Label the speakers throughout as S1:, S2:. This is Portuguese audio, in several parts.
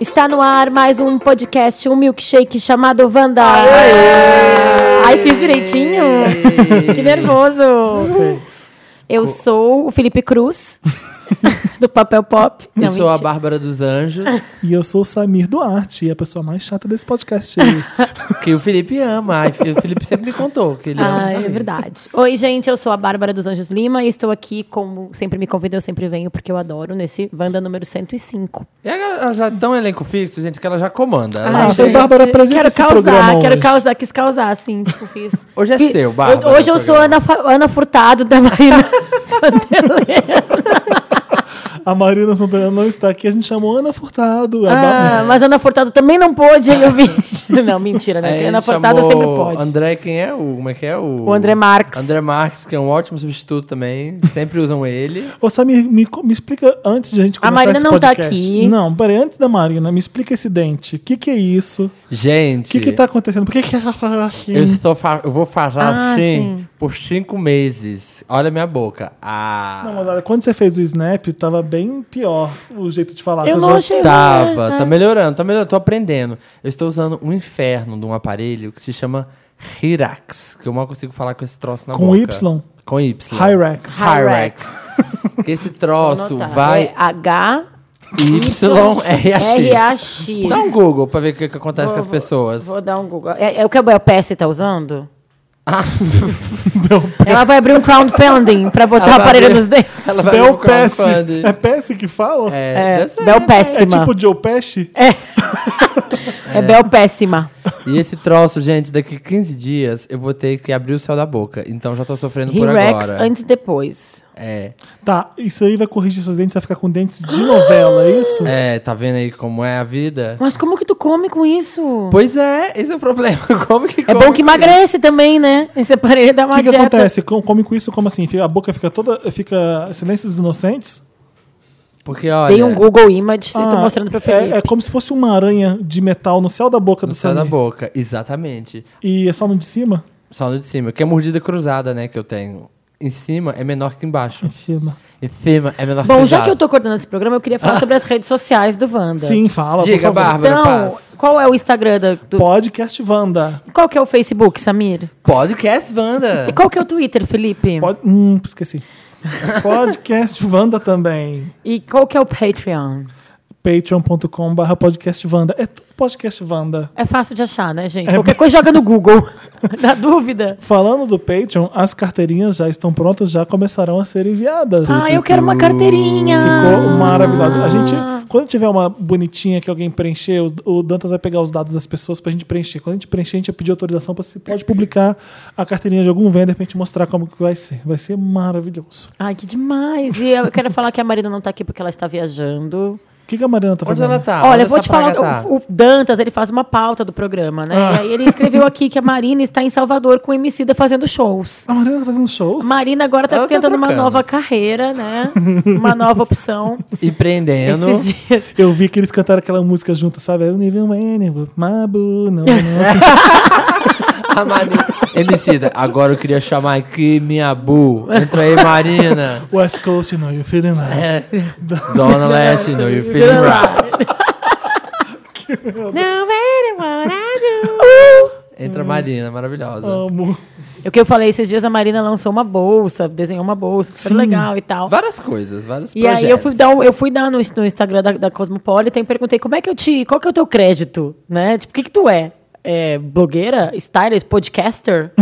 S1: Está no ar mais um podcast, um milkshake chamado Wanda. Ai, fiz direitinho. que nervoso. Eu sou o Felipe Cruz, do Papel Pop.
S2: Eu
S1: Não,
S2: sou a
S1: mentira.
S2: Bárbara dos Anjos,
S3: E eu sou o Samir Duarte, e a pessoa mais chata desse podcast aí.
S2: que o Felipe ama. Ai, O Felipe sempre me contou que ele ama.
S1: Ah, é
S2: também.
S1: verdade. Oi, gente, eu sou a Bárbara dos Anjos Lima e estou aqui, como sempre me convidam, eu sempre venho, porque eu adoro, nesse Wanda número 105.
S2: E agora ela já dá um elenco fixo, gente, que ela já comanda. Ela-
S3: Ah, então, Bárbara, apresenta
S1: quero
S3: esse
S1: causar,
S3: programa
S1: quero
S3: hoje.
S1: causar, quis causar, assim, tipo, fiz.
S2: Hoje é
S1: Fi-
S2: seu, Bárbara.
S1: Hoje eu sou Ana, Fa- Ana Furtado da Marina Santelena.
S3: A Marina Santana não está aqui, a gente chamou Ana Furtado. a
S1: Ah,
S2: Tá
S3: Bárbara-
S1: mas Ana Furtado também não pôde, eu vi. Não, mentira, né?
S2: Aí
S1: Ana
S2: ele
S1: Furtado
S2: chamou
S1: sempre pode.
S2: André, quem é o. Como é que é? O,
S1: O André Marques.
S2: André Marques, que é um ótimo substituto também. Sempre usam ele.
S3: Ô Samir, me, co- me explica antes de a gente começar
S1: Marina
S3: esse
S1: não tá
S3: podcast.
S1: aqui.
S3: Não, peraí, antes da Marina, me explica esse dente. O que, que é isso?
S2: Gente.
S3: O que, que tá acontecendo? Por que, que ela fala assim?
S2: Eu, só fa- eu vou falar
S1: Ah,
S2: assim
S1: sim.
S2: por cinco meses. Olha minha boca. Ah.
S3: Não, mas olha, quando você fez o Snap, tava bem pior o jeito de falar.
S1: Eu
S3: Você
S1: não
S3: já-
S1: achei né?
S2: Tava,
S1: ruim,
S2: tá melhorando, tá melhorando, tô aprendendo. Eu estou usando um inferno de um aparelho que se chama Hirax, que eu mal consigo falar com esse troço na
S3: Com
S2: boca.
S3: Y?
S2: Com Y.
S3: Hyrax.
S2: Hyrax. Que esse troço
S1: Vou anotar. É
S2: vai
S1: H É R A
S2: Y-R-A-X.
S1: X.
S2: Dá um Google pra ver o que, que acontece
S1: Vou-
S2: com as
S1: vou-
S2: pessoas.
S1: Vou dar um Google. É, é o que a Bel Pesce tá usando?
S2: Ah,
S1: Ela vai abrir um crowdfunding pra botar
S2: Ela
S1: o
S2: vai
S1: aparelho
S2: ver-
S1: nos dentes.
S2: ela vai
S3: Bel
S2: pro crowdfunding.
S3: Pesce. É Pesce que fala?
S2: É,
S1: É,
S2: deve ser.
S1: Bel
S3: É
S1: Péssima.
S3: tipo Joe Pesce?
S1: É Bel Péssima.
S2: E esse troço, gente, daqui 15 dias eu vou ter que abrir o céu da boca. Então já tô sofrendo por
S1: Rex
S2: agora.
S1: antes e depois.
S2: É.
S3: Tá, isso aí vai corrigir seus dentes, vai ficar com dentes de novela, é isso?
S2: É, tá vendo aí como é a vida?
S1: Mas como que tu come com isso?
S2: Pois é, esse é o problema. Como que
S1: é bom que emagrece também, né? Esse aparelho dá
S3: O
S1: uma
S3: que, que
S1: dieta.
S3: acontece? Com- Come com isso, como assim? Fica- A boca fica toda. Fica silêncio dos inocentes?
S2: Porque, olha,
S1: Tem um Google Image, eu tô
S3: Ah,
S1: mostrando pro Felipe.
S3: é, é como se fosse uma aranha de metal no céu da boca
S2: no
S3: do
S2: céu da
S3: Samir.
S2: boca. Exatamente.
S3: E é só no de cima?
S2: Só no de cima, que é mordida cruzada, né, que eu tenho. Em cima é menor que embaixo.
S3: Fina.
S2: Em cima é menor que
S1: Bom, já
S2: embaixo.
S1: que eu tô coordenando esse programa, eu queria falar sobre as redes sociais do Wanda.
S3: Ah. Sim, fala. por
S2: Diga,
S3: favor.
S2: Bárbara.
S1: Então,
S2: Paz.
S1: qual é o Instagram da- do...
S3: Podcast Wanda.
S1: Qual que é o Facebook, Samir?
S2: Podcast Wanda.
S1: E qual que é o Twitter, Felipe?
S3: Pod... Hum, esqueci. Podcast Wanda também.
S1: E qual que é o Patreon?
S3: patreon.com.br podcast Wanda. É tudo podcast Wanda.
S1: É fácil de achar, né, gente? Qualquer coisa joga no Google. Na dúvida.
S3: Falando do Patreon, as carteirinhas já estão prontas, já começarão a ser enviadas.
S1: Ah, eu quero uma carteirinha.
S3: Ficou maravilhosa. A gente, quando tiver uma bonitinha que alguém preencher, o, o Dantas vai pegar os dados das pessoas pra gente preencher. Quando a gente preencher, a gente vai pedir autorização pra se pode publicar a carteirinha de algum vendedor pra gente mostrar como que vai ser. Vai ser maravilhoso.
S1: Ai, que demais. E eu quero falar que a Marina não tá aqui porque ela está viajando.
S3: O que, que a Mariana tá
S2: Onde
S3: fazendo?
S2: ela tá?
S1: Olha,
S2: Onde
S1: eu vou
S2: essa
S1: te falar,
S2: praga tá?
S1: o, o Dantas, ele faz uma pauta do programa, né?
S2: Ah.
S1: E aí ele escreveu aqui que a Marina está em Salvador com o Emicida fazendo shows.
S3: A Mariana tá fazendo shows?
S1: Marina agora tá
S2: Ela tá
S1: tentando uma
S2: trocando.
S1: nova carreira, né? Uma nova opção
S2: Empreendendo.
S1: esses dias.
S3: Eu vi que eles cantaram aquela música junto, sabe? Eu nível Mabu, Mabu, não, não.
S2: A Marina. Emicida, agora eu queria chamar aqui minha Bu. Entra aí, Marina.
S3: West Coast, não, eu feeling nada.
S2: É. Zona Leste, no you feeling right. Entra a Marina, maravilhosa.
S1: Oh.
S3: Amo.
S1: O que eu falei, esses dias a Marina lançou uma bolsa, desenhou uma bolsa, super legal e tal.
S2: Várias coisas, vários
S1: E
S2: projetos.
S1: aí eu fui dar, um- eu fui dar no, no Instagram da, da Cosmopolitan e perguntei como é que eu te. Qual que é o teu crédito? Né? Tipo, o que, que tu é? É blogueira? Stylist? Podcaster?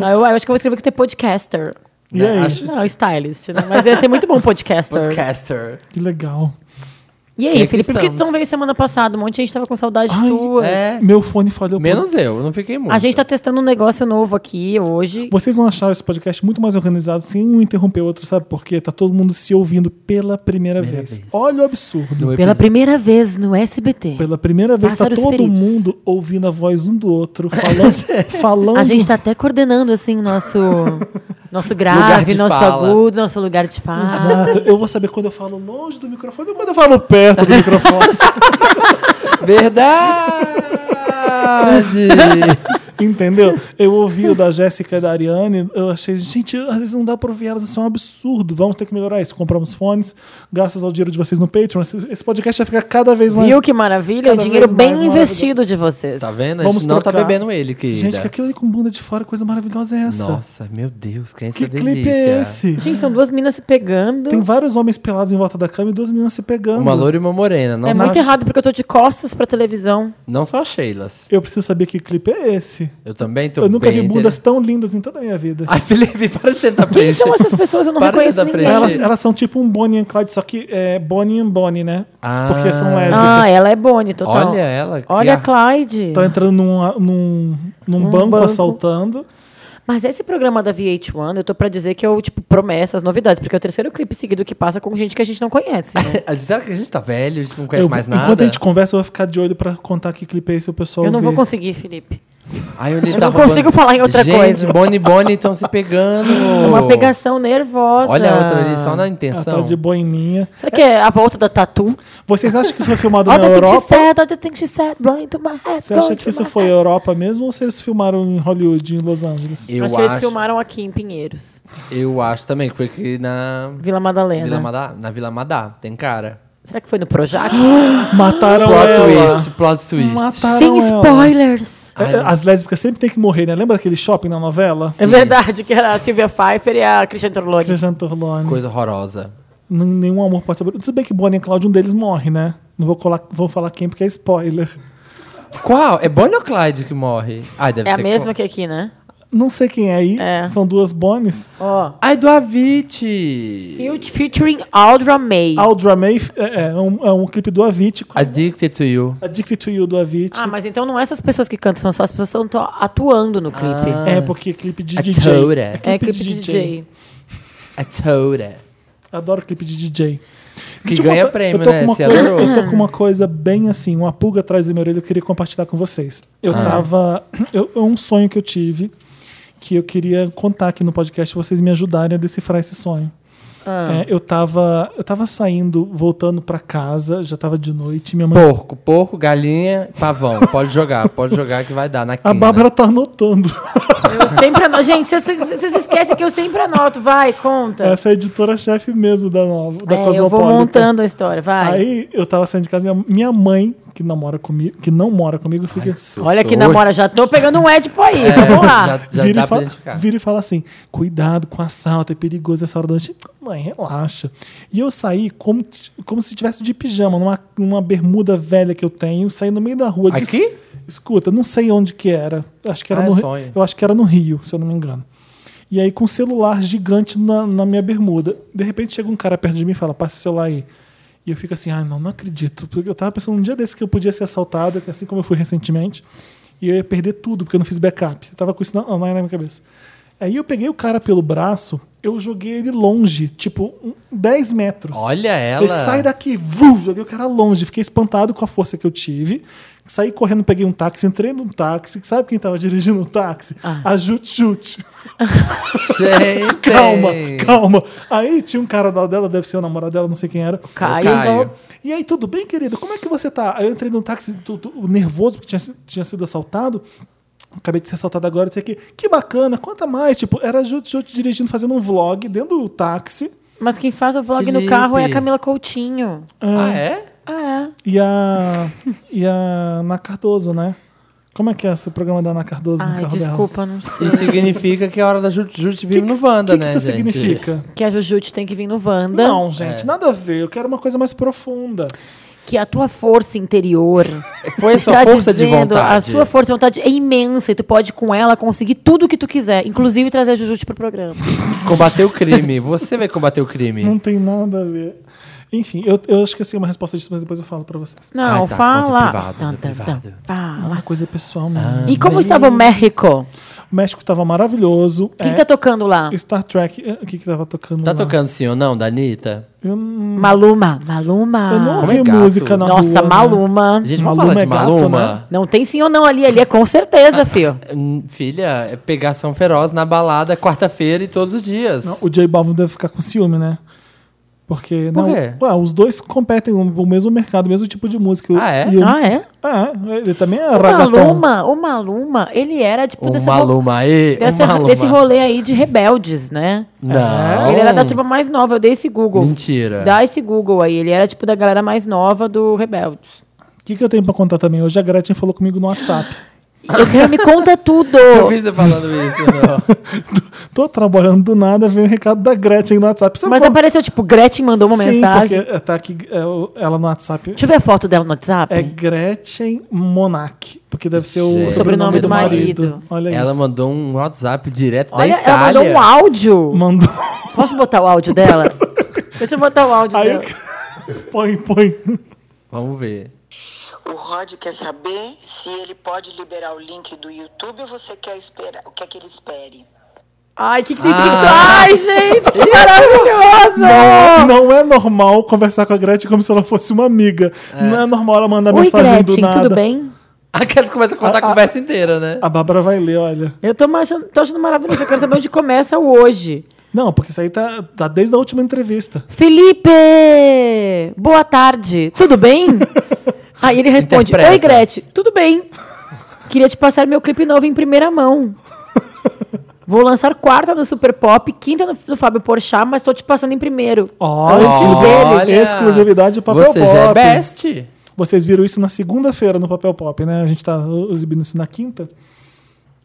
S1: aí eu, "Ah, eu acho que eu vou escrever que tu é podcaster.
S3: E
S2: Né,
S3: aí?
S2: acho-
S1: Não, stylist, né? Mas ia ser muito bom podcaster.
S2: Podcaster.
S3: Que legal.
S1: E
S2: Quem é
S1: aí,
S2: que
S1: Felipe, por que tu
S2: estamos?
S1: não veio semana passada? Um monte de gente tava com saudades
S3: Ai,
S1: tuas.
S2: é.
S3: Meu fone falhou.
S2: Menos eu, não fiquei muito.
S1: A gente tá testando um negócio novo aqui hoje.
S3: Vocês vão achar esse podcast muito mais organizado, sem um interromper o outro, sabe por quê? Tá todo mundo se ouvindo pela primeira vez. Olha o absurdo.
S2: No epi-
S1: Pela primeira vez no SBT.
S3: Pela primeira vez
S1: Pássaros
S3: tá todo
S1: feridos.
S3: mundo ouvindo a voz um do outro, falando, falando.
S1: A gente tá até coordenando, assim, nosso, nosso grave,
S2: de
S1: nosso
S2: fala.
S1: agudo, nosso lugar de fala.
S3: Exato. Eu vou saber quando eu falo longe do microfone ou quando eu falo perto do microfone.
S2: Verdade!
S3: Entendeu? Eu ouvi o da Jéssica e da Ariane, eu achei, gente, às vezes não dá pra ouvir elas, isso é um absurdo. Vamos ter que melhorar isso. Compramos fones, graças ao dinheiro de vocês no Patreon. Esse esse podcast vai ficar cada vez mais.
S1: Viu que maravilha?
S3: cada
S1: o dinheiro
S3: vez
S1: bem
S3: mais
S1: investido de vocês.
S2: Tá vendo? A
S3: Vamos
S2: gente não tá
S3: trocar.
S2: bebendo ele, querida.
S3: Gente, que aquilo ali com bunda de fora, coisa maravilhosa é essa.
S2: Nossa, meu Deus, que é essa
S3: que
S2: delícia.
S3: clipe é esse?
S1: Gente, são duas meninas se pegando.
S3: Tem vários homens pelados em volta da cama e duas meninas se pegando.
S2: Uma loira e uma morena. Não,
S1: é
S2: só,
S1: muito
S2: a-
S1: errado porque eu tô de costas pra televisão.
S2: não só a Sheilas.
S3: Eu preciso saber que clipe é esse.
S2: Eu também tô
S3: Eu nunca vi
S2: bem
S3: bundas
S2: inter-
S3: tão lindas em toda a minha vida.
S2: Ai, Felipe, para de tentar
S1: assim. Quem
S2: preencher.
S1: são essas pessoas? Eu não
S2: Para de
S1: reconheço
S2: dar
S1: ninguém.
S2: preencher.
S3: Elas,
S2: Entendi.
S3: elas são tipo um Bonnie and Clyde, só que é Bonnie and Bonnie, né?
S2: Ah.
S3: Porque são lésbicas.
S1: Ah, ela é Bonnie, total.
S2: Olha ela. que
S1: Olha a
S2: ar-
S1: Clyde.
S3: Estão Tá entrando num, num, num
S1: Um
S3: banco,
S1: banco.
S3: assaltando.
S1: Mas esse programa da VH1, eu tô pra dizer que eu, tipo, promessa as novidades, porque é o terceiro clipe seguido que passa com gente que a gente não conhece, né?
S2: Ah, Será que a gente tá velho? A gente não conhece
S3: Eu-
S2: mais
S3: Enquanto
S2: nada?
S3: a gente conversa, eu vou ficar de olho pra contar que clipe é esse o pessoal
S1: Eu não vou
S3: ouvir.
S1: conseguir, Felipe.
S2: Ai, onde ele
S1: Eu
S2: tá
S1: não consigo
S2: roubando-
S1: falar em outra
S2: gente,
S1: coisa.
S2: Bonnie e Bonnie estão se pegando.
S1: É Uma pegação nervosa.
S2: Olha a outra ali, só na
S3: Ela
S2: intenção.
S3: tá de boininha.
S1: Será que é a volta da Tatu?
S3: Vocês acham que isso foi filmado
S1: All
S3: na
S1: the things she
S3: Europa?
S1: said, all the things she said, blind to my head.
S3: Você acha
S1: blind to
S3: que isso
S1: my
S3: foi
S1: head.
S3: Europa mesmo ou se eles filmaram em Hollywood, em Los Angeles?
S2: Eu
S1: acho que eles filmaram aqui em Pinheiros,
S2: Eu acho também que foi aqui na
S1: Vila Madalena.
S2: Vila Madá. Na Vila Madá, tem cara.
S1: Será que foi no Projac?
S3: Mataram
S2: Plot
S3: ela.
S2: twist, plot twist.
S3: Mataram
S1: Sem
S3: ela.
S1: spoilers.
S3: É, é, As lésbicas sempre tem que morrer, né? Lembra daquele shopping na novela?
S1: É verdade que era a Silvia Pfeiffer e a Cristiane Torloni.
S3: Cristiano Torlone.
S2: Coisa horrorosa.
S3: N- Nenhum amor pode saber. Tudo bem que Bonnie e Cláudio, um deles morre, né? Não vou, colar, vou falar quem, porque é spoiler.
S2: Qual? É Bonnie ou Clyde que morre? Ai, deve
S1: É a
S2: ser
S1: mesma
S2: que...
S1: que aqui, né?
S3: Não sei quem é aí.
S1: É.
S3: São duas Bonnies.
S1: Ó.
S2: Ai, do Avicii.
S1: Feat- Featuring Aldra May.
S3: Aldra May é, é, é um, é um clipe do Avicii.
S2: Addicted to You.
S3: Addicted to You do Avicii.
S1: Ah, mas então não é essas pessoas que cantam, são só as pessoas que estão atuando no clipe.
S2: Ah,
S3: É, porque é clipe de
S2: A
S3: DJ.
S2: toura.
S1: é clipe de DJ.
S2: A Toda.
S3: Adoro clipe de DJ.
S2: Que
S3: Deixa eu
S2: ganha
S3: contar-
S2: prêmio,
S3: eu tô
S2: né?
S3: Com uma
S2: Você
S1: é
S3: coisa,
S2: adorou.
S3: eu tô com uma coisa bem assim, uma pulga atrás da minha orelha, eu queria compartilhar com vocês. Eu
S1: Ah.
S3: tava. Eu, é um sonho que eu tive, que eu queria contar aqui no podcast, vocês me ajudarem a decifrar esse sonho.
S1: Ah.
S3: É, eu, tava, eu tava saindo, voltando pra casa, já tava de noite, minha mãe.
S2: Porco, porco, galinha, pavão. Pode jogar, pode jogar que vai dar na
S3: a
S2: quina.
S3: Bárbara
S1: né?
S3: tá anotando.
S1: Eu sempre anoto. Gente, vocês- vocês esquecem que eu sempre anoto. Vai, conta.
S3: Essa é a editora-chefe mesmo da nova, da
S1: É,
S3: Cosmopolitan.
S1: eu vou montando a história, vai.
S3: Aí eu tava saindo de casa, minha, minha mãe, que namora comigo, que não mora comigo, fica.
S2: susto.
S1: Olha que namora, já tô pegando um Edipo aí,
S2: É,
S1: vamos lá.
S2: já já
S3: vira,
S2: dá
S3: e fala,
S2: pra identificar.
S3: vira e fala assim: cuidado com assalto, é perigoso essa hora da noite. Mãe, relaxa. E eu saí como, t- como se tivesse de pijama, numa, numa bermuda velha que eu tenho, saí no meio da rua. de-
S2: Aqui?
S3: escuta, não sei onde que era. Acho que era
S2: Ah, é
S3: no, Ri-
S2: sonho.
S3: eu acho que era no Rio, se eu não me engano. E aí com um celular gigante na, na minha bermuda. De repente chega um cara perto de mim e fala: passa o celular aí. E eu fico assim, ah, não, não acredito. Porque eu tava pensando um dia desse que eu podia ser assaltado, que assim como eu fui recentemente, e eu ia perder tudo, porque eu não fiz backup. Eu tava com isso na, na, na minha cabeça. Aí eu peguei o cara pelo braço, eu joguei ele longe, tipo, um- 10 metros.
S2: Olha ela.
S3: Ele sai daqui, vum, joguei o cara longe. Fiquei espantado com a força que eu tive. Saí correndo, peguei um táxi, entrei num táxi. Sabe quem tava dirigindo o táxi? A Jut Jut.
S2: Gente.
S3: Calma, calma. Aí tinha um cara da dela, deve ser o namorado dela, não sei quem era.
S1: Caio.
S3: E eu
S2: Caio.
S3: tava- E aí, tudo bem, querido? Como é que você tá? Aí eu entrei num táxi tu- tu- nervoso porque tinha, si- tinha sido assaltado. Acabei de ser assaltado agora, tem que. Que bacana, conta mais. Tipo, era a Jut Jut dirigindo, fazendo um vlog dentro do táxi.
S1: Mas quem faz o vlog no
S2: Felipe.
S1: carro é a Camila Coutinho.
S2: Ah, é?
S1: Ah, é.
S3: E a. e a Ana Cardoso, né? Como é que é esse programa da Ana Cardoso no
S1: Ai,
S3: carro dela?
S1: desculpa, não sei.
S2: Isso significa que a hora da Jujutsu vive no
S3: O
S2: Wanda,
S3: que, que
S2: né,
S3: isso
S2: gente? É.
S3: significa?
S1: Que a Jujute tem que vir no Wanda.
S3: Não, gente, nada a ver. Eu quero uma coisa mais profunda.
S1: Que é a tua força interior.
S2: Foi a sua
S1: está
S2: força de vontade.
S1: Tá A sua força de vontade é imensa e tu pode com ela conseguir tudo o que tu quiser, inclusive trazer a Jujute pro programa.
S2: Combater o crime. Você vai combater o crime.
S3: Não tem nada a ver. Enfim, eu, eu acho que eu sei uma resposta disso, mas depois eu falo pra vocês.
S1: Não,
S2: Ah, tá,
S1: fala.
S2: conta privado, conta privado. Ah,
S3: Uma
S1: fala.
S3: coisa pessoal mesmo.
S1: E como estava o México?
S3: O México tava maravilhoso.
S1: Quem
S3: É,
S1: que tá tocando lá?
S3: Star Trek, é, o que que tava tocando
S2: Tá
S3: lá?
S2: tocando sim ou não, da Anitta?
S3: Eu, não-
S1: Maluma. Maluma.
S3: eu não
S2: Como
S3: ouvi
S2: é gato.
S3: música na rua,
S1: Ah. Nossa,
S3: né?
S1: Maluma.
S2: A gente
S3: Maluma
S2: fala de
S3: é gato,
S2: Maluma.
S1: Não tem sim ou não ali, ali é com certeza, fio.
S2: Hum, Filha, é pegação feroz na balada quarta-feira e todos os dias.
S3: O J Balvin deve ficar com ciúme, né? Porque
S2: Por
S3: não,
S2: quê?
S3: Ué, os dois competem no o mesmo mercado, o mesmo tipo de música. O-
S2: Ah, é?
S3: E o-
S1: Ah, é?
S3: Ah, ele também é
S1: O
S3: ragatão.
S1: Maluma, o Maluma, ele era, tipo,
S2: O
S1: dessa ro-
S2: Maluma aí, o
S1: dessa-
S2: Maluma.
S1: desse rolê aí de rebeldes, né?
S2: Não.
S1: Ele era da turma mais nova, eu dei esse Google.
S2: Mentira.
S1: Dá esse Google aí. Ele era, tipo, da galera mais nova do Rebeldes.
S3: O que, que eu tenho pra contar também? Hoje a Gretchen falou comigo no WhatsApp.
S1: Eu quero me conta tudo.
S2: Eu vi você falando isso, não.
S3: Tô trabalhando do nada, veio o recado da Gretchen no WhatsApp. Sabe
S1: Mas
S3: qual-
S1: apareceu, tipo, Gretchen mandou uma
S3: Sim,
S1: mensagem.
S3: porque tá aqui é, o- ela no WhatsApp.
S1: Deixa eu ver a foto dela no WhatsApp.
S3: É Gretchen Monac, porque deve ser o
S2: Gente.
S3: sobrenome,
S1: Sobrenome
S3: do
S1: do
S3: marido.
S1: marido.
S3: Olha
S2: Ela
S3: isso.
S2: mandou um WhatsApp direto
S1: Olha,
S2: da Itália.
S1: ela mandou um áudio.
S3: Mandou.
S1: Posso botar o áudio dela? Deixa eu botar o áudio
S3: Aí
S1: dela.
S3: eu... põe, põe.
S2: Vamos ver.
S4: O Rod quer saber se ele pode liberar o link do YouTube ou você quer esperar, o que é que ele espere?
S1: Ai, que que tem
S2: Ah.
S1: TikTok? Ai, gente, que maravilhoso!
S3: Não é normal conversar com a Gretchen como se ela fosse uma amiga. Não é normal ela
S2: tá
S3: mandar
S1: Oi,
S3: mensagem do
S1: Gretchen,
S3: nada.
S1: tudo bem?
S2: A Cat começa a contar a conversa inteira, né?
S3: A Bárbara vai ler, olha.
S1: Eu tô achando, tô achando maravilhoso. Eu quero saber onde começa o hoje.
S3: Não, porque isso aí tá, tá desde a última entrevista.
S1: Felipe! Boa tarde, tudo bem? Aí ele responde:
S2: Interpreta.
S1: Oi, Gretchen, tudo bem? Queria te passar meu clipe novo em primeira mão. Vou lançar quarta no Super Pop, quinta no, no Fábio Porchat, mas tô te passando em primeiro.
S3: Olha,
S1: Antes dele.
S3: exclusividade papel
S2: você
S3: pop.
S2: já é best.
S3: Vocês viram isso na segunda-feira no Papel Pop, né? A gente tá exibindo isso na quinta.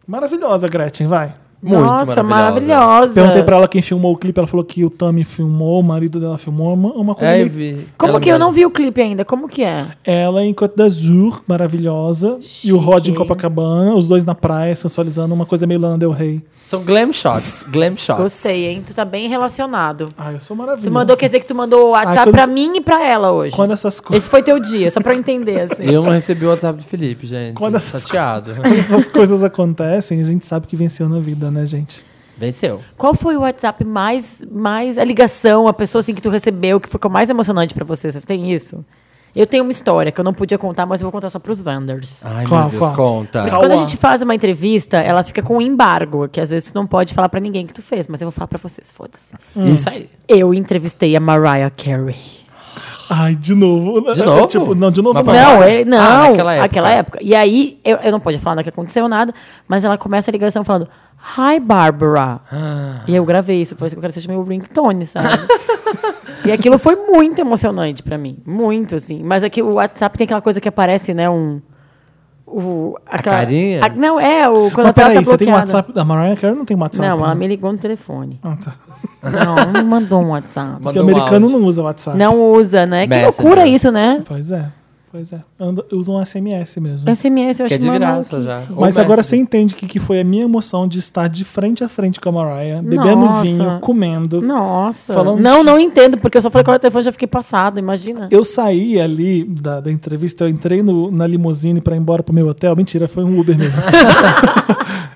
S3: Maravilhosa, Gretchen, vai.
S2: Muito
S1: Nossa,
S2: maravilhosa.
S1: maravilhosa.
S3: Perguntei pra ela quem filmou o clipe, ela falou que o Tami filmou, o marido dela filmou, uma, uma coisa
S2: É, eu
S3: meio...
S2: vi.
S1: Como
S2: Ela
S1: que eu
S2: mesma.
S1: não vi o clipe ainda? Como que é?
S3: Ela em Côte d'Azur, maravilhosa, e o Rod em Copacabana, os dois na praia, sensualizando, uma coisa meio Lana Del Rey.
S2: São glam shots. Glam shots.
S1: Gostei, hein? Tu tá bem relacionado.
S3: Ah, eu sou
S1: Tu
S3: maravilhosa.
S1: mandou, quer dizer que tu mandou o WhatsApp
S3: Ah, quando
S1: pra
S3: se-
S1: mim e pra ela hoje.
S3: Quando essas coisas...
S1: Esse foi teu dia, só pra eu entender, assim.
S2: Eu não recebi o WhatsApp do Felipe, gente.
S3: Quando essas
S2: Chateado.
S3: As coisas acontecem, a gente sabe que venceu na vida, né, gente?
S2: Venceu.
S1: Qual foi o WhatsApp mais, mais a ligação, a pessoa assim que tu recebeu, que ficou mais emocionante pra você? Vocês têm isso? Eu tenho uma história que eu não podia contar, mas eu vou contar só pros Vanders.
S2: Ai,
S3: Qual,
S2: meu Deus,
S3: qual?
S2: conta.
S3: Qual?
S1: Quando a
S3: Cauã.
S1: gente faz uma entrevista, ela fica com um embargo, que às vezes tu não pode falar pra ninguém que tu fez, mas eu vou falar pra vocês, foda-se.
S2: Hum. Isso aí.
S1: Eu entrevistei a Mariah Carey.
S3: Ai, de novo.
S2: De novo?
S3: Tipo, não, de novo
S2: Mas
S3: não.
S2: pra-
S1: Não,
S2: Agora?
S1: ele, não,
S2: Ah, naquela
S1: naquela época.
S2: época.
S1: E aí, eu, eu não podia falar nada que aconteceu, nada, mas ela começa a ligação falando, Hi, Barbara.
S2: Ah.
S1: E eu gravei isso, parece que eu quero que seja meu ringtone, sabe? e aquilo foi muito emocionante pra mim, muito, assim. Mas aqui o WhatsApp tem aquela coisa que aparece, né, um... O, aquela,
S2: carinha?
S1: a- não, é, o, quando
S3: Mas
S1: a tela
S3: peraí,
S1: tá bloqueada.
S3: você
S2: um
S3: tem WhatsApp da Mariah Carey? Não tem WhatsApp.
S1: Não, ela
S3: né?
S1: me ligou no telefone.
S3: Ah, tá.
S1: Não, não mandou um WhatsApp.
S3: Porque
S2: Mandou um
S3: americano
S2: áudio.
S3: não usa WhatsApp.
S1: Não usa, né? Que
S2: Messenger.
S1: loucura isso, né?
S3: Pois é, pois é. Anda- usam SMS mesmo.
S1: SMS, eu acho
S2: Que é de
S1: uma
S2: graça já.
S1: maluquice.
S2: Ou
S3: Mas agora você
S2: Messenger.
S3: entende o que, que foi a minha emoção de estar de frente a frente com a Mariah, bebendo
S1: Nossa.
S3: vinho, comendo.
S1: Nossa.
S3: Falando-
S1: Não, não entendo, porque eu só falei com ela no telefone e já fiquei passado, imagina.
S3: Eu saí ali da, da entrevista, eu entrei no- na limusine pra ir embora pro meu hotel. Mentira, foi um Uber mesmo.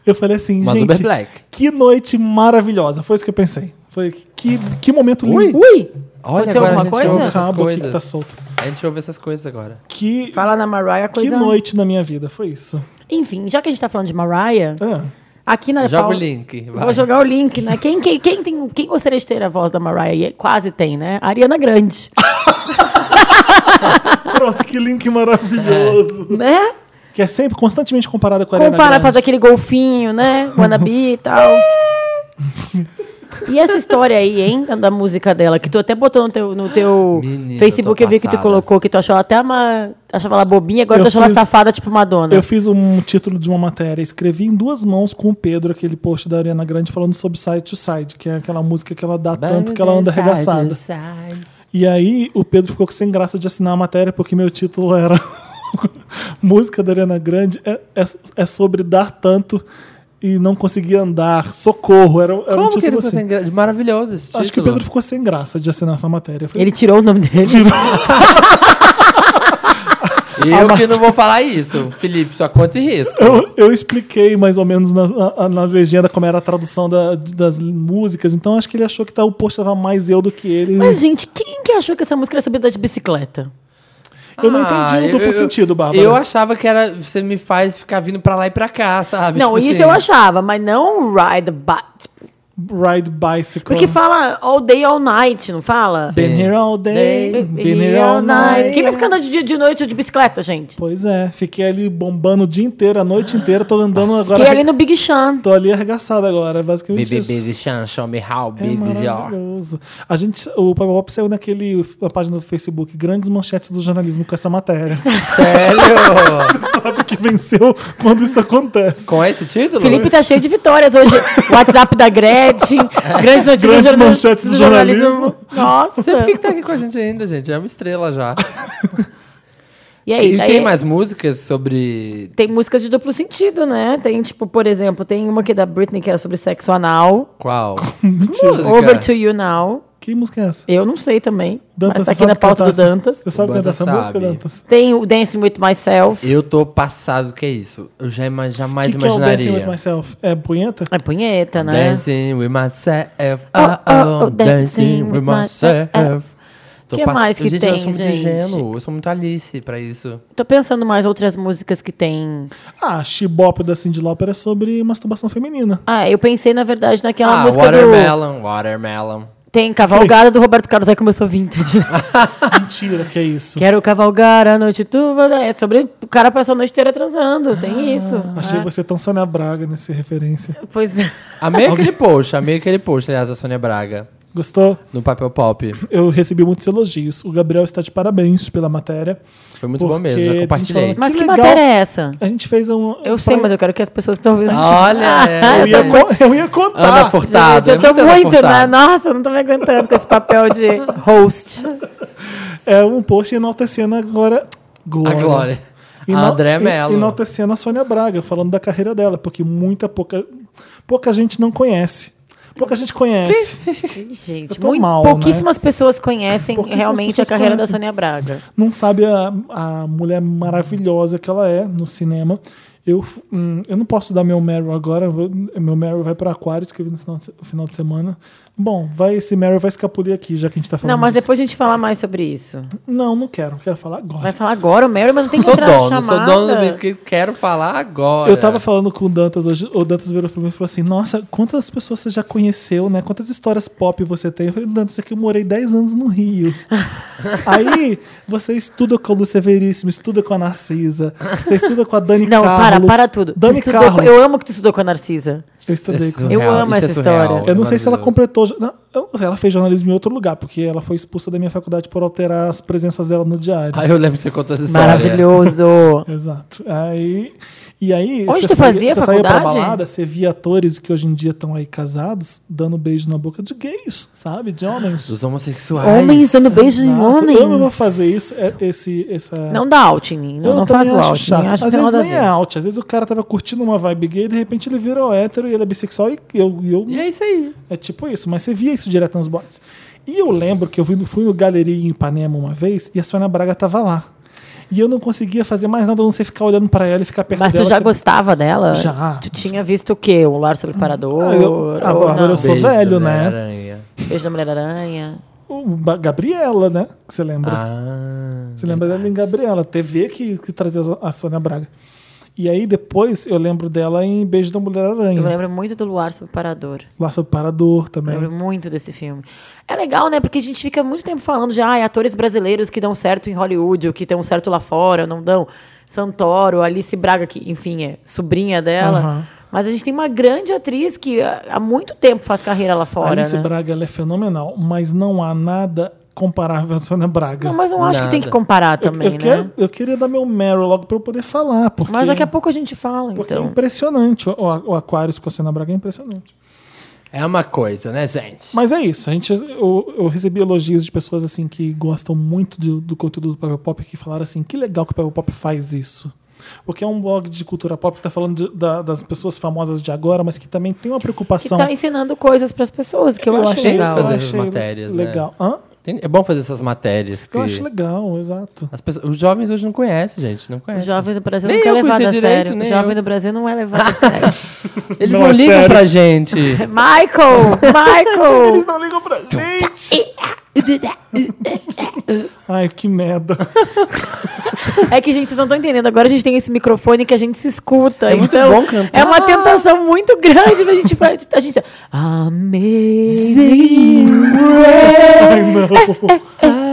S3: eu falei assim,
S2: Mas
S3: gente,
S2: Uber é Black.
S3: que noite maravilhosa. Foi isso que eu pensei. Foi que, que momento lindo.
S1: Ui!
S2: Olha,
S1: Aconteceu
S2: agora a
S1: alguma
S2: gente
S1: coisa?
S2: ouve
S3: o
S2: essas
S3: cabo aqui
S2: coisas.
S3: que tá solto.
S2: A gente ouve essas coisas agora.
S3: Que,
S1: Fala na Mariah,
S3: que
S1: coisa.
S3: noite na minha vida, foi isso.
S1: Enfim, já que a gente tá falando de Mariah,
S3: Ah,
S1: aqui na
S2: Joga o
S1: Paula-
S2: link. vai.
S1: Vou jogar o link, né? Quem, quem, quem, tem, quem gostaria de ter a voz da Mariah? E Quase tem, né? A Ariana Grande.
S3: pronto, que link maravilhoso.
S1: né?
S3: Que é sempre constantemente comparada com a Ariana
S1: Compara,
S3: Grande.
S1: faz aquele golfinho, né? Wannabe e tal. E essa história aí, hein, da música dela, que tu até botou no teu, no teu
S2: Menina, eu
S1: Facebook,
S2: tô
S1: eu vi que tu
S2: passada.
S1: colocou, que tu achou até uma. Achava ela bobinha, agora
S3: Eu
S1: tu achou
S3: fiz-
S1: ela safada, tipo Madonna.
S2: É.
S3: Eu fiz um título de uma matéria, escrevi em duas mãos com o Pedro aquele post da Ariana Grande falando sobre Side to Side, que é aquela música que ela dá tanto que ela anda arregaçada. E aí o Pedro ficou sem graça de assinar a matéria porque meu título era Música da Ariana Grande é, é, é sobre dar tanto e não conseguir andar, socorro. Era, era
S2: Como
S3: um
S2: que ele
S3: título
S2: ficou
S3: assim.
S2: sem graça? Maravilhoso esse título.
S3: Acho que o Pedro ficou sem graça de assinar essa matéria. Eu falei,
S1: Ele tirou o nome dele.
S3: Ah,
S2: Eu que não vou falar isso. Felipe, sua conta e risco.
S3: Eu, eu expliquei mais ou menos na, na- na legenda como era a tradução da- das músicas, então acho que ele achou que tá, o post tava mais eu do que ele.
S1: Mas, gente, quem que achou que essa música era sobre andar de bicicleta?
S3: eu não
S2: Ah,
S3: entendi o duplo
S2: eu- eu-
S3: sentido, Bárbara.
S2: Eu achava que era. Você me faz ficar vindo pra lá e pra cá, sabe?
S1: não,
S2: Tipo
S1: isso
S2: assim,
S1: eu achava, mas não ride the bike.
S3: Ride Bicycle.
S1: Porque fala all day, all night, não fala?
S3: Been here all day,
S2: Day.
S3: been here all night.
S1: Quem vai ficar andando de dia de noite ou de bicicleta, gente?
S3: Pois é, fiquei ali bombando o dia inteiro, a noite inteira, tô andando agora.
S1: Fiquei ali no Big Sean.
S3: Tô ali arregaçado agora, é basicamente
S2: Baby,
S3: isso.
S2: baby, Sean, show me how,
S3: É
S2: baby, yo.
S3: maravilhoso. A gente, o Pop Pop saiu naquele, na página do Facebook, grandes manchetes do jornalismo com essa matéria.
S2: Sério?
S3: Sabe que venceu quando isso acontece.
S2: Com esse título?
S1: Felipe tá cheio de vitórias hoje. WhatsApp da Gretchen, grandes notícias do
S3: Grandes
S1: jornal-
S3: manchetes do jornalismo.
S1: Nossa.
S2: Você por que que tá aqui com a gente ainda, gente? É uma estrela já.
S1: É, E aí,
S2: E
S1: daí-
S2: tem mais músicas sobre.
S1: Tem músicas de duplo sentido, né? Tem, tipo, por exemplo, tem uma aqui da Britney que era sobre sexo anal.
S2: Qual? Música.
S1: Over to You Now.
S3: Que música é essa?
S1: Eu não sei também. mas
S3: você
S1: tá aqui
S3: sabe
S1: na pauta do
S3: cantar essa-
S1: Dantas.
S3: Você sabe cantar
S2: Banda
S3: essa música,
S2: sabe.
S3: Dantas?
S1: Tem o Dancing With Myself.
S2: Eu tô passado do que é isso. Eu já ima-
S3: O
S2: jamais
S3: que, que é o Dancing
S2: imaginaria.
S3: With Myself? É punheta?
S1: É punheta, né?
S2: Dancing with myself.
S1: Oh,
S2: Oh,
S1: oh,
S2: oh,
S1: oh, dancing
S2: dancing with
S1: with myself.
S2: myself. Tô
S1: Que
S2: pass-
S1: mais que
S2: gente, eu
S1: tem,
S2: sou muito
S1: gente?
S2: ingênuo. Eu sou muito Alice pra isso.
S1: Tô pensando mais outras músicas que tem.
S3: Ah, Shibop da Cyndi Lauper é sobre masturbação feminina.
S1: Ah, eu pensei, na verdade, naquela
S2: ah,
S1: É música do.
S2: Watermelon, Watermelon.
S1: Tem Cavalgada do Roberto Carlos, aí começou vintage. né?
S3: Mentira, que é isso.
S1: Quero cavalgar a noite toda. É sobre o cara passar a noite inteira transando. Tem isso.
S3: Achei
S1: Ah,
S3: você tão Sônia Braga nesse referência.
S1: Pois é.
S2: Amei aquele post, amei aquele post, aliás, da Sônia Braga.
S3: Gostou?
S2: No papel pop.
S3: Eu recebi muitos elogios. O Gabriel está de parabéns pela matéria.
S2: Foi muito bom mesmo, eu
S3: Porque a gente
S2: compartilhei.
S3: fala-
S1: Mas que,
S3: Que legal.
S1: matéria é essa?
S3: A gente fez um.
S1: Eu sei, mas eu Ah, quero que as pessoas que estão ouvindo.
S2: Olha, é,
S3: Eu ia,
S2: tá-
S3: con- eu ia contar.
S2: Ana Furtado.
S1: Ah, Gente, eu
S2: é
S1: tô
S2: Ana
S1: muito, né?
S2: Furtado.
S1: Nossa, eu não tô me aguentando com esse papel de host.
S3: É um post enaltecendo agora.
S2: A
S3: Glória.
S2: Glória. A André Mello.
S3: Enaltecendo a Sônia Braga, falando da carreira dela, porque muita pouca. Pouca gente não conhece. Pouca gente conhece.
S1: Gente,
S3: Eu tô
S1: muito,
S3: mal, né?
S1: pouquíssimas pessoas conhecem
S3: Pouquíssimas
S1: realmente a
S3: pessoas
S1: carreira da
S3: conhecem.
S1: Sônia Braga.
S3: não sabe a, a mulher maravilhosa que ela é no cinema. Eu, hum, eu não posso dar meu Meryl agora, eu vou- meu Meryl vai para Aquarius, que eu vi no final, de se- final de semana. Bom, vai esse Meryl vai escapulir aqui, já que a gente tá falando
S1: Não, mas
S3: disso.
S1: depois a gente fala mais sobre isso.
S3: Não, não quero, quero falar agora.
S1: Vai falar agora o Mary, mas não tem que
S2: Sou
S1: entrar na
S2: dono, sou
S1: chamada.
S2: dono do que quero falar agora.
S3: Eu tava falando com o Dantas hoje, o Dantas virou pra mim e falou assim: Nossa, quantas pessoas você já conheceu, né? Quantas histórias pop você tem? Eu falei, Dantas, é que eu morei 10 anos no Rio. Aí você estuda com a Lúcia Veríssimo, estuda com a Narcisa, você estuda com a Dani
S1: Não,
S3: Carlos.
S1: para, para tudo. Tu
S3: Dani
S1: estudou com-
S3: Carlos.
S1: eu amo que tu estudou com a Narcisa.
S3: Eu estudei
S2: é
S3: com
S1: Eu amo essa história.
S3: Eu não sei se ela
S2: comprou.
S3: completou. não, eu- ela fez jornalismo em outro lugar, porque ela foi expulsa da minha faculdade por alterar as presenças dela no diário.
S2: Ah, eu lembro que você contou essa história.
S1: Maravilhoso.
S3: Exato. Aí. E aí.
S1: Onde
S3: você
S1: tu
S3: saía-
S1: fazia
S3: Você saía pra
S1: faculdade?
S3: balada, você via atores que hoje em dia estão aí casados, dando beijo na boca de gays, sabe? De homens.
S2: Dos homossexuais.
S1: Homens dando beijo em
S3: Exato.
S1: homens.
S3: Eu não vou fazer isso. é- Esse, essa...
S1: Não dá out em mim. Não,
S3: Eu
S1: não
S3: também
S1: faz o
S3: acho
S1: out. em mim,
S3: chato.
S1: Acho que
S3: Às
S1: tem
S3: vezes
S1: nada a
S3: nem
S1: ver.
S3: é out. Às vezes o cara tava curtindo uma vibe gay e de repente ele virou hétero e ele é bissexual e eu, e eu
S2: E é isso aí.
S3: É tipo isso, mas você via isso direto nas boates. E eu lembro que eu fui no, fui no Galeria em Ipanema uma vez e a Sônia Braga tava lá. E eu não conseguia fazer mais nada a não ser ficar olhando pra ela e ficar perto
S1: Mas
S3: dela.
S1: tu já
S3: que-
S1: gostava dela?
S3: é Já.
S1: Tu tinha visto o quê? O Lar sobre o Parador?
S3: Ah, eu- ah,
S1: ou
S3: agora eu
S1: não?
S3: sou- velho, né?
S2: Aranha.
S1: Beijo da Mulher-Aranha.
S3: O Ba- Gabriela, né? Que você lembra.
S2: Ah.
S3: Você lembra dela em Gabriela, TV que, que trazia a Zo- a Sônia Braga. E aí depois eu lembro dela em Beijo da Mulher
S1: Eu
S3: Aranha.
S1: lembro muito do Luar sobre o Parador.
S3: Lá sobre Parador também.
S1: Lembro muito desse filme. É legal, né? Porque a gente fica muito tempo falando de ah, atores brasileiros que dão certo em Hollywood, ou que dão certo lá fora, ou não dão. Santoro, Alice Braga, que, enfim, é sobrinha dela.
S3: Aham.
S1: Mas a gente tem uma grande atriz que ah, há muito tempo faz carreira lá fora.
S3: Alice
S1: né?
S3: Braga ela é fenomenal, mas não há nada comparável à Sônia Braga.
S1: Não, mas eu acho que tem que
S2: Nada.
S1: comparar
S3: Eu-
S1: também,
S3: eu,
S1: né?
S3: quero- um eu queria dar meu Meryl logo pra eu poder falar. Porque...
S1: Mas daqui a pouco a gente fala,
S3: Porque é
S1: então.
S3: impressionante. O, o o Aquarius com a Sena Braga é impressionante.
S2: É uma coisa, né, gente?
S3: Mas é isso. A gente, eu, eu recebi elogios de pessoas assim que gostam muito de- do conteúdo do Papel Pop que falaram assim: que legal que o Papel Pop faz isso. Porque é um blog de cultura pop que tá falando de- da- das pessoas famosas de agora, mas que também tem uma
S1: Que
S3: preocupação.
S1: tá ensinando coisas pras pessoas, que eu, acho
S3: achei-
S1: legal.
S2: Fazer
S3: eu
S2: essas
S3: achei
S2: matérias, né?
S3: legal. Hã?
S2: Tem- É bom fazer essas matérias que
S3: Eu acho legal, exato.
S2: as pessoas- os jovens hoje não conhecem, gente, não
S1: O
S2: conhecem.
S1: jovem do Brasil
S2: Nem
S1: não
S2: eu
S1: é levado a
S2: conhecia direito,
S1: sério. O
S2: nem
S1: jovem
S2: eu.
S1: do Brasil não é levado a sério.
S2: Eles
S3: Não,
S2: não,
S3: é
S2: ligam
S3: sério.
S2: pra gente.
S1: Michael! Michael!
S3: não ligam pra
S2: ah,
S3: gente! Ai, que merda.
S1: É que, gente, vocês não estão entendendo. Agora a gente tem esse microfone que a gente se escuta.
S2: É muito
S1: então,
S2: bom cantar.
S1: É uma tentação muito grande. A gente vai. A gente. tá, Amazing.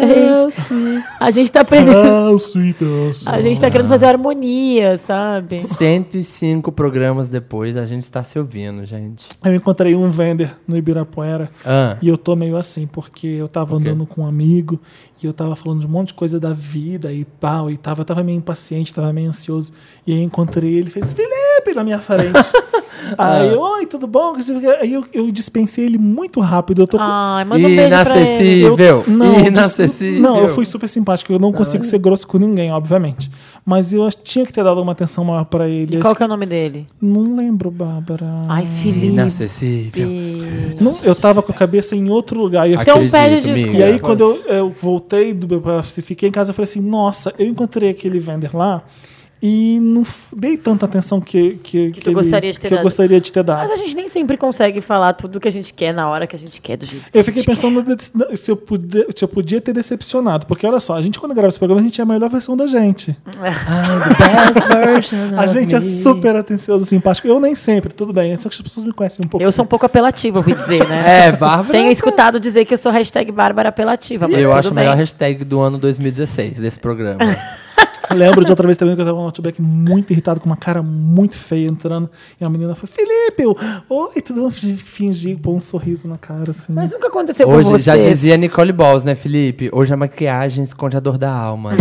S1: A gente tá aprendendo.
S3: Ah, o sweet, oh, sweet.
S1: A gente tá querendo fazer harmonia, sabe?
S2: 105 programas depois, a gente está se ouvindo, gente.
S3: Eu encontrei um vender no Ibirapuera
S2: Ah.
S3: e eu tô meio assim, porque eu tava andando com um amigo e eu tava falando de um monte de coisa da vida e pau, e tava, eu tava meio impaciente, tava meio ansioso. E aí encontrei ele e fez Felipe na minha frente. aí eu, oi, tudo bom? Aí eu, eu dispensei ele muito rápido. Eu tô com-
S1: Ai, manda um beijo pra ele.
S3: Eu-
S2: Inacessível.
S3: não, eu disse-
S2: Inacessível.
S3: não, eu fui super simpático. Eu não consigo ser grosso com ninguém, obviamente. Mas eu acho- tinha que ter dado uma atenção maior pra ele. Eu
S1: Qual que é o nome dele?
S3: acho- Não lembro, Bárbara.
S1: Ai,
S2: Hum.
S1: Felipe.
S2: Inacessível.
S3: Não, eu tava com a cabeça em outro lugar. E, eu um
S1: Então
S3: fiquei-
S2: Acredito,
S1: pede desculpa.
S2: amiga.
S3: e aí, quando eu, eu voltei do meu braço e fiquei em casa, eu falei assim: Nossa, eu encontrei aquele vender lá e não f- dei tanta atenção que, que,
S1: tu
S3: ele-
S1: gostaria de ter
S3: que eu
S1: dado.
S3: gostaria de ter dado.
S1: Mas a gente nem sempre consegue falar tudo que a gente quer na hora que a gente quer, do jeito que
S3: Eu
S1: a
S3: fiquei
S1: gente
S2: um
S1: quer.
S3: pensando de- se eu, puder, se eu podia ter decepcionado, porque olha só, a gente quando grava esse programa, a gente é a melhor versão da gente. A gente é super atencioso, simpático. Eu nem sempre, tudo bem. Só que as pessoas me conhecem um pouco.
S1: Eu sou um pouco apelativa, ouvi dizer, né?
S2: É, Bárbara.
S1: Tenho escutado dizer que eu sou hashtag Bárbara apelativa, mas
S2: Eu
S1: tudo
S2: acho a
S1: bem.
S2: melhor hashtag do ano 2016 desse programa.
S3: Lembro de outra vez também que eu tava no Outback muito irritado, com uma cara muito feia entrando. E a menina foi, Felipe, eu, oi, tudo bom? Fingi, pôr um sorriso na cara, assim.
S1: Mas nunca aconteceu com
S2: Hoje
S1: vocês.
S2: já dizia Nicole Balls, né, Felipe? Hoje a maquiagem esconde a dor da alma. Né?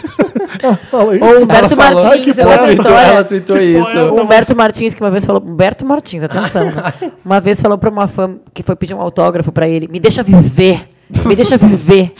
S3: Fala isso.
S1: Ou
S2: Ela
S1: Humberto
S2: falou-
S1: Martins, essa
S2: ela
S1: outra
S2: tweetou,
S1: história.
S2: ela um tweetou
S1: O
S2: isso.
S1: Humberto Martins, que uma vez falou. Humberto Martins, atenção. né? Uma vez falou pra uma fã que foi pedir um autógrafo pra ele: Me deixa viver. Me deixa viver.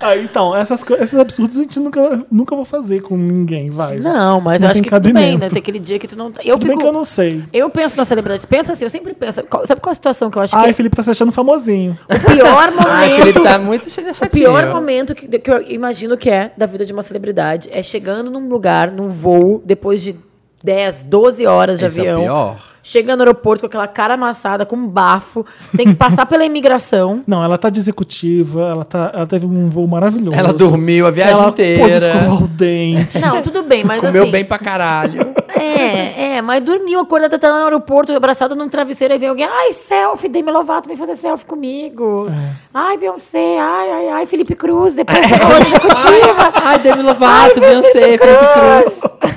S3: Ah, então, essas, co- esses absurdos a gente nunca, nunca vou fazer com ninguém, vai.
S1: Não, mas
S3: Não
S1: eu acho
S3: tem
S1: que tudo bem,
S3: cabimento.
S1: né? Tem aquele dia que tu não. tá- Eu
S3: Tudo bem
S1: fico.
S3: que eu não sei.
S1: Eu penso nas celebridades. Pensa assim, eu sempre penso. qual- sabe qual a situação que é eu acho
S3: Ai,
S1: que
S3: Felipe tá se achando famosinho.
S1: é o pior
S2: Ai, que ele
S1: momento.
S2: tá muito che-
S1: O
S2: chatinho.
S1: pior momento que, que eu imagino que é da vida de uma celebridade é chegando num lugar, num voo, depois de 10, 12 horas de
S2: Esse é o
S1: avião.
S2: pior.
S1: Chega no aeroporto com aquela cara amassada, com um bafo, tem que passar pela imigração.
S3: Não, ela tá de executiva, ela, tá, ela teve um voo maravilhoso.
S2: Ela dormiu a viagem
S3: ela
S2: inteira.
S3: Pôde escovar o dente.
S1: Não, tudo bem, mas
S2: Comeu
S1: assim.
S2: bem pra caralho.
S1: É, é, mas dormiu, acordada, tá lá no aeroporto, abraçado num travesseiro, aí vem alguém, ai, selfie, Demi Lovato, vem fazer selfie comigo.
S2: É.
S1: Ai, Beyoncé, ai, ai, ai, Felipe Cruz, depois da voz executiva.
S2: Ai, Demi Lovato,
S1: É Ai,
S2: Beyoncé, Felipe Cruz.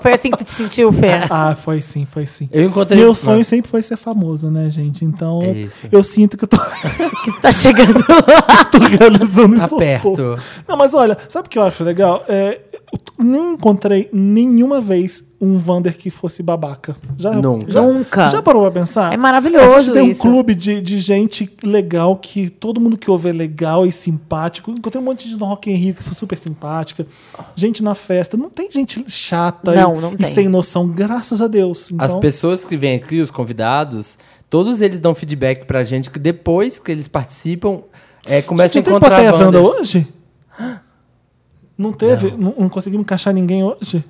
S1: Foi assim que tu te sentiu, Fer?
S3: Ah, foi sim, foi sim.
S2: Eu encontrei...
S3: Meu sonho sempre foi ser famoso, né, gente? Então,
S2: É isso.
S3: eu sinto que eu tô,
S1: Que tá chegando lá.
S3: tô realizando
S2: Tá
S3: isso aos
S2: perto.
S3: poucos. Não, mas olha, sabe o que eu acho legal? É, eu t- não encontrei nenhuma vez um Vander que fosse babaca. Já,
S2: Nunca.
S3: Já,
S1: Nunca.
S3: Já parou pra pensar?
S1: É maravilhoso
S3: A gente tem
S1: isso.
S3: um clube de, de gente legal que todo mundo que ouve é legal e simpático. Encontrei um monte de gente no Rock in Rio que foi super simpática. Gente na festa. Não tem gente chata
S1: Não,
S3: e,
S1: não
S3: e
S1: tem.
S3: sem noção, graças a Deus. Então,
S2: As pessoas que vêm aqui, os convidados, todos eles dão feedback pra gente que depois que eles participam, é, começa
S3: Gente,
S2: a
S3: não
S2: encontrar
S3: tem plateia Wanda
S2: bandas.
S3: hoje? Não teve? Não, não conseguimos encaixar ninguém hoje?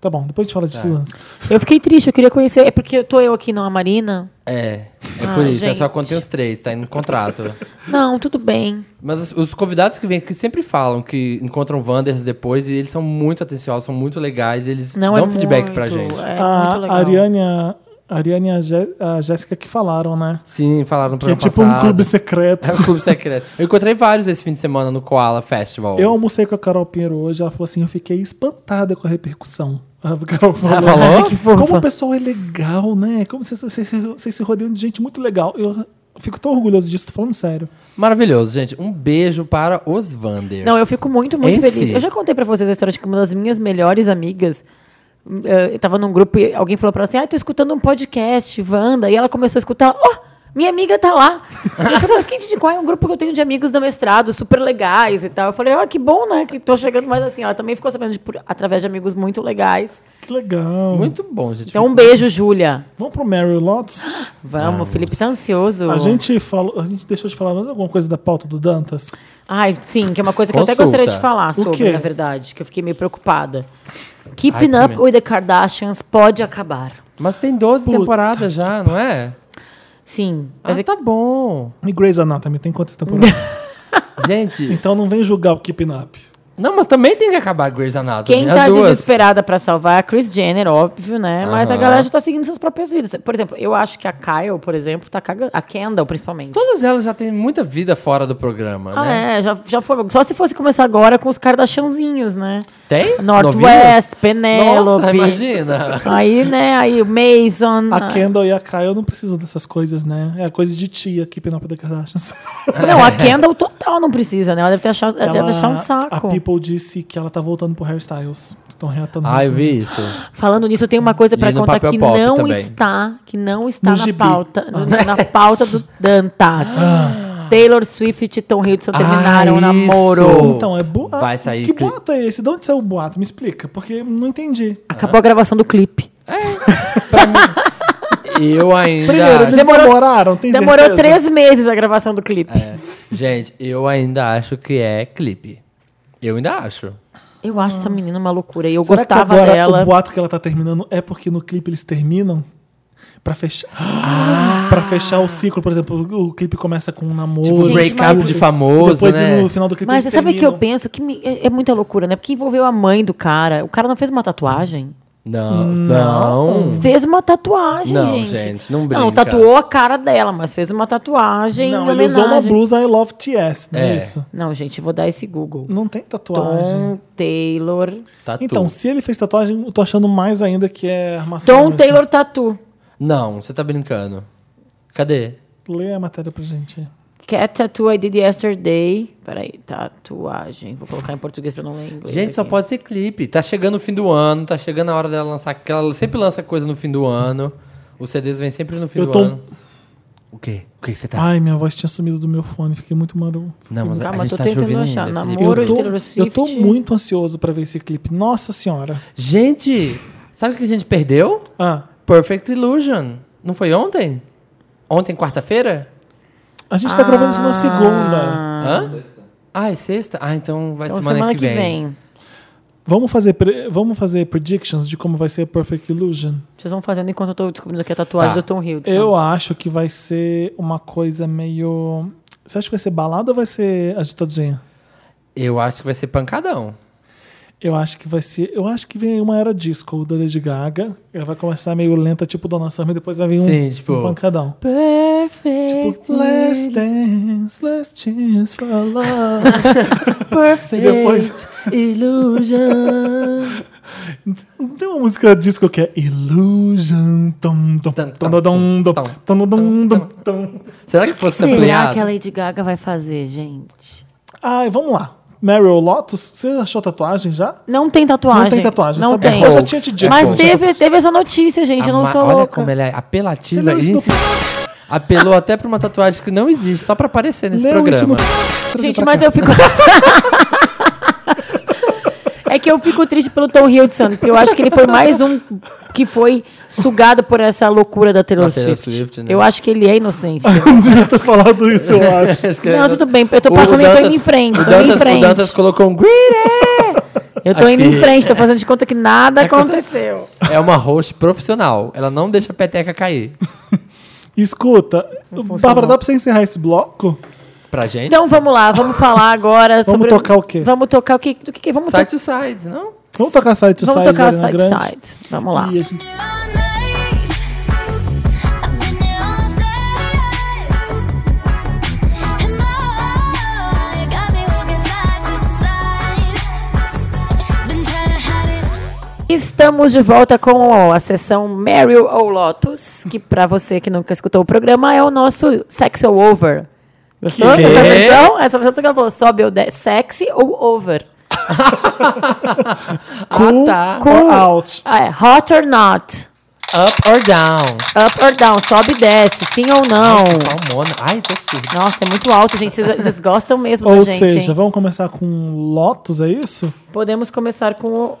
S3: Tá bom, depois a gente fala disso antes.
S1: Eu fiquei triste, eu queria conhecer. É porque eu tô eu aqui, não a Marina.
S2: É, é
S1: Ah,
S2: por isso, é só
S1: gente.
S2: quando tem os três, tá indo no contrato.
S1: Não, tudo bem.
S2: Mas as- os convidados que vêm aqui sempre falam que encontram Wanders depois e eles são muito atenciosos, são muito legais, eles
S1: Não
S2: dão
S1: é
S2: um feedback
S1: muito,
S2: pra gente.
S1: É
S3: a,
S1: muito legal.
S3: a Ah, Ariane, a, a Ariane e a, Jé- a Jéssica que falaram, né?
S2: Sim, falaram
S3: Que
S2: pra
S3: é tipo um clube secreto.
S2: É um clube secreto. Eu encontrei vários esse fim de semana no Koala Festival.
S3: Eu almocei com a Carol Pinheiro hoje, ela falou assim, eu fiquei espantada com a repercussão. A Carol falou,
S2: Ela falou?
S3: "Ai,
S1: que fofa."
S3: como o pessoal é legal, né? Como vocês- vocês vocês se rodeiam de gente muito legal. Eu fico tão orgulhoso disso, tô falando sério.
S2: Maravilhoso, gente. Um beijo para os Wanders.
S1: Não, eu fico muito, muito
S2: Esse-
S1: feliz. Eu já contei pra vocês a história de que uma das minhas melhores amigas. hum, eh, Eu tava num grupo e alguém falou pra ela assim: Ah, tô escutando um podcast, Wanda. E ela começou a escutar, oh, minha amiga tá lá. E eu falei, mas quem de qual é um grupo que eu tenho de amigos do mestrado, super legais e tal. Eu falei, ó, que bom, né? Que tô chegando, mas assim, ela também ficou sabendo de por- através de amigos muito legais.
S3: Que legal.
S2: é Muito bom, gente.
S1: Então, um beijo, Júlia.
S3: Vamos pro Mary Lotus?
S1: Vamos, o Felipe tá ansioso.
S3: A gente falou, a gente deixou de falar mais alguma coisa da pauta do Dantas?
S1: Ai, sim, que é uma coisa que eu até
S2: Consulta.
S1: gostaria de falar sobre,
S3: quê?
S1: na verdade, que eu fiquei meio preocupada.
S2: Ai,
S1: Keeping
S2: que
S1: Up
S2: medo.
S1: with the Kardashians pode acabar.
S2: Mas tem 12
S3: Puta
S2: temporadas já, não é?
S1: Sim.
S2: Ah,
S1: Mas é-
S2: tá bom.
S3: E Grey's Anatomy tem quantas temporadas?
S2: Gente,
S3: então não vem julgar o Keeping Up.
S2: Não, mas também tem que acabar a Grey's Anatomy.
S1: Quem
S2: Ah, as
S1: tá
S2: duas.
S1: desesperada pra salvar é a Chris Jenner, óbvio, né? Mas a
S2: Aham.
S1: galera já tá seguindo suas próprias vidas. Por exemplo, eu acho que a Kyle, por exemplo, tá cagando. A Kendall, principalmente.
S2: Todas elas já têm muita vida fora do programa,
S1: Ah,
S2: né?
S1: é, já, já foi. Só se fosse começar agora com os Kardashianzinhos, né?
S2: Tem?
S1: Northwest,
S2: Novinhas?
S1: Penélope.
S2: Nossa, imagina.
S1: Aí, né, aí o Mason. ah,
S3: A Kendall e a Kyle não precisam dessas coisas, né? É coisa de tia aqui, Penelope da Kardashian.
S1: Não,
S3: É.
S1: a Kendall total não precisa, né? Ela deve ter achado, ela deve achar um
S3: A
S1: saco.
S3: People disse que ela tá voltando pro hairstyles. Estão reatando
S2: Ah, eu
S3: isso, né?
S2: vi isso.
S1: Falando nisso, eu tenho uma coisa pra
S2: E no
S1: contar
S2: papel
S1: que
S2: pop
S1: não
S2: também.
S1: está, que não está
S3: No
S1: na
S3: gibi. Ah.
S1: pauta, no- na pauta do Dantas. Taylor Swift e Tom Hiddleston
S3: Ah,
S1: terminaram o
S2: isso.
S1: namoro.
S3: Então, é boato.
S2: Vai sair
S3: Que
S2: cli-
S3: boato é esse? De onde saiu o boato? Me explica, porque não entendi.
S1: Acabou a gravação do clipe.
S2: É. Eu ainda.
S3: Primeiro,
S2: acho-
S3: eles
S1: Demorou-
S3: namoraram, tem
S1: Demorou
S3: certeza?
S1: três meses a gravação do clipe.
S2: É. Gente, eu ainda acho que é clipe. Eu ainda acho.
S1: Eu acho essa menina uma loucura. E eu
S3: Ah. Será
S1: gostava
S3: que agora
S1: dela.
S3: O boato que ela tá terminando é porque no clipe eles terminam? Pra fechar. pra fechar o ciclo, por exemplo, o clipe começa com um namoro.
S2: Tipo,
S1: Gente,
S2: breakup
S1: mas-
S2: de famoso,
S3: Depois
S2: né?
S3: no final do clipe.
S1: Mas você
S3: eles
S1: sabe o que eu
S3: terminam.
S1: penso? Que me- é, é muita loucura, né? Porque envolveu a mãe do cara. O cara não fez uma tatuagem?
S2: Não, não.
S1: Fez uma tatuagem,
S2: Hum. Não,
S1: gente.
S2: gente, não
S1: Não,
S2: brinca.
S1: tatuou a cara dela, mas fez uma tatuagem.
S3: Não,
S1: em
S3: ele usou uma
S1: homenagem.
S3: blusa I Love TS, não é,
S2: É.
S3: isso?
S1: Não, gente, vou dar esse Google.
S3: Não tem tatuagem.
S1: Tom Taylor.
S2: Tatu.
S3: Então, se ele fez tatuagem, eu tô achando mais ainda que é armação.
S1: Tom
S3: mesmo.
S1: Taylor Tattoo.
S2: Não, você tá brincando. Cadê?
S3: Lê a matéria pra gente.
S1: Cat Tattoo I Did Yesterday. Peraí, tatuagem. Vou colocar em português pra não ler em inglês.
S2: Gente, só
S1: aqui.
S2: pode ser clipe. Tá chegando o fim do ano, tá chegando a hora dela lançar aquela. Ela sempre lança coisa no fim do ano. Os CDs vêm sempre no fim
S3: Eu
S2: do
S3: tô-
S2: ano. O quê? O que que você tá?
S3: Ai, minha voz tinha sumido do meu fone, fiquei muito maru.
S2: não, mas
S1: Calma,
S2: a
S1: tô
S2: gente tá te
S1: tentando
S2: ouvindo
S1: achar.
S2: ainda, Felipe.
S1: Namoro
S3: Eu tô,
S1: de Taylor
S3: eu tô
S1: Swift.
S3: muito ansioso pra ver esse clipe. Nossa senhora.
S2: Gente, sabe o que a gente perdeu?
S3: Ah,
S2: Perfect Illusion. Não foi ontem? Ontem, quarta-feira?
S3: a gente tá gravando isso na segunda.
S2: Hã? Ah, é sexta? Ah, então vai
S1: Então,
S2: semana, que vem.
S3: Vamos fazer, pre- vamos fazer predictions de como vai ser Perfect Illusion?
S1: Vocês vão fazendo enquanto eu tô descobrindo aqui a tatuagem
S2: Tá.
S1: do Tom Hiddleston.
S3: Eu acho que vai ser uma coisa meio. Você acha que vai ser balada ou vai ser agitadinha?
S2: Eu acho que vai ser pancadão.
S3: Eu acho que vai ser. Eu acho que vem aí uma era disco da Lady Gaga. Ela vai começar meio lenta, tipo Dona Summer, e depois vai vir um,
S2: Sim, tipo-
S3: um pancadão.
S2: Perfect.
S3: Let's dance, let's dance for love.
S2: Perfect
S3: depois-
S2: Illusion.
S3: Tem uma música disco que é Illusion. Tom, tom, tom, tom, tom, tom, tom, tom, tom, tom.
S2: Será que fosse
S1: Será
S2: ampliado?
S1: que é a Lady Gaga vai fazer, gente?
S3: Ai, Ah, vamos lá. Meryl Lotus, você achou tatuagem já?
S1: Não tem tatuagem.
S3: Não tem tatuagem,
S1: Não
S3: sabia?
S1: tem.
S3: Eu já
S2: Hoax,
S3: tinha te
S2: é
S3: dito.
S1: Mas
S3: que eu
S1: teve, teve essa notícia, gente. Eu não
S2: Ama-
S1: sou
S2: Olha
S1: louca.
S2: como ela é
S3: Você
S2: apelativa.
S3: leu isso
S2: e insi- Apelou até pra uma tatuagem que não existe, só pra aparecer nesse
S3: Leu isso
S2: programa.
S3: no-
S1: Gente, mas eu fico. é que eu fico triste pelo Tom Hiddleston, porque eu acho que ele foi mais um que foi sugado por essa loucura da Taylor,
S2: Da Taylor
S1: Swift.
S2: Swift, né?
S1: Eu acho que ele é inocente.
S3: Não devia ter falado isso, eu acho.
S2: Acho que
S1: não,
S2: era-
S1: tudo bem. Eu tô
S2: É, O
S1: passando e tô
S2: Dantas-
S1: indo em frente.
S2: O
S1: Tô indo
S2: Dantas,
S1: em
S2: o
S1: frente.
S2: Dantas colocou um greedy.
S1: Eu tô indo
S2: Aqui.
S1: em frente, tô fazendo de conta que nada aconteceu.
S2: É uma host profissional. Ela não deixa a peteca cair.
S3: Escuta, Bárbara, dá pra você encerrar esse bloco?
S2: Pra gente,
S1: Então vamos lá, vamos falar agora sobre.
S3: tocar o quê?
S1: Vamos tocar o que? Do que, que vamos
S2: side to side, não?
S3: Vamos tocar Side to
S1: to- Vamos
S3: Side
S1: tocar
S3: da
S1: side
S3: Ariana Grande?
S1: side. Vamos lá.
S3: E a gente-
S1: Estamos de volta com ó, a sessão Meryl ou Lotus, que pra você que nunca escutou o programa é o nosso Sexual Over. Gostou
S2: Que?
S1: dessa versão? Essa versão que ela falou, sobe ou desce, sexy ou over.
S2: ah, tá.
S1: Cool.
S3: out.
S1: Ah, É, hot or not,
S2: Up or down.
S1: up or down, sobe e desce, sim ou não.
S2: Palmona. Ai, tô surdo.
S1: Nossa, é muito alto, gente. Vocês, vocês gostam mesmo
S3: Ou
S1: da gente,
S3: seja,
S1: hein?
S3: vamos começar com Lotus, é isso?
S1: Podemos começar com o,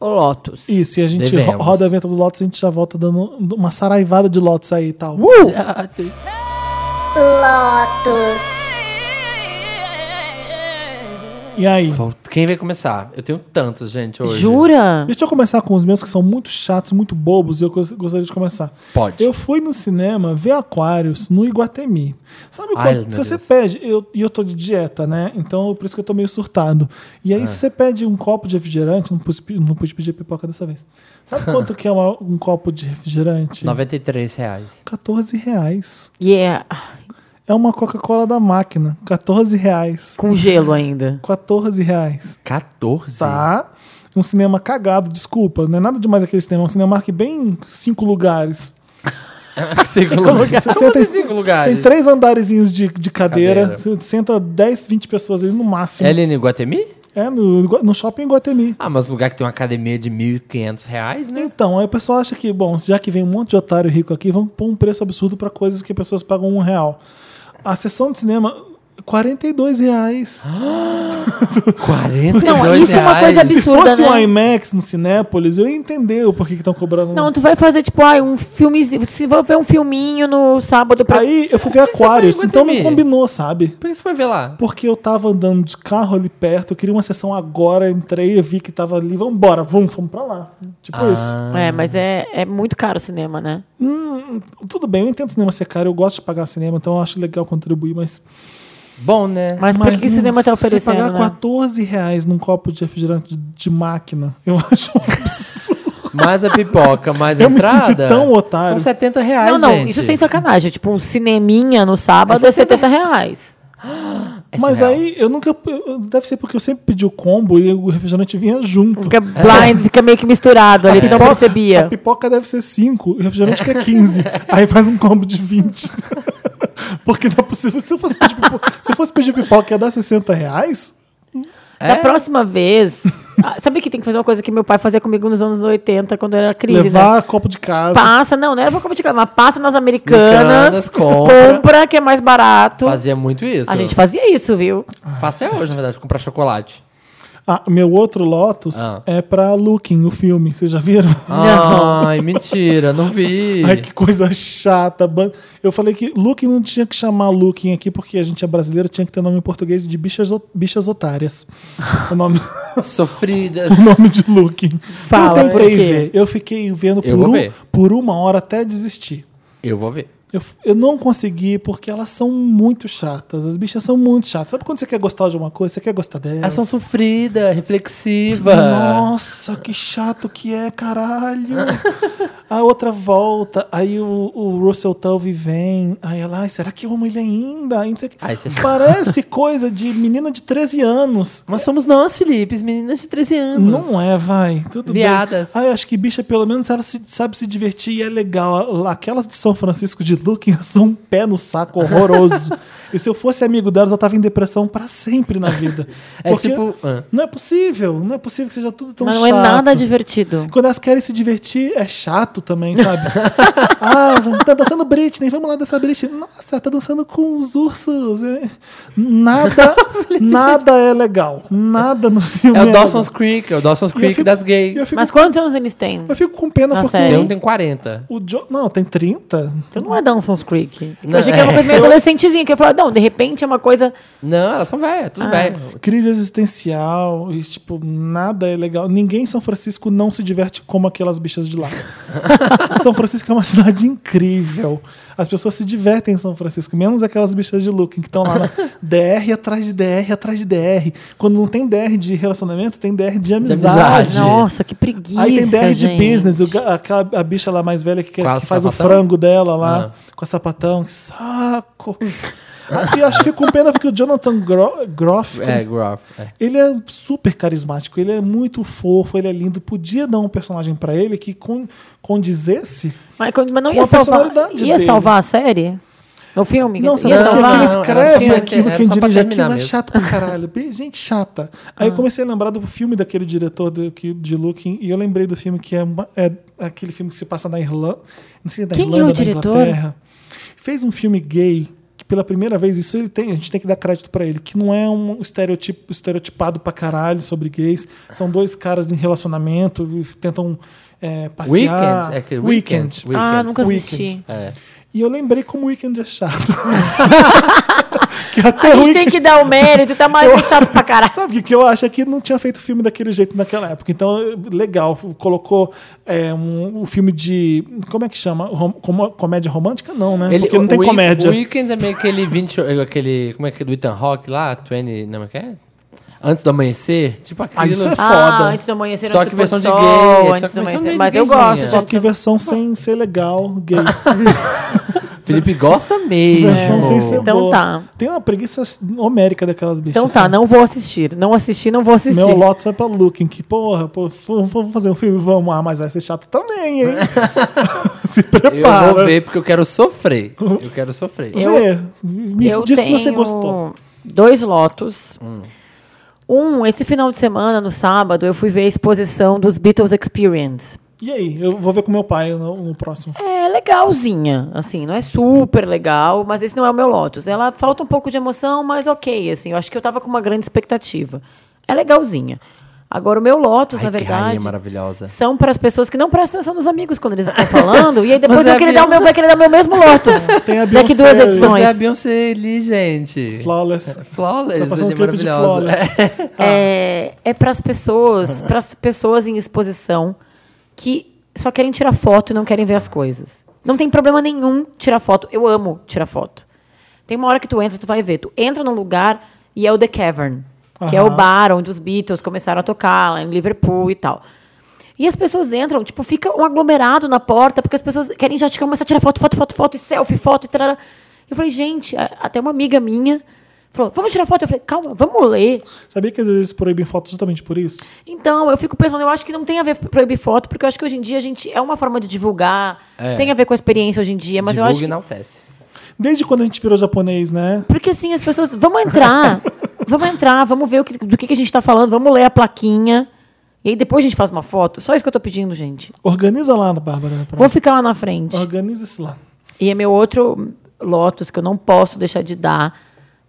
S1: o Lotus.
S3: Isso, e a gente
S2: Devemos.
S3: ro- roda a venta do Lotus e a gente já volta dando uma saraivada de Lotus aí e tal.
S1: Uh,
S5: Lotus.
S3: E aí?
S2: Falta- Quem vai começar? Eu tenho tantos, gente, hoje.
S1: Jura?
S3: Deixa eu começar com os meus que são muito chatos, muito bobos, e eu gos- gostaria de começar.
S2: Pode.
S3: Eu fui no cinema ver Aquários no Iguatemi. Sabe
S2: Ai,
S3: quando
S2: meu
S3: se você
S2: Deus.
S3: pede, eu- e eu, tô de dieta, né? Então por isso que eu tô meio surtado. E aí,
S2: Ah.
S3: se você pede um copo de refrigerante, não pude, pe- não pude pedir pipoca dessa vez. Sabe quanto que é uma- um copo de refrigerante?
S2: 93 reais.
S3: 14 reais.
S1: Yeah.
S3: É uma Coca-Cola da máquina. 14 reais.
S1: Com gelo ainda.
S3: 14 reais.
S2: 14?
S3: Tá. Um cinema cagado, desculpa. Não é nada demais aquele cinema. É um cinema que bem cinco lugares.
S2: Cinco lugares.
S3: Você
S2: Como
S3: senta em-
S2: assim cinco lugares?
S3: Tem três andarezinhos de, de cadeira.
S2: Cadeira.
S3: Você senta 10, 20 pessoas ali no máximo.
S2: É ali no Iguatemi?
S3: É, no, no shopping Guatemi.
S2: Ah, mas lugar que tem uma academia de 1.500 reais, né?
S3: Então, aí o pessoal acha que, bom, já que vem um monte de otário rico aqui, vamos pôr um preço absurdo para coisas que pessoas pagam um real. A sessão de cinema, 42 reais.
S2: Ah. 42
S1: Não, isso é uma
S2: reais?
S1: coisa
S3: Se
S1: absurda,
S3: fosse um
S1: né?
S3: IMAX no Cinépolis, eu ia entender o porquê que estão cobrando.
S1: Não, tu vai fazer, tipo, ah, um filmezinho. Se vou ver um filminho no sábado pra.
S3: Aí eu fui ver Aquários,
S2: foi em
S3: então não
S2: Guatemi?
S3: combinou, sabe?
S2: Por que você foi ver lá?
S3: Porque eu tava andando de carro ali perto, eu queria uma sessão agora, entrei, eu vi que tava ali, vambora, vamos, fomos pra lá. Tipo isso.
S1: É, mas é, é muito caro o cinema, né?
S3: Hum, tudo bem, eu entendo cinema ser caro, eu gosto de pagar cinema, então eu acho legal contribuir, mas.
S2: Bom, né?
S1: Mas, por que que o
S3: hum,
S1: cinema tá oferecendo?
S3: Você pagar
S1: né?
S3: 14 reais num copo de refrigerante de, de máquina, eu acho um absurdo.
S2: Mais a pipoca, mais a
S3: Eu me
S2: entrada.
S3: senti tão otário.
S2: São 70 reais,
S1: Não, não,
S2: gente.
S1: isso sem sacanagem. Tipo, um cineminha no sábado é 70 reais.
S2: É
S3: Mas
S2: surreal.
S3: aí eu nunca. eu- Deve ser porque eu sempre pedi o combo e o refrigerante vinha junto.
S1: Fica blind, fica meio que misturado ali, tu não
S3: A
S1: percebia.
S3: pipoca deve ser 5, o refrigerante que é 15. aí faz um combo de 20. Porque não é possível. Se eu fosse pedir pipoca, se eu fosse pedir pipoca ia dar 60 reais?
S2: É.
S1: Da próxima vez. ah, Sabe que tem que fazer uma coisa que meu pai fazia comigo nos anos 80, quando eu era crise, né?
S3: Levar copo de casa.
S1: Passa, não, não era pra comer de casa, mas passa nas
S2: Americanas,
S1: americanas,
S2: compra.
S1: compra, que é mais barato.
S2: Fazia muito isso.
S1: A gente fazia isso, viu?
S2: Faz até hoje, na verdade, comprar chocolate.
S3: Ah, meu outro Lotus
S2: Ah.
S3: é pra Looking, o filme. Vocês já viram?
S1: Não.
S2: Ai, mentira, não vi.
S3: Ai, que coisa chata. Ban- Eu falei que Looking não tinha que chamar Looking aqui, porque a gente é brasileiro, tinha que ter nome em português de bichas, o- bichas otárias. O nome,
S2: Sofrida.
S3: o nome de Looking.
S1: Fala,
S3: eu
S1: por quê?
S3: tentei ver. Eu fiquei vendo
S2: Eu
S3: por,
S2: vou
S3: um-
S2: ver.
S3: por uma hora até desistir.
S2: Eu vou ver.
S3: Eu, eu não consegui porque elas são muito chatas. As bichas são muito chatas. Sabe quando você quer gostar de uma coisa? Você quer gostar
S2: Elas
S3: delas?
S2: são sofrida, reflexiva.
S3: Nossa, que chato que é, caralho. A outra volta, aí o, o Russell Tovey vem, aí ela, ai, será que eu amo ele ainda? Aí não sei o quê.
S2: Ai, você-
S3: Parece coisa de menina de 13 anos.
S2: Mas somos nós, Felipe, meninas de 13 anos.
S3: Não é, vai. Tudo
S2: Viadas.
S3: bem. Ah, eu acho que bicha, pelo menos, ela se- sabe se divertir e é legal. Aquelas de São Francisco de Looking elas são um pé no saco horroroso. e se eu fosse amigo delas, eu tava em depressão pra sempre na vida.
S2: É tipo, ah.
S3: Não é possível. Não é possível que seja tudo tão
S1: Mas não
S3: chato.
S1: é nada divertido.
S3: Quando elas querem se divertir, é chato também, sabe? ah, tá dançando Britney, vamos lá dançar Britney. Nossa, tá dançando com os ursos. é. Nada, nada é legal. Nada no filme.
S2: É o
S3: legal.
S2: Dawson's Creek, é o Dawson's
S3: E eu
S2: Creek
S3: fico-
S2: das gays.
S3: e Eu fico,
S1: Mas quantos anos eles têm?
S3: eu fico com pena
S1: Na
S3: porque
S1: série.
S2: Tem um
S1: hein?
S2: que tem 40.
S3: o John. Não, tem 30.
S1: Então não é Dawson's Creek. Eu
S2: Não,
S1: achei que era uma
S2: é.
S1: coisa meio adolescentezinha, que eu falava, não, de repente é uma coisa.
S2: Não, elas são velhas, tudo velho.
S3: Crise existencial, e, tipo, nada é legal. Ninguém em São Francisco não se diverte como aquelas bichas de lá. São Francisco é uma cidade incrível. As pessoas se divertem em São Francisco, menos aquelas bichas de looking que estão lá na DR atrás de DR atrás de DR. Quando não tem DR de relacionamento, tem DR de amizade.
S2: amizade.
S1: Nossa, que preguiça.
S3: Aí tem DR de
S1: gente.
S3: business, o ga- aquela, a bicha lá mais velha que, quer-
S2: Com a
S3: que faz
S2: sapatão? Ah.
S3: o frango dela lá, com a sapatão, que saco. Ah, E eu acho que fico com pena porque o Jonathan Gro- Groff,
S2: É, Groff. É.
S3: ele é super carismático, ele é muito fofo, ele é lindo. Podia dar um personagem pra ele que con- condizesse.
S1: Mas, quando- mas não
S3: Com
S1: ia
S3: a
S1: salvar.
S3: personalidade
S1: Ia
S3: dele.
S1: salvar a série? No filme?
S3: Não,
S1: ia
S3: sabe
S2: não,
S3: porque
S1: salvar.
S3: quem
S2: não, era só
S3: escreve
S2: pra-
S3: aquilo,
S2: era
S3: quem
S2: só pra
S3: dirige
S2: terminar
S3: aquilo é
S2: mesmo.
S3: chato pra caralho. Bem, Gente chata. Aí eu comecei a lembrar do filme daquele diretor do, que, de Looking, e eu lembrei do filme que é, uma- é aquele filme que se passa na Irlanda. Não sei se é da
S1: Quem é
S3: Irlanda,
S1: o
S3: da
S1: diretor?
S3: Inglaterra. Fez um filme gay, que pela primeira vez, isso ele tem, a gente tem que dar crédito pra ele, que não é um estereotipo, estereotipado pra caralho sobre gays. São dois caras em relacionamento e tentam é, passear.
S2: Weekend, é aquele
S3: Weekend.
S2: Weekend.
S1: Ah, nunca
S3: Weekend.
S1: assisti.
S2: É.
S3: E eu lembrei como o Weekend é chato. que fica até
S1: A gente
S3: ruim.
S1: tem que dar o mérito, tá mais chato pra caralho.
S3: Sabe o que, que eu acho? É que não tinha feito filme daquele jeito naquela época. Então, legal. Colocou é, um, um filme de. Como é que chama? Rom- como- comédia romântica? Não, né? Porque não
S2: o-
S3: tem
S2: o Week-
S3: comédia.
S2: O Weekends é meio aquele 20, show- aquele, como é que é, do Ethan Rock lá, 20, não é que é? Antes do amanhecer, tipo aquilo.
S3: Ah, isso é foda.
S1: Ah, antes do amanhecer,
S2: Só
S1: antes
S2: que
S1: do pôr do
S2: versão de
S1: sol,
S2: gay, só
S1: antes
S2: que
S1: do
S2: versão
S1: amanhecer.
S2: meio
S1: Mas eu
S2: gayzinha.
S1: gosto.
S3: Só
S1: gente.
S3: que versão sem ser legal, gay.
S2: Felipe gosta mesmo.
S3: versão sem ser
S1: Então
S3: boa.
S1: tá.
S3: Tem uma preguiça homérica daquelas bichas.
S1: Então tá,
S2: assim.
S3: sabe?
S1: não vou assistir. Não assisti, não vou assistir.
S3: Meu Lotus vai pra Looking, que porra, pô, f- vamos fazer um filme, vamos lá, mas vai ser chato também, hein? Se
S2: Eu
S3: prepara.
S2: vou ver porque eu quero sofrer. Eu quero sofrer.
S3: Gê, me diz se você gostou.
S1: Dois lotos.
S2: Hum.
S1: Um, esse final de semana, no sábado, eu fui ver a exposição dos Beatles Experience.
S3: E aí, eu vou ver com meu pai no, no próximo.
S1: É legalzinha, assim, não é super legal, mas esse não é o meu Lotus. Ela falta um pouco de emoção, mas ok, assim, eu acho que eu tava com uma grande expectativa. É legalzinha. Agora, o meu Lotus,
S2: Ai,
S1: na
S2: que rainha
S1: verdade,
S2: maravilhosa.
S1: são para as pessoas que não prestam atenção nos amigos quando eles estão falando, e aí depois
S2: Mas é
S1: eu
S2: a
S1: queria dar o meu,
S2: Beyoncé.
S1: vai querer dar o meu mesmo Lotus.
S3: Tem a
S1: Daqui
S3: Beyoncé,
S1: duas
S2: Você é a
S1: edições.
S2: Beyoncé ali, gente.
S3: Flawless.
S2: Flawless,
S3: Tá passando
S2: ele é
S3: um clipe de
S2: maravilhosa.
S3: Flawless.
S1: É, é para as pessoas, para as pessoas em exposição que só querem tirar foto e não querem ver as coisas. Não tem problema nenhum tirar foto. Eu amo tirar foto. Tem uma hora que tu entra, tu vai ver. Tu entra num lugar e é o The Cavern, que é o
S3: Aham.
S1: bar onde os Beatles começaram a tocar lá em Liverpool e tal. E as pessoas entram, tipo, fica um aglomerado na porta, porque as pessoas querem já te começar a tirar foto, foto, foto, foto, e selfie, foto, e tarará. Eu falei, gente, a- até uma amiga minha falou, vamos tirar foto? Eu falei, calma, vamos ler.
S3: Sabia que às vezes proíbem fotos justamente por isso?
S1: Então, eu fico pensando, eu acho que não tem a ver proibir foto, porque eu acho que hoje em dia a gente é uma forma de divulgar,
S2: É.
S1: tem a ver com a experiência hoje em dia, mas eu
S2: Divulga
S1: acho
S2: e
S1: que,
S2: enaltece. Tá
S3: Desde quando a gente virou japonês, né?
S1: porque assim, as pessoas, vamos entrar, vamos entrar, vamos ver o que- do que, que a gente tá falando, vamos ler a plaquinha, e aí depois a gente faz uma foto, só isso que eu tô pedindo, gente.
S3: Organiza lá, Bárbara.
S2: É.
S3: pra-
S1: Vou ficar lá na frente.
S3: Organiza isso lá.
S1: E é meu outro Lotus que eu não posso deixar de dar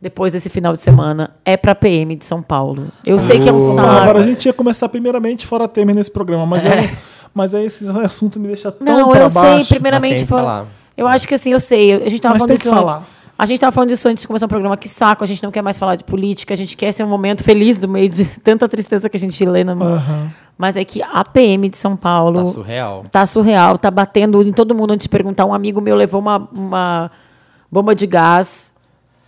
S1: depois desse final de semana, é pra PM de São Paulo. Eu sei que é um
S2: Boa.
S1: saco.
S2: Ah,
S3: Agora a gente ia começar primeiramente fora Temer nesse programa, mas,
S2: É.
S3: eu não- mas aí esse assunto me deixa tão
S1: Não,
S3: pra
S1: eu
S3: baixo.
S1: sei, primeiramente
S2: Mas tem que
S1: foi-
S2: falar.
S1: Eu acho que assim, eu sei. A gente tava
S3: Mas
S1: falando
S3: tem
S1: isso
S3: que falar.
S1: A gente tava falando disso antes de começar o programa, que saco, a gente não quer mais falar de política, a gente quer ser um momento feliz do meio de tanta tristeza que a gente lê. No...
S3: Aham.
S1: Mas é que a PM de São Paulo
S2: Tá
S1: tá,
S3: Tipo,
S2: surreal.
S1: surreal, tá batendo em todo mundo antes de perguntar. Um amigo meu levou uma, uma bomba de gás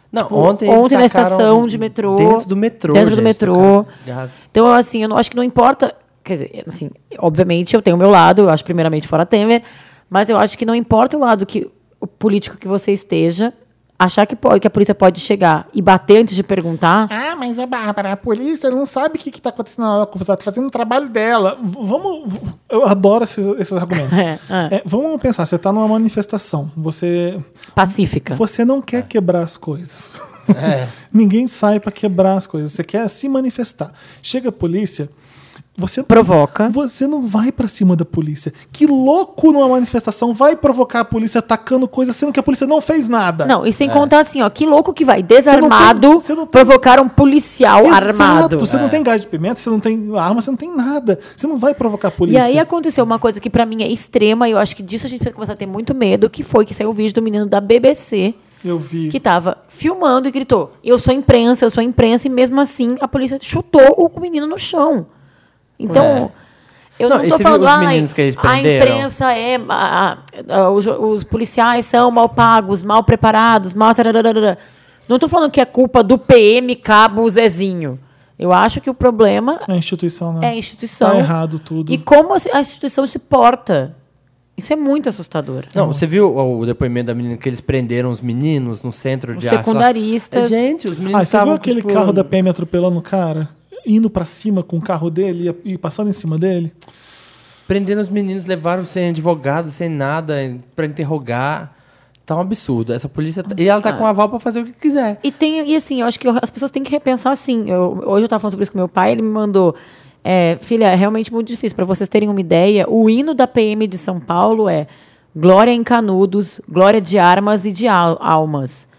S2: Não, ontem eles
S1: ontem na
S2: tacaram
S1: estação de metrô.
S2: Dentro do metrô.
S1: Dentro do
S2: gente,
S1: metrô.
S2: tacaram garras-
S1: Então, eu, assim, eu não, acho que não importa. Quer dizer, assim, obviamente eu tenho o meu lado, eu acho primeiramente fora Temer, mas eu acho que não importa o lado que o político que você esteja, achar que, pode, que a polícia pode chegar e bater antes de perguntar.
S3: Ah, mas a Bárbara, a polícia não sabe o que, que tá acontecendo na hora com você, tá fazendo o trabalho dela. V- vamos. v- Eu adoro esses, esses argumentos.
S1: É, é.
S3: É, vamos pensar, você tá numa manifestação, você.
S1: Pacífica.
S3: Você não quer quebrar as coisas. Ninguém sai pra quebrar as coisas. Você quer se manifestar. Chega a polícia, você.
S1: Provoca.
S3: Você não vai pra cima da polícia. Que louco numa manifestação vai provocar a polícia atacando coisa, sendo que a polícia não fez nada.
S1: Não, e sem contar assim, ó, que louco que vai.
S3: tem-
S1: Desarmado,
S3: você não tem-
S1: provocar um policial
S3: Exato,
S1: armado. né?
S3: Você não tem gás de pimenta, você não tem arma, você não tem nada. Você não vai provocar a
S1: E
S3: polícia.
S1: aí aconteceu uma coisa que pra mim é extrema, e eu acho que disso a gente vai começar a ter muito medo, que foi que saiu o vídeo do menino da BBC
S3: Eu vi.
S1: que tava filmando e gritou: Eu sou imprensa, eu sou imprensa, e mesmo assim a polícia chutou o menino no chão. Então. Eu
S2: é. Não,
S1: não,
S2: e
S1: tô
S2: você viu
S1: falando,
S2: os
S1: "Ai,
S2: meninos que eles
S1: a
S2: prenderam?"
S1: imprensa é. a- a- a- os, os policiais são mal pagos, mal preparados, mal. tarararara." Não tô falando que é culpa do PM Cabo Zezinho. Eu acho que o problema
S3: A instituição, né?
S1: é a instituição.
S3: Tá errado tudo.
S1: E como a a instituição se porta. Isso é muito assustador.
S2: Não, você viu o o depoimento da menina que eles prenderam os meninos no centro
S1: Os
S2: de arte lá?
S1: secundaristas.
S2: É, Gente, os meninos
S3: Ah, você viu
S2: estavam
S3: aquele
S2: tipo,
S3: carro da PM atropelando o cara? Indo pra cima com o carro dele e e passando em cima dele?
S2: prendendo os meninos, levaram sem advogado, sem nada, em- pra interrogar. Tá um absurdo. Essa polícia. tá- E ela tá com a aval pra fazer o que quiser.
S1: E tem, e assim, eu acho que eu- as pessoas têm que repensar assim. Eu- hoje eu tava falando sobre isso com meu pai, ele me mandou. é, filha, é realmente muito difícil. Pra vocês terem uma ideia, o hino da PM de São Paulo é Glória em Canudos, Glória de Armas e de al- Almas.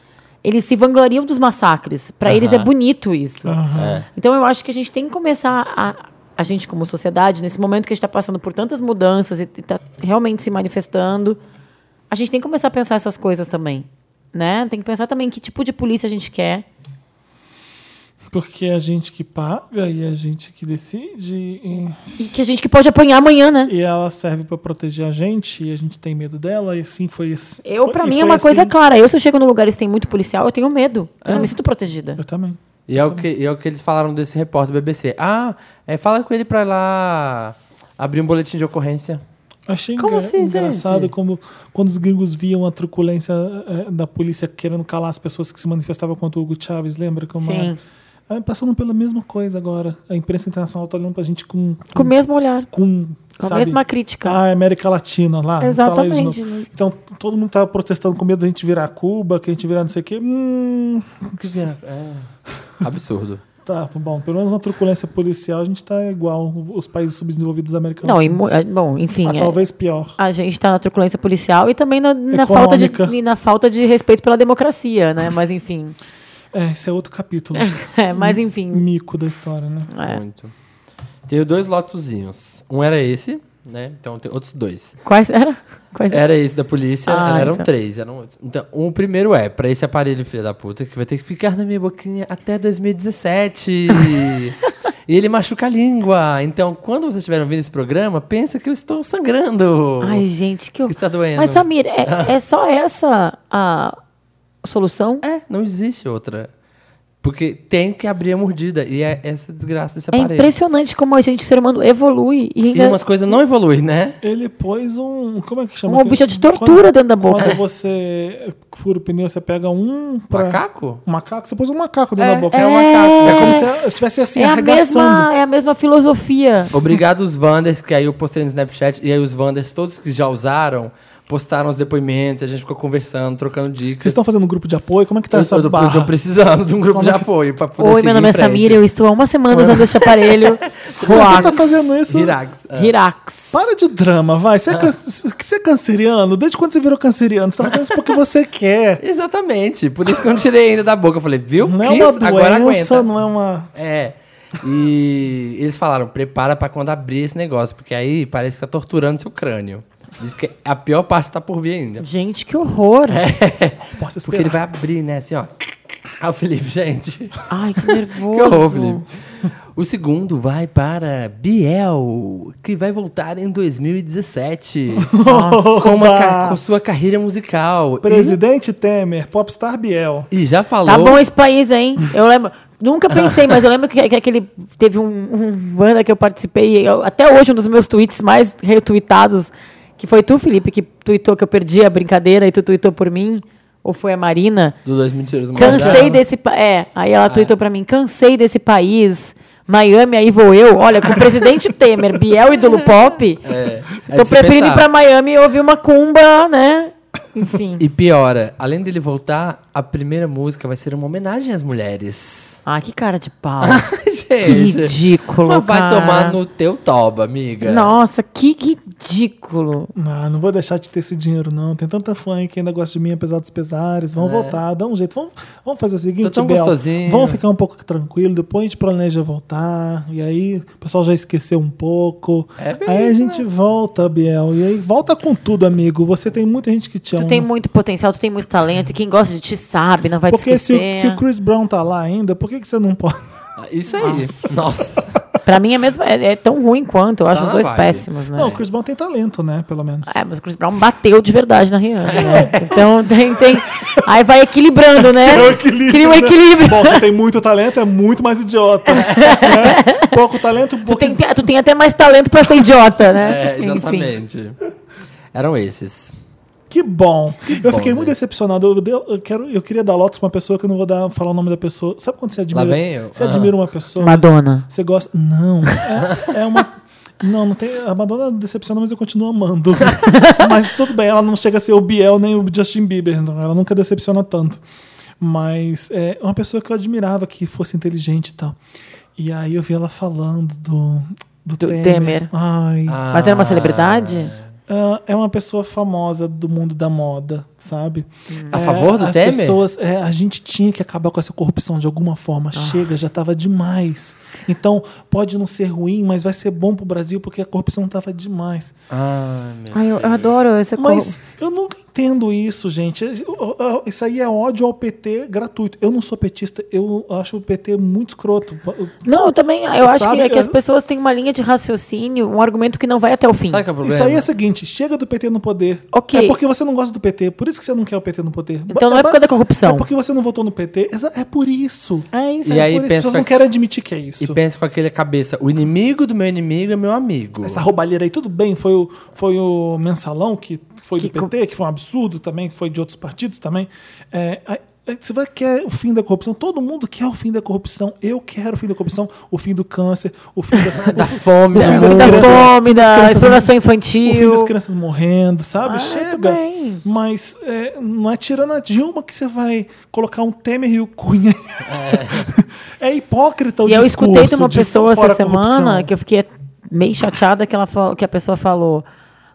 S1: Eles se vangloriam dos massacres. Pra eles é
S2: Aham.
S1: bonito isso.
S2: É.
S1: Então eu acho que a gente tem que começar a a gente como sociedade nesse momento que a gente está passando por tantas mudanças e está realmente se manifestando, a gente tem que começar a pensar essas coisas também, né? Tem que pensar também que tipo de polícia a gente quer,
S3: Porque é a gente que paga e é a gente que decide. E,
S1: E que a gente que pode apanhar amanhã, né?
S3: e ela serve pra proteger a gente e a gente tem medo dela. E assim foi esse.
S1: Eu,
S3: foi-
S1: pra
S3: e
S1: mim, é
S3: foi
S1: uma coisa
S3: assim. É.
S1: clara. Eu, se eu chego num lugar e tem muito policial, eu tenho medo. Eu não me sinto protegida.
S3: Eu também.
S2: E é,
S3: Tá
S2: o que, e é o que eles falaram desse repórter do BBC. Ah, é, fala com ele pra ir lá abrir um boletim de ocorrência.
S3: Achei
S2: Como
S3: engra-
S2: assim,
S3: engraçado
S2: gente?
S3: como quando os gringos viam a truculência eh, da polícia querendo calar as pessoas que se manifestavam contra o Hugo Chávez, lembra? Como
S1: Sim.
S3: É? Ah, passando pela mesma coisa agora. A imprensa internacional tá olhando pra gente com.
S1: Com o mesmo olhar.
S3: com,
S1: Com a
S3: sabe?
S1: mesma crítica.
S3: Ah, América Latina lá. tá lá eles
S1: Exatamente,
S3: não-
S1: né?
S3: então todo mundo tava protestando com medo da gente virar Cuba, que a gente virar não sei o quê. Hum, que que é?
S2: Absurdo.
S3: Tá, bom, pelo menos na truculência policial a gente tá igual os países subdesenvolvidos da América
S1: Não, e,
S3: Latina.
S1: mu- é, bom, enfim.
S3: Ah,
S1: é-
S3: talvez pior.
S1: a gente tá na truculência policial e também na, na falta de,
S3: Econômica.
S1: e na falta de respeito pela democracia, né? Mas enfim.
S3: É, esse é outro capítulo.
S1: É, mas enfim.
S3: mico da história, né?
S1: É.
S2: Muito. Tenho dois lotozinhos. Um era esse, né? Então tem outros dois.
S1: Quais era? Quais
S2: Era esse da polícia,
S1: Ah,
S2: eram
S1: então.
S2: três. Eram outros. Então, o primeiro é pra esse aparelho filha da puta que vai ter que ficar na minha boquinha até 2017. e ele machuca a língua. Então, quando vocês estiverem ouvindo esse programa, pensa que eu estou sangrando.
S1: Ai, gente, que eu...
S2: que está doendo.
S1: Mas Samir, é, é só essa a solução?
S2: É, não existe outra. Porque tem que abrir a mordida. E é essa desgraça desse
S1: É
S2: aparelho.
S1: impressionante como a gente, o ser humano, evolui e
S2: E
S1: ainda
S2: umas coisas não evoluem, né?
S3: Ele pôs um. Como é que chama?
S1: um objeto de tortura dentro da
S3: Quando,
S1: boca.
S3: quando você fura o pneu, você pega um. Pra...
S2: Macaco?
S3: Um macaco? Você pôs um macaco dentro
S2: É,
S3: da boca.
S2: é um
S3: É,
S2: macaco.
S3: como se estivesse assim,
S1: É a,
S3: arregaçando.
S1: mesma, é a mesma filosofia.
S2: Obrigado os Wanders, que aí eu postei no Snapchat. E aí os Wanders, todos que já usaram, postaram os depoimentos. A gente ficou conversando, trocando dicas.
S3: Vocês estão fazendo um grupo de apoio? Como é que tá
S2: eu,
S3: essa
S2: eu tô- eu
S3: barra?
S2: tô precisando de um grupo de apoio pra poder
S1: Oi, meu nome é Samir, eu estou há uma semana usando este aparelho.
S3: Você tá
S1: Roax.
S3: fazendo isso?
S2: Hirax. É.
S1: Hirax.
S3: Para de drama, vai.
S2: Ah.
S3: Você é, can- você é canceriano? Desde quando você virou canceriano? Você tá fazendo isso porque você quer.
S2: Exatamente. Por isso que eu não tirei ainda da boca. Eu falei, viu?
S3: Não é
S2: Cris?
S3: uma
S2: Agora aguenta.
S3: doença, não é uma.
S2: É. E eles falaram, prepara pra quando abrir esse negócio, porque aí parece que tá torturando seu crânio. Diz que a pior parte tá por vir ainda.
S1: Gente, que horror.
S3: Posso
S2: É, Porque ele
S3: esperar.
S2: vai abrir, né, assim, ó. Ah, o Felipe, gente.
S1: Ai, que nervoso.
S2: Que horror, Felipe. O segundo vai para Biel, que vai voltar em 2017. com, uma ca- com sua carreira musical.
S3: Presidente Temer, Popstar Biel.
S2: E, e já falou.
S1: Tá bom esse país, hein? Eu lembro. Nunca pensei, mas eu lembro que, que aquele. Teve um, um Wanda que eu participei, e eu- até hoje um dos meus tweets mais retweetados, que foi tu, Felipe, que tweetou que eu perdi a brincadeira e tu tweetou por mim, ou foi a Marina.
S2: Do Dois Mentiras
S1: Cansei desse pa- É, aí
S2: Ah.
S1: ela tweetou pra mim, cansei desse país. Miami, aí vou eu. Olha, com o presidente Temer, Biel e Dulu Pop.
S2: É, é
S1: tô
S2: de se
S1: preferindo ir
S2: pensar.
S1: pra Miami e ouvir uma cumba, né? Enfim.
S2: E piora, além dele voltar, a primeira música vai ser uma homenagem às mulheres.
S1: Ah, que cara de pau. Que
S2: Gente.
S1: ridículo,
S2: Mas vai
S1: cara.
S2: tomar no teu toba, amiga.
S1: Nossa, que ridículo.
S3: Ah, não vou deixar de ter esse dinheiro, não. Tem tanta fã aí que ainda gosta de mim, apesar dos pesares.
S1: É.
S3: Vamos voltar, dá um jeito. Vamos, vamos fazer o seguinte,
S2: Tô tão
S3: Bel.
S2: gostosinho.
S3: Vamos ficar um pouco tranquilo, depois a gente planeja voltar. E aí, o pessoal já esqueceu um pouco.
S2: É bem
S3: aí a
S2: isso,
S1: né?
S3: gente volta, Biel. E aí, volta com tudo, amigo. Você tem muita gente que te ama.
S1: Tu tem muito potencial, tu tem muito talento. E quem gosta de ti sabe, não vai te
S3: Porque se o,
S1: esquecer.
S3: se o Chris Brown tá lá ainda, por que, que você não pode?
S2: Isso aí. Nossa.
S1: Pra mim é mesmo é, é tão ruim quanto. Eu acho
S2: Tá
S1: os
S2: na
S1: dois
S2: vibe.
S1: péssimos, né?
S3: Não, o Chris Brown tem talento, né? Pelo menos.
S1: É, mas o Chris Brown bateu de verdade na Rihanna. né? Então tem, tem. Aí vai equilibrando, né?
S3: É o equilíbrio,
S1: Cria um
S3: né?
S1: equilíbrio.
S3: Bom, você tem muito talento, é muito mais idiota. né? Pouco talento, pouco
S1: Tu tem, tu tem até mais talento pra ser idiota, né?
S2: É, exatamente. Eram esses.
S3: Que bom. eu fiquei
S2: bom,
S3: muito
S2: né?
S3: decepcionado. Eu, dei- eu quero, eu queria dar lotes pra uma pessoa que eu não vou dar, falar o nome da pessoa. Sabe quando você admira?
S2: Lá vem eu?
S3: Você
S2: Ah.
S3: admira uma pessoa.
S1: Madonna.
S3: Você gosta. Não. É, é uma. Não, não tem. A Madonna decepciona, mas eu continuo amando. mas tudo bem, ela não chega a ser o Biel nem o Justin Bieber. não. Ela nunca decepciona tanto. Mas é uma pessoa que eu admirava que fosse inteligente e tal. E aí eu vi ela falando do. Do,
S1: Do
S3: Temer.
S1: Temer.
S3: Ai.
S2: Ah,
S1: Mas era uma celebridade?
S3: Ah, é uma pessoa famosa do mundo da moda. sabe?
S2: A favor do
S3: as
S2: Temer?
S3: Pessoas, é, a gente tinha que acabar com essa corrupção de alguma forma. Chega, já estava demais. Então, pode não ser ruim, mas vai ser bom pro Brasil porque a corrupção estava demais.
S2: Ah, meu.
S1: Ai, eu, eu adoro essa
S3: Mas eu nunca entendo isso, gente. Eu- eu- Isso aí é ódio ao PT gratuito. Eu não sou petista, eu acho o PT muito escroto.
S1: Não, eu também. Eu acho
S3: Sabe,
S1: que, é que
S3: eu-
S1: as pessoas têm uma linha de raciocínio, um argumento que não vai até o fim.
S2: Sabe qual é o problema?
S3: Isso aí é o seguinte, chega do PT no poder.
S1: Ok.
S3: É porque você não gosta do PT, por isso que você não quer o PT no poder.
S1: Então não é por causa da corrupção.
S3: É porque você não votou no PT, Exa- é por isso.
S1: É isso.
S2: E aí,
S3: é
S2: pensa
S3: por isso. As pessoas
S2: pra-
S3: não querem admitir que é
S2: E
S3: isso.
S2: pensa com aquele cabeça, o inimigo do meu inimigo é meu amigo.
S3: Essa roubalheira aí, tudo bem, foi o, foi o mensalão que foi
S1: Que
S3: do PT, que foi um absurdo também, que foi de outros partidos também. É, aí- aí você vai quer o fim da corrupção, todo mundo quer o fim da corrupção, eu quero o fim da corrupção, o fim do câncer, o fim da,
S2: Da fome,
S3: É, fim
S2: do
S3: das
S1: da
S2: mundo.
S3: crianças-
S1: fome, da
S3: crianças-
S1: exploração
S3: o fim das
S1: infantil.
S3: crianças morrendo, sabe?
S1: Ah,
S3: Chega.
S1: também.
S3: Mas é, não é tirando a Dilma que você vai colocar um Temer e o Cunha. É, hipócrita o
S1: E eu
S3: discurso.
S1: escutei de uma
S3: de
S1: pessoa
S3: fora
S1: essa
S3: a corrupção.
S1: semana que eu fiquei meio chateada que, ela fa- que a pessoa falou.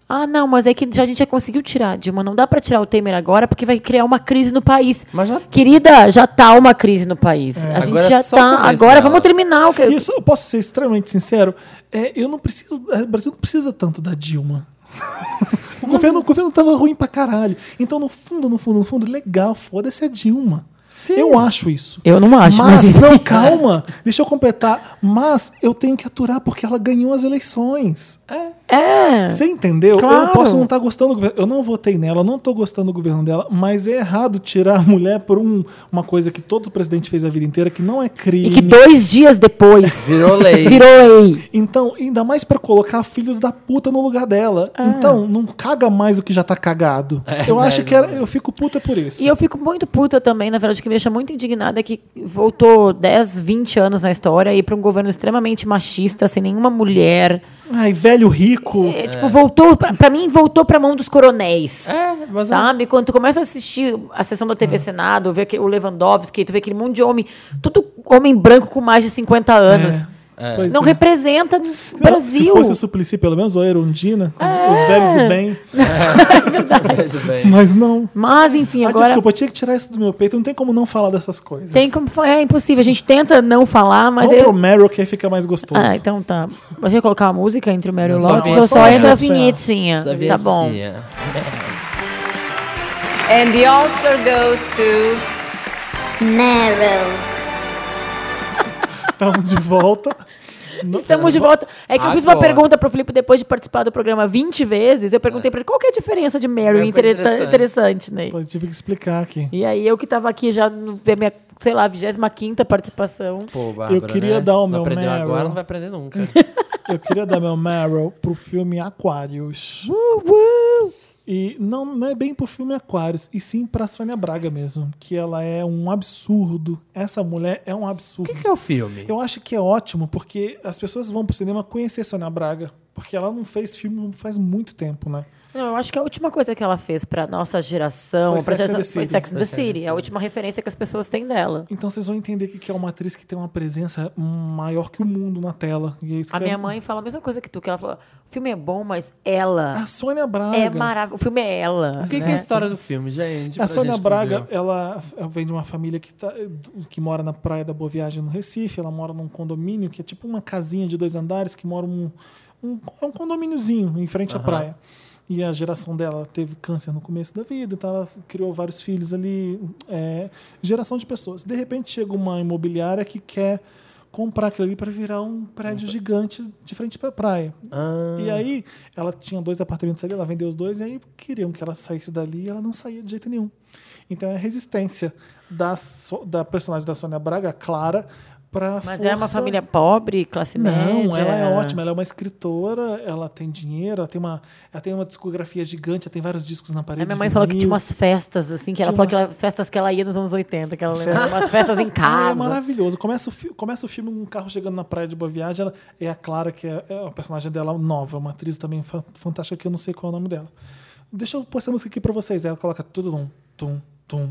S1: Ah, não, mas é que já, a gente já conseguiu tirar a Dilma. Não dá pra tirar o Temer agora, porque vai criar uma crise no país.
S2: Mas já-
S1: Querida, já tá uma crise no país. a gente
S2: Agora é
S1: já
S2: só o
S1: tá.
S2: começo
S1: Agora
S2: dela.
S1: vamos terminar o que.
S3: Isso, eu posso ser extremamente sincero. É, eu não preciso. é, O Brasil não precisa tanto da Dilma. o, governo, o governo tava ruim pra caralho. Então, no fundo, no fundo, no fundo, legal, foda-se a Dilma. Eu acho isso.
S1: Eu não acho,
S3: Mas,
S1: mas-
S3: não, calma. Deixa eu completar. Mas eu tenho que aturar porque ela ganhou as eleições.
S1: É.
S3: Você entendeu?
S1: Claro.
S3: Eu posso não estar gostando do governo. Eu não votei nela, eu não estou gostando do governo dela, mas é errado tirar a mulher por um- uma coisa que todo presidente fez a vida inteira, que não é crime.
S1: E que dois dias depois
S2: Virou lei.
S1: virou lei.
S3: Então, ainda mais pra colocar filhos da puta no lugar dela.
S1: É.
S3: Então, não caga mais o que já tá cagado. eu
S2: né,
S3: acho que era- eu fico puta por isso.
S1: E eu fico muito puta também, na verdade, o que me deixa muito indignada é que voltou 10, 20 anos na história e pra um governo extremamente machista, sem nenhuma mulher.
S3: Ai, velho rico.
S1: É, Tipo, voltou, pra, pra mim, voltou pra mão dos coronéis.
S2: É, mas
S1: Sabe? Quando tu começa a assistir a sessão da
S3: É.
S1: TV Senado, ver aquele- o Lewandowski, tu vê aquele monte de homem, todo homem branco com mais de 50 anos.
S3: É. Pois
S1: Não
S3: é.
S1: representa o
S3: Se- Se
S1: Brasil. É.
S3: fosse o Suplicy, pelo menos, ou a Erundina, os, os velhos do bem.
S2: Pois bem.
S3: Mas não.
S1: Mas, enfim,
S3: Ah,
S1: agora.
S3: desculpa, eu tinha que tirar isso do meu peito. Não tem como não falar dessas coisas.
S1: Tem como. fa- É impossível. A gente tenta não falar, mas.
S3: Vamos
S1: eu-
S3: pro Meryl que aí fica mais gostoso.
S1: Ah, então tá. A gente vai colocar a música entre o Meryl e o
S2: Só
S1: Lotus
S2: vinheta.
S1: ou só
S2: Só
S1: entra a
S3: vinheta.
S1: vinhetinha?
S2: Só
S1: Tá bom.
S2: vinhetinha.
S5: And the Oscar goes to.
S6: Meryl.
S3: Estamos de volta.
S1: Estamos de volta. É que eu fiz uma
S2: Agora.
S1: pergunta pro Felipe depois de participar do programa 20 vezes. Eu perguntei pra ele qual que é a diferença de Meryl
S2: Meryl
S1: e
S2: foi
S1: interessante, interessante Ney.
S3: Mas tive que explicar aqui.
S1: E aí eu que tava aqui já no ver minha, sei lá, 25 participação.
S2: Pô, Bárbara,
S3: queria
S2: né?
S3: dar o
S2: Se
S3: meu
S2: Não aprendeu
S3: Meryl.
S2: agora, não vai aprender nunca.
S3: Eu queria dar meu Meryl pro filme Aquarius. E não, não é bem pro filme Aquarius, e sim pra Sônia Braga mesmo, que ela é um absurdo. Essa mulher é um absurdo.
S2: O que é o filme?
S3: Eu acho que é ótimo, porque as pessoas vão pro cinema conhecer a Sônia Braga, porque ela não fez filme faz muito tempo, né?
S1: Não, eu acho que é a última coisa que ela fez pra nossa geração,
S3: Foi
S1: pra
S3: Sex and
S1: geração-
S3: the
S1: foi
S3: City.
S1: Sex and the City, É a última referência que as pessoas têm dela.
S3: Então vocês vão entender que que é uma atriz que tem uma presença maior que o mundo na tela. E é isso
S1: A
S3: que
S1: minha
S3: é-
S1: mãe fala a mesma coisa que tu, que ela fala: "O filme é bom, mas ela
S3: A Sônia Braga.
S1: É maravilhoso. O filme é ela.
S2: O que, que é a história do filme, gente? Pra
S3: A É, Sônia
S2: gente
S3: Braga,
S2: entender.
S3: ela vem de uma família que, tá, que mora na Praia da Boa Viagem, no Recife. Ela mora num condomínio que é tipo uma casinha de dois andares que mora um. um é um condomíniozinho em frente à praia. E a geração dela teve câncer no começo da vida, então ela criou vários filhos ali. é, geração de pessoas. De repente chega uma imobiliária que quer comprar aquilo ali para virar um prédio gigante de frente para praia.
S2: Ah,
S3: E aí, ela tinha dois apartamentos ali, ela vendeu os dois, e aí queriam que ela saísse dali e ela não saía de jeito nenhum. Então é a resistência da, So- da personagem da Sônia Braga, a Clara, pra.
S1: Mas
S3: força...
S1: é uma família pobre, classe média.
S3: Não, ela é ótima, ela é uma escritora, ela tem dinheiro, ela tem uma, ela tem uma discografia gigante, ela é tem vários discos na
S1: A
S3: parede.
S1: minha mãe falou que tinha
S3: vinil.
S1: umas festas, assim, que ela
S3: Tinha
S1: falou que
S3: umas-
S1: ela, festas que ela ia nos anos 80, que ela lembra umas festas em
S3: Ah, é
S1: casa.
S3: maravilhoso. Começa o, fi- começa o filme um carro chegando na praia de Boa Viagem. Ela, é a Clara, que é, é a personagem dela nova, uma atriz também fa- fantástica, que eu não sei qual é o nome dela. Deixa eu pôr essa música aqui pra vocês. Aí Ela coloca tudo tum, tum, tum.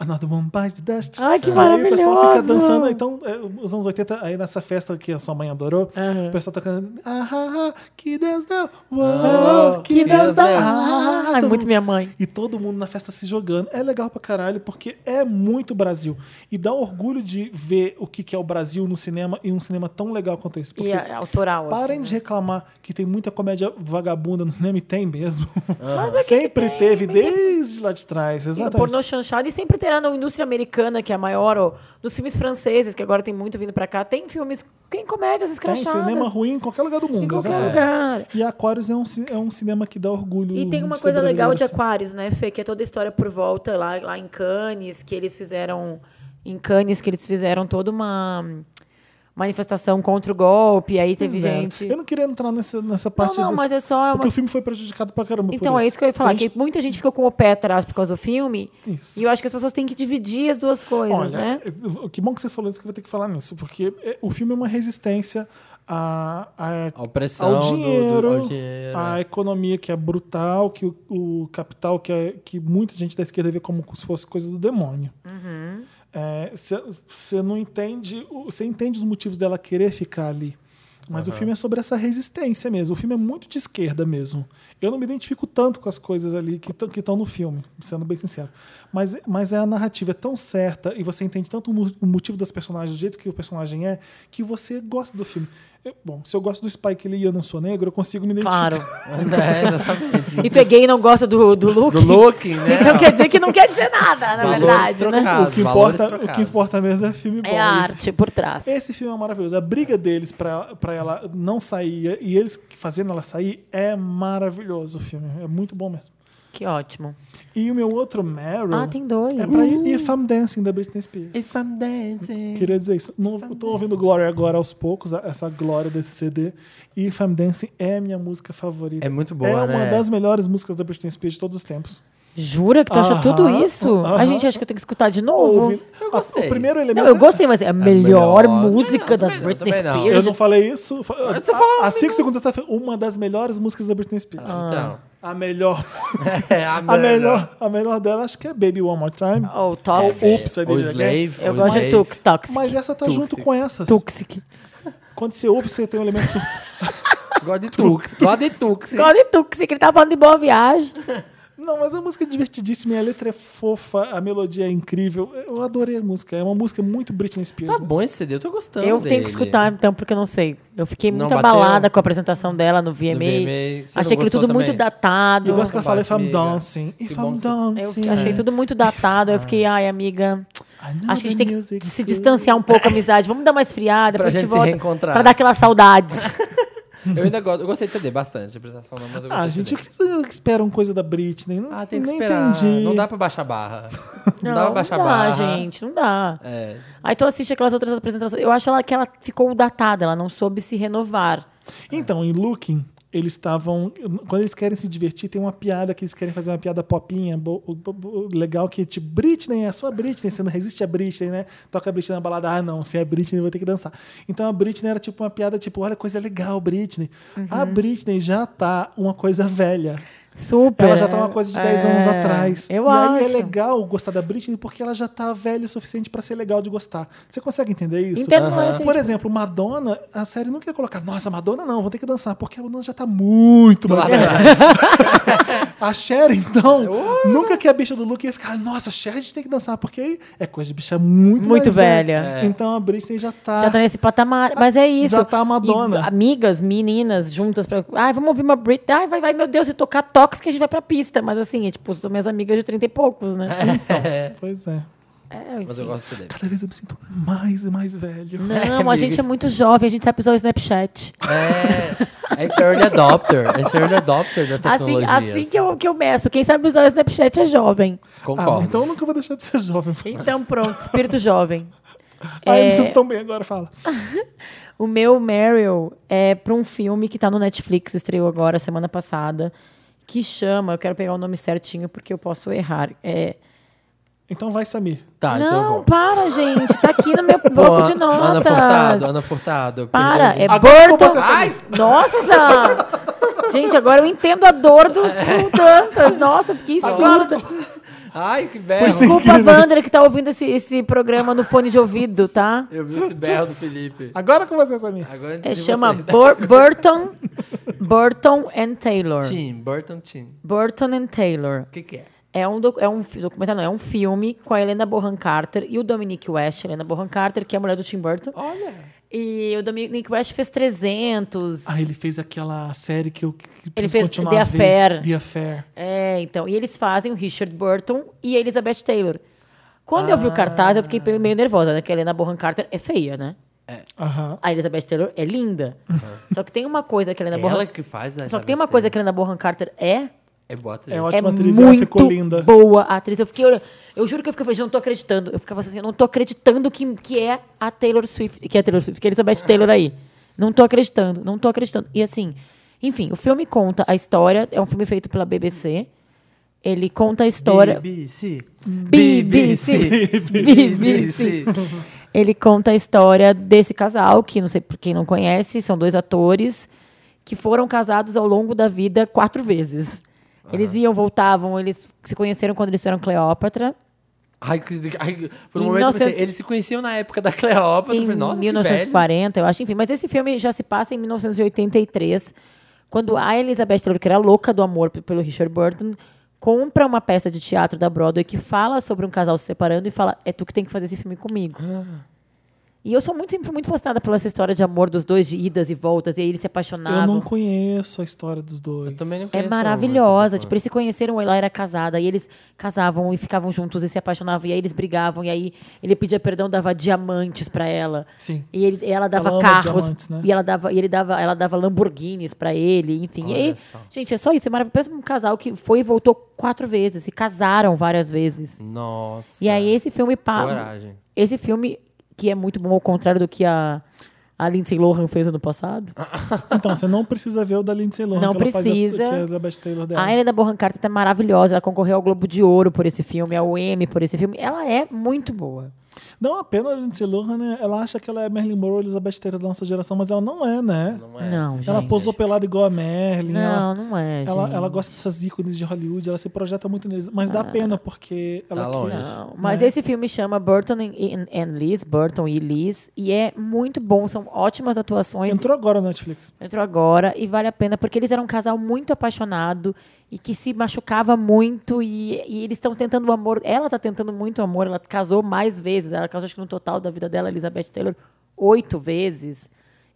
S3: Another One Bites the Dust.
S1: Ai, que
S3: Aí o pessoal fica
S1: maravilhoso.
S3: dançando. Então, é, os anos 80, aí nessa festa que a sua mãe adorou, o pessoal tocando. Ah, ah, ah, que Deus deu.
S1: Ah,
S3: Uou, que,
S2: que
S3: Deus
S2: Deus
S3: deu.
S2: deu.
S3: Ah,
S1: Ai,
S3: todo
S1: muito
S3: mundo-
S1: minha mãe.
S3: E todo mundo na festa se jogando. É legal pra caralho, porque é muito Brasil. E dá orgulho de ver o que que é o Brasil no cinema e um cinema tão legal quanto esse. Porque
S1: E é autoral, assim.
S3: Parem de reclamar que tem muita comédia vagabunda no cinema e tem mesmo.
S1: Mas o que que
S3: sempre
S1: tem?
S3: teve,
S1: Mas
S3: desde lá de trás.
S1: Sim,
S3: Exatamente.
S1: pornô chanchado e sempre terá na indústria americana, que é a maior, ou nos filmes franceses, que agora tem muito vindo pra cá. Tem filmes, tem comédias
S3: Tem
S1: escrachadas.
S3: cinema ruim em qualquer lugar do mundo.
S1: em qualquer
S3: exatamente.
S1: lugar.
S3: E Aquarius é um, ci- é um cinema que dá orgulho.
S1: E tem uma
S3: de ser
S1: coisa legal de
S3: brasileiro, assim.
S1: Aquários, né, Fê? Que é toda a história por volta lá, lá em Cannes, que eles fizeram. Em Cannes, que eles fizeram toda uma manifestação contra o golpe. Aí teve
S3: Fizeram.
S1: gente.
S3: assim. é. Eu não queria entrar nessa, nessa parte.
S1: não,
S3: do-
S1: mas é só.
S3: Porque
S1: Uma...
S3: o filme foi prejudicado pra caramba. por
S1: Então, é isso que eu ia falar,
S3: A gente-
S1: que muita gente ficou com o pé atrás por causa do filme.
S3: Isso.
S1: E eu acho que as pessoas têm que dividir as duas coisas,
S3: Olha,
S1: né?
S3: eu- Que bom que você falou isso que eu vou ter que falar nisso, porque é, o filme é uma resistência a, a
S2: A opressão
S3: ao dinheiro,
S2: do, do, ao dinheiro.
S3: à economia que é brutal, que o, o capital que, é, que muita gente da esquerda vê como se fosse coisa do demônio. Você É, não entende, você entende os motivos dela querer ficar ali. Mas o filme é sobre essa resistência mesmo. O filme é muito de esquerda mesmo. Eu não me identifico tanto com as coisas ali que estão que tão no filme, sendo bem sincero. Mas, mas a narrativa é tão certa e você entende tanto o mo- o motivo das personagens, do jeito que o personagem é, que você gosta do filme. Eu- bom, se eu gosto do Spike Lee e eu não sou negro, eu consigo me identificar.
S1: Claro.
S2: É, exatamente.
S1: E tu é gay e não gosta do, do look?
S2: Do look, né?
S1: Então quer dizer que não quer dizer nada, na
S2: Valores
S1: verdade, né?
S2: trocados,
S3: O que,
S2: valores
S3: importa, o que
S2: trocados.
S3: importa mesmo é filme bom.
S1: É a
S3: Esse
S1: arte por trás.
S3: Esse filme é maravilhoso. A briga deles pra, pra ela não sair e eles fazendo ela sair é maravilhoso o filme. É muito bom mesmo.
S1: Que ótimo.
S3: E o meu outro Meryl
S1: Ah, tem dois.
S3: é pra If I'm Dancing, da Britney Spears.
S2: If I'm dancing.
S3: Queria dizer isso. Não, eu tô ouvindo Glory agora aos poucos, a- essa glória desse CD. E If I'm Dancing é a minha música favorita.
S2: É muito boa,
S3: É uma
S2: né?
S3: das melhores músicas da Britney Spears de todos os tempos.
S1: Jura que tu acha
S3: Aham,
S1: tudo isso?
S3: aham.
S1: A gente acha que eu tenho que escutar de novo.
S3: Ouvi-
S2: Eu
S3: a-
S2: gostei.
S3: O primeiro elemento
S1: Não, eu
S3: é-
S1: gostei, mas é a melhor,
S2: melhor.
S1: música
S2: Não,
S1: das
S2: também não,
S1: Britney
S2: também não.
S1: Spears.
S3: Eu não falei isso. Fa-
S2: Você falou,
S3: Há cinco segundos atrás, uma das melhores músicas da Britney Spears.
S2: Então.
S1: Ah.
S3: A melhor.
S2: É, a,
S3: A melhor, a melhor dela acho que é Baby One More Time.
S1: Ou
S3: Ou
S1: Toxic.
S3: Oops, I Did
S2: O
S3: It Again.
S2: Slave.
S1: Oh, eu
S2: o
S1: gosto de
S2: slave.
S1: Tux, Toxic.
S3: Mas essa tá junto com essas.
S1: Toxic.
S3: Quando você ouve, você tem um elemento. sur-
S2: Gosto de Tux. Gosto de Tux.
S1: Gosto de Toxic, ele tá falando de boa viagem.
S2: Então
S3: Não, mas a música é divertidíssima, e a letra é fofa, a melodia é incrível. Eu adorei a música. É uma música muito Britney Spears.
S2: Tá
S3: mesmo.
S2: bom esse CD, eu tô gostando
S1: Eu
S2: dele.
S1: tenho que escutar, então, porque eu não sei. Eu fiquei
S2: Não
S1: muito
S2: bateu?
S1: abalada com a apresentação dela no VMA.
S2: No VMA, você não
S1: achei aquilo tudo
S2: gostou também?
S1: muito datado.
S3: Eu gosto que ela fala If I'm
S2: Amiga.
S3: Dancing. If
S2: Que bom
S3: I'm
S2: que você-
S1: Eu
S3: Dancing.
S1: achei tudo
S2: Ah.
S1: muito datado. Eu fiquei, ai, amiga.
S3: Another
S1: Acho que a gente tem que
S3: music
S1: se
S3: good.
S1: distanciar um pouco a amizade. Vamos dar mais friada
S2: Pra
S1: pra gente
S2: gente se
S1: volta.
S2: reencontrar.
S1: Pra dar aquelas saudades.
S2: Eu ainda gosto. Eu gostei de CD bastante. A apresentação não, mas eu gostei
S3: Ah,
S2: de
S3: gente, o
S2: CD.
S3: que vocês esperam coisa da Britney? Não,
S2: Ah, tem que
S3: nem
S2: esperar.
S3: entendi.
S2: Não dá pra baixar a barra. Não, Tipo, dá pra
S1: não
S2: baixar a
S1: dá,
S2: barra.
S1: gente. Não dá.
S2: É.
S1: Aí tu assiste aquelas outras apresentações. Eu acho ela, que ela ficou datada. Ela não soube se renovar.
S3: Então, em Looking, eles estavam. Quando eles querem se divertir, tem uma piada que eles querem fazer uma piada popinha, bo- bo- bo- legal, que tipo, Britney, é a sua Britney, você não resiste a Britney, né? Toca a Britney na balada, ah não, se é Britney, eu vou ter que dançar. Então a Britney era tipo uma piada, tipo, olha, coisa legal, Britney. A Britney já tá uma coisa velha.
S1: Super.
S3: Ela já tá uma coisa de 10
S1: É,
S3: anos atrás.
S1: Eu
S3: e
S1: acho.
S3: aí é legal gostar da Britney porque ela já tá velha o suficiente pra ser legal de gostar. Você consegue entender isso?
S1: Entendo, Aham. mas, assim,
S3: Por exemplo, Madonna, a série nunca ia colocar, nossa, Madonna não, vou ter que dançar, porque a Madonna já tá muito mais velha. a Cher, então, nunca que a bicha do Luke ia ficar, nossa, Cher, a gente tem que dançar, porque aí é coisa de bicha muito,
S1: Muito
S3: mais velha.
S1: velha.
S3: Então a Britney já tá.
S1: Já tá nesse patamar. Mas é isso.
S3: Já tá a Madonna.
S1: E amigas, meninas, juntas. Pra... Ai, vamos ouvir uma Britney. Ai, vai, vai, meu Deus, se tocar toques que a gente vai pra pista. Mas assim, é tipo, são minhas amigas de 30 e poucos, né?
S3: Pois é.
S1: É,
S2: Mas eu
S1: enfim.
S2: gosto de CD.
S3: Cada vez eu me sinto mais e mais velho.
S1: Não, a gente é
S2: amigas.
S1: muito jovem, a gente sabe usar o Snapchat.
S2: É. A gente é early adopter. A gente é early adopter das
S1: Assim,
S2: tecnologias.
S1: assim que, eu, que eu meço. Quem sabe usar o Snapchat é jovem.
S3: Ah,
S2: Concordo.
S3: então eu nunca vou deixar de ser jovem.
S1: Então pronto, espírito jovem.
S3: Ai, eu me
S1: É.
S3: sinto tão bem agora, fala.
S1: O meu Meryl é pra um filme que tá no Netflix, estreou agora semana passada, que chama, eu quero pegar o nome certinho porque eu posso errar. É
S3: Então vai, Samir.
S2: Tá, então eu
S1: Não,
S2: vou.
S1: para, gente, tá aqui no meu
S2: Pô,
S1: bloco de
S2: Ana- Ana Furtado,
S1: notas.
S2: Ana Furtado.
S1: Para,
S2: perdão.
S1: é
S3: Agora eu vou
S1: Burton.
S3: processar
S1: Ai, Nossa!
S2: É.
S1: Gente, agora eu entendo a dor dos do Dantas. Nossa, fiquei surda.
S2: Ai, que berro.
S3: Foi sem
S1: Desculpa,
S3: querer.
S1: Wander, que tá ouvindo esse, esse programa no fone de ouvido, tá?
S2: Eu vi esse berro do Felipe.
S3: Agora com você, Samir.
S2: Agora eu
S1: É,
S2: entendi
S1: chama
S2: você.
S1: Bur- Burton, Burton and Taylor.
S2: Team, Burton Team.
S1: Burton and Taylor.
S2: O que, que é?
S1: É um, doc- é um fi- documentário, não, é um filme com a Helena Bonham Carter e o Dominic West. Helena Bonham Carter, que é a mulher do Tim Burton.
S2: Olha.
S1: E o Dominic West fez 300.
S3: Ah, ele fez aquela série que eu que que preciso
S1: fez
S3: continuar
S1: The
S3: a ver.
S1: Affair.
S3: The Affair.
S1: É, então. E eles fazem o Richard Burton e a Elizabeth Taylor. Quando
S3: Ah.
S1: eu vi o cartaz, eu fiquei meio nervosa, né? Que a Helena Bonham Carter é feia, né?
S3: Aham.
S1: A Elizabeth Taylor é linda.
S3: Uhum.
S1: Só que tem uma coisa que a Helena
S3: é
S1: Bonham...
S2: É Ela que faz a
S1: Só que tem uma coisa que a Helena Bonham Carter é...
S2: É bota,
S3: É
S2: gente.
S3: ótima
S1: é
S3: atriz,
S1: muito
S3: ela ficou linda.
S1: boa atriz. Eu fiquei olhando- eu juro que eu fiquei falando, não tô acreditando. Eu ficava assim, eu não tô acreditando que, que é a Taylor Swift, que é a Taylor Swift, que é a Elizabeth Taylor aí. Não tô acreditando, não tô acreditando. E assim, enfim, o filme conta a história, é um filme feito pela BBC. Ele conta a história.
S2: BBC.
S1: BBC. BBC. Ele conta a história desse casal, que não sei pra quem não conhece, são dois atores que foram casados ao longo da vida quatro vezes. Eles iam, voltavam, eles se conheceram quando eles foram Cleópatra.
S2: Ai, que- ai, por um
S1: Em
S2: momento eu pensei,
S1: 1900
S2: eles se conheciam na época da Cleópatra. Eu
S1: Em
S2: falei, nossa,
S1: 1940,
S2: 1940.
S1: eu acho, enfim. Mas esse filme já se passa em 1983, quando a Elizabeth Taylor, que era louca do amor p- pelo Richard Burton, compra uma peça de teatro da Broadway que fala sobre um casal se separando e fala: é tu que tem que fazer esse filme comigo. E eu sou muito, sempre fui muito fascinada pela essa história de amor dos dois, de idas e voltas, e aí eles se apaixonavam.
S3: Eu não conheço a história dos dois.
S2: Eu também não
S1: É
S2: conheço
S1: maravilhosa.
S2: muito,
S1: Tipo, eles se conheceram, ela era casada, e eles casavam e ficavam juntos e se apaixonavam, e aí eles brigavam, e aí ele pedia perdão, dava diamantes pra ela.
S3: Sim.
S1: E ele, ela dava
S3: Ela ama
S1: carros.
S3: diamantes, né?
S1: E ela dava, e ele dava, ela dava Lamborghinis pra ele, enfim. E aí,
S2: Olha só.
S1: gente, é só isso. É maravilhoso. Pensa um casal que foi e voltou quatro vezes, se casaram várias vezes.
S2: Nossa.
S1: E aí esse filme pa-
S2: Coragem.
S1: Esse filme, que é muito bom, ao contrário do que a, a Lindsay Lohan fez ano passado.
S3: Então, você não precisa ver o da Lindsay Lohan.
S1: Não
S3: que ela faz a-
S1: precisa.
S3: que é a Elizabeth Taylor dela.
S1: A Helena Bonham Carter tá maravilhosa. Ela concorreu ao Globo de Ouro por esse filme, ao Emmy por esse filme. Ela é muito boa.
S3: Não apenas a Lindsay Lohan, né? Ela acha que ela é Merlin Monroe, Elizabeth Taylor da nossa geração, mas ela não é, né?
S2: Não é?
S1: Não, gente.
S3: ela posou pelada igual a Merlin.
S1: Não,
S3: ela,
S1: não é,
S3: ela,
S1: gente. Ah.
S3: ela gosta dessas ícones de Hollywood, ela se projeta muito neles, mas dá pena, porque ela
S2: Tá
S3: quis.
S2: longe.
S1: Não,
S3: Né?
S1: mas esse filme chama Burton and, and- and Liz, Burton e Liz, e é muito bom, são ótimas atuações.
S3: Entrou agora na Netflix.
S1: Entrou agora e vale a pena, porque eles eram um casal muito apaixonado e que se machucava muito e, e eles estão tentando o amor. Ela tá tentando muito o amor, ela casou mais vezes. Ela casou, acho que no total da vida dela, Elizabeth Taylor, oito vezes.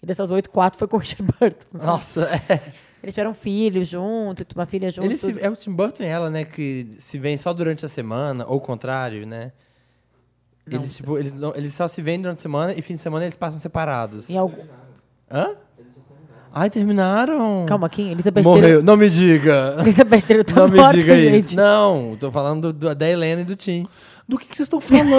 S1: E dessas oito, quatro foi com o Richard Burton.
S2: Nossa, é.
S1: Eles tiveram um filho junto, uma filha junto.
S2: Ele se- é o Tim Burton e ela, né, que se vêem só durante a semana, ou o contrário, né? Eles, tipo, eles, não- eles só se veem durante a semana e fim de semana eles passam separados.
S1: Em algum-
S2: Hã? Ai, terminaram.
S1: Calma, quem? Elizabeth Taylor.
S2: Morreu. Não me diga.
S1: Elizabeth Taylor tá
S2: Não me
S1: morta,
S2: diga
S1: gente.
S2: isso. Não, tô falando do- da Helena e do Tim.
S3: Do que que vocês estão falando?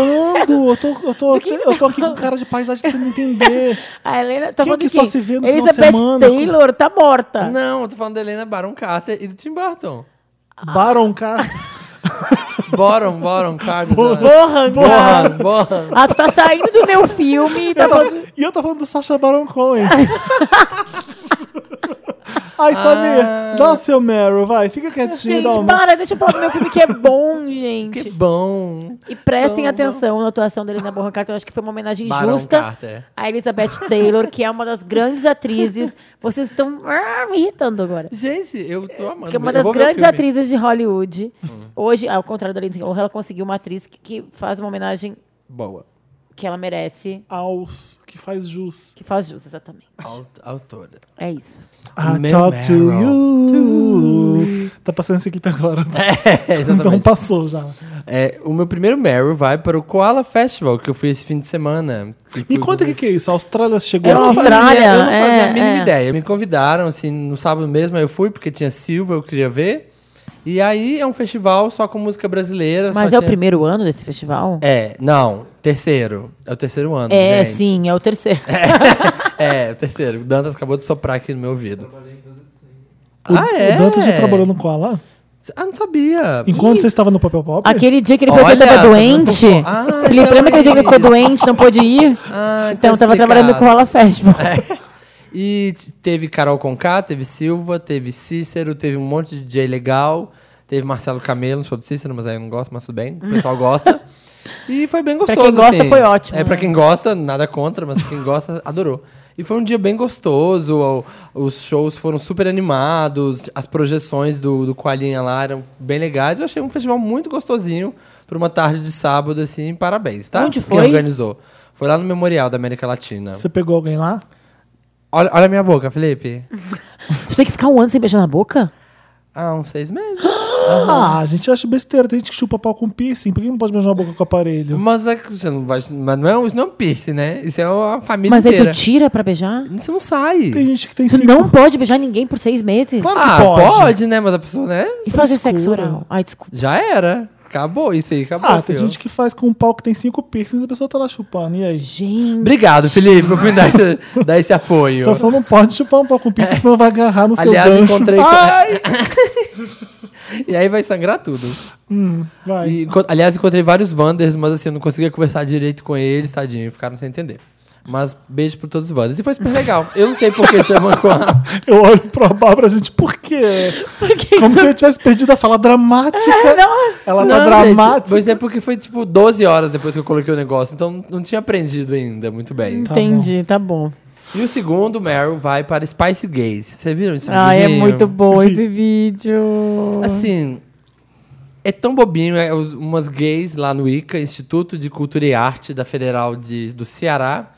S3: eu, tô, eu, tô, eu tô aqui com cara de paisagem tentando entender.
S1: A Helena tá
S3: Quem
S1: falando
S3: que
S1: de
S3: só se vê no final de
S1: Elizabeth
S3: semana?
S1: Taylor tá morta.
S2: Não, eu tô falando da Helena Baron Carter e do Tim Burton.
S1: Ah.
S3: Baron Carter.
S2: Boron, Boron, Carter.
S1: Borra,
S2: Boron,
S1: cara.
S2: Boron.
S1: Ah, tu tá saindo do meu filme e tá falando.
S3: E eu tô falando do Sacha Baron Cohen. Ai, Samir, dá o seu Meryl, vai. Fica quietinho, dá
S1: Ah. Gente,
S3: um...
S1: para, deixa eu falar do meu filme que é bom, gente.
S2: Que bom.
S1: E prestem
S2: bom,
S1: atenção na atuação dele na Borra Carter. Eu acho que foi uma homenagem
S2: Baron
S1: justa
S2: Carter.
S1: à Elizabeth Taylor, que é uma das grandes atrizes. Vocês estão ah, me irritando agora.
S2: Gente, eu tô amando.
S1: Que é uma
S2: Eu
S1: das
S2: vou ver o
S1: grandes
S2: filme. Hum.
S1: atrizes de Hollywood. Hoje, ao contrário da Lindsay Lohan, ela conseguiu uma atriz que, que faz uma homenagem
S2: Boa.
S1: que ela merece,
S3: Aos que faz jus.
S1: que faz jus, exatamente.
S2: Aut- Autora.
S1: É isso.
S3: I
S2: Meu
S3: talk to
S2: Meryl.
S3: you. Tá passando esse clipe agora.
S2: É,
S3: Então
S2: exatamente.
S3: passou já.
S2: É, o meu primeiro Meryl vai para o Koala Festival, que eu fui esse fim de semana.
S3: Me conta o que, que é isso. A Austrália chegou
S1: É uma
S3: aqui.
S1: Austrália.
S2: Eu não fazia
S1: é,
S2: a mínima
S1: é.
S2: ideia. Me convidaram, assim, no sábado mesmo, aí eu fui, porque tinha Silva, eu queria ver. E aí é um festival só com música brasileira. só
S1: Mas é
S2: tinha-
S1: o primeiro ano desse festival?
S2: É, não, terceiro. É o terceiro ano.
S1: É,
S2: gente.
S1: sim, é o terceiro.
S2: É, o terceiro. O Dantas acabou de soprar aqui no meu ouvido.
S3: O,
S2: Ah, é?
S3: o Dantas já trabalhou no Koala.
S2: Ah, não sabia.
S3: Enquanto você estava no Papel Pop.
S1: Aquele dia que ele foi
S2: Olha,
S1: porque ele tava
S2: tá
S1: doente.
S2: fazendo fofoca. Ah,
S1: Felipe,
S2: então
S1: lembra aquele dia que ele ficou
S2: isso.
S1: doente, não pôde ir?
S2: Ah,
S1: Então,
S2: tá
S1: tava trabalhando com o
S2: explicado. É.
S1: Rola Festival.
S2: E t- teve Carol Conká, teve Silva, teve Cícero, teve um monte de DJ legal. Teve Marcelo Camelo, não sou do Cícero, mas aí eu não gosto, mas tudo bem. O pessoal gosta. E foi bem
S1: Pra
S2: gostoso.
S1: quem gosta,
S2: assim.
S1: foi ótimo. né?
S2: É, pra quem gosta, nada contra, mas quem gosta, adorou. E foi um dia bem gostoso, o- os shows foram super animados, as projeções do, do Coalhinha lá eram bem legais. Eu achei um festival muito gostosinho pra uma tarde de sábado, assim, parabéns, tá?
S1: Onde
S2: Quem
S1: foi?
S2: organizou. Foi lá no Memorial da América Latina.
S3: Você pegou alguém lá?
S2: Olha, olha a minha boca, Felipe.
S1: Você tem que ficar um ano sem beijar na boca?
S2: Ah, uns seis meses.
S3: Ah, a gente acha besteira. Tem gente que chupa pau com piercing. Por que não pode beijar uma boca com aparelho?
S1: Hum.
S2: Mas, é que você não vai, mas não é, um- isso não é um piercing, né? Isso é uma família
S1: Mas aí
S2: inteira.
S1: tu tira pra beijar?
S2: Isso não sai.
S3: Tem gente que tem
S1: Tu
S3: cinco.
S1: não pode beijar ninguém por seis meses?
S3: Claro que
S2: Ah,
S3: pode.
S2: pode. né? Mas a pessoa, né?
S1: E fazer
S3: frescura.
S1: sexo oral? Ai, desculpa.
S2: Já era. Acabou isso aí, acabou.
S3: Ah, tem
S2: filho.
S3: gente que faz com um pau que tem cinco piercings e a pessoa tá lá chupando. E aí?
S1: Gente.
S2: Obrigado, Felipe, por me dar esse, dar esse apoio.
S3: Só, só não pode chupar um pau com
S1: É.
S3: piercing, senão vai agarrar no
S2: Aliás,
S3: seu gancho. Ah,
S2: encontrei-
S3: Ai!
S2: E aí vai sangrar tudo.
S3: Vai.
S2: E, enco- aliás, encontrei vários Wanders, mas assim, eu não conseguia conversar direito com eles, tadinho, ficaram sem entender. Mas beijo pra todos os Wanders. E foi super legal. Eu não sei por que chamam com a...
S3: Eu olho pra Bárbara, gente, por quê? Como se eu tivesse perdido a fala dramática.
S1: É, Nossa!
S3: Ela
S2: Não,
S3: tá
S2: gente,
S3: dramática.
S2: Pois é, porque foi tipo 12 horas depois que eu coloquei o negócio, então não tinha aprendido ainda muito bem.
S1: Entendi, tá bom.
S2: E o segundo, Meryl, vai para Spice Gays. Vocês viram isso?
S1: Ai, é muito bom esse vídeo.
S2: Assim, é tão bobinho. É os- umas gays lá no ICA, Instituto de Cultura e Arte da Federal de, do Ceará.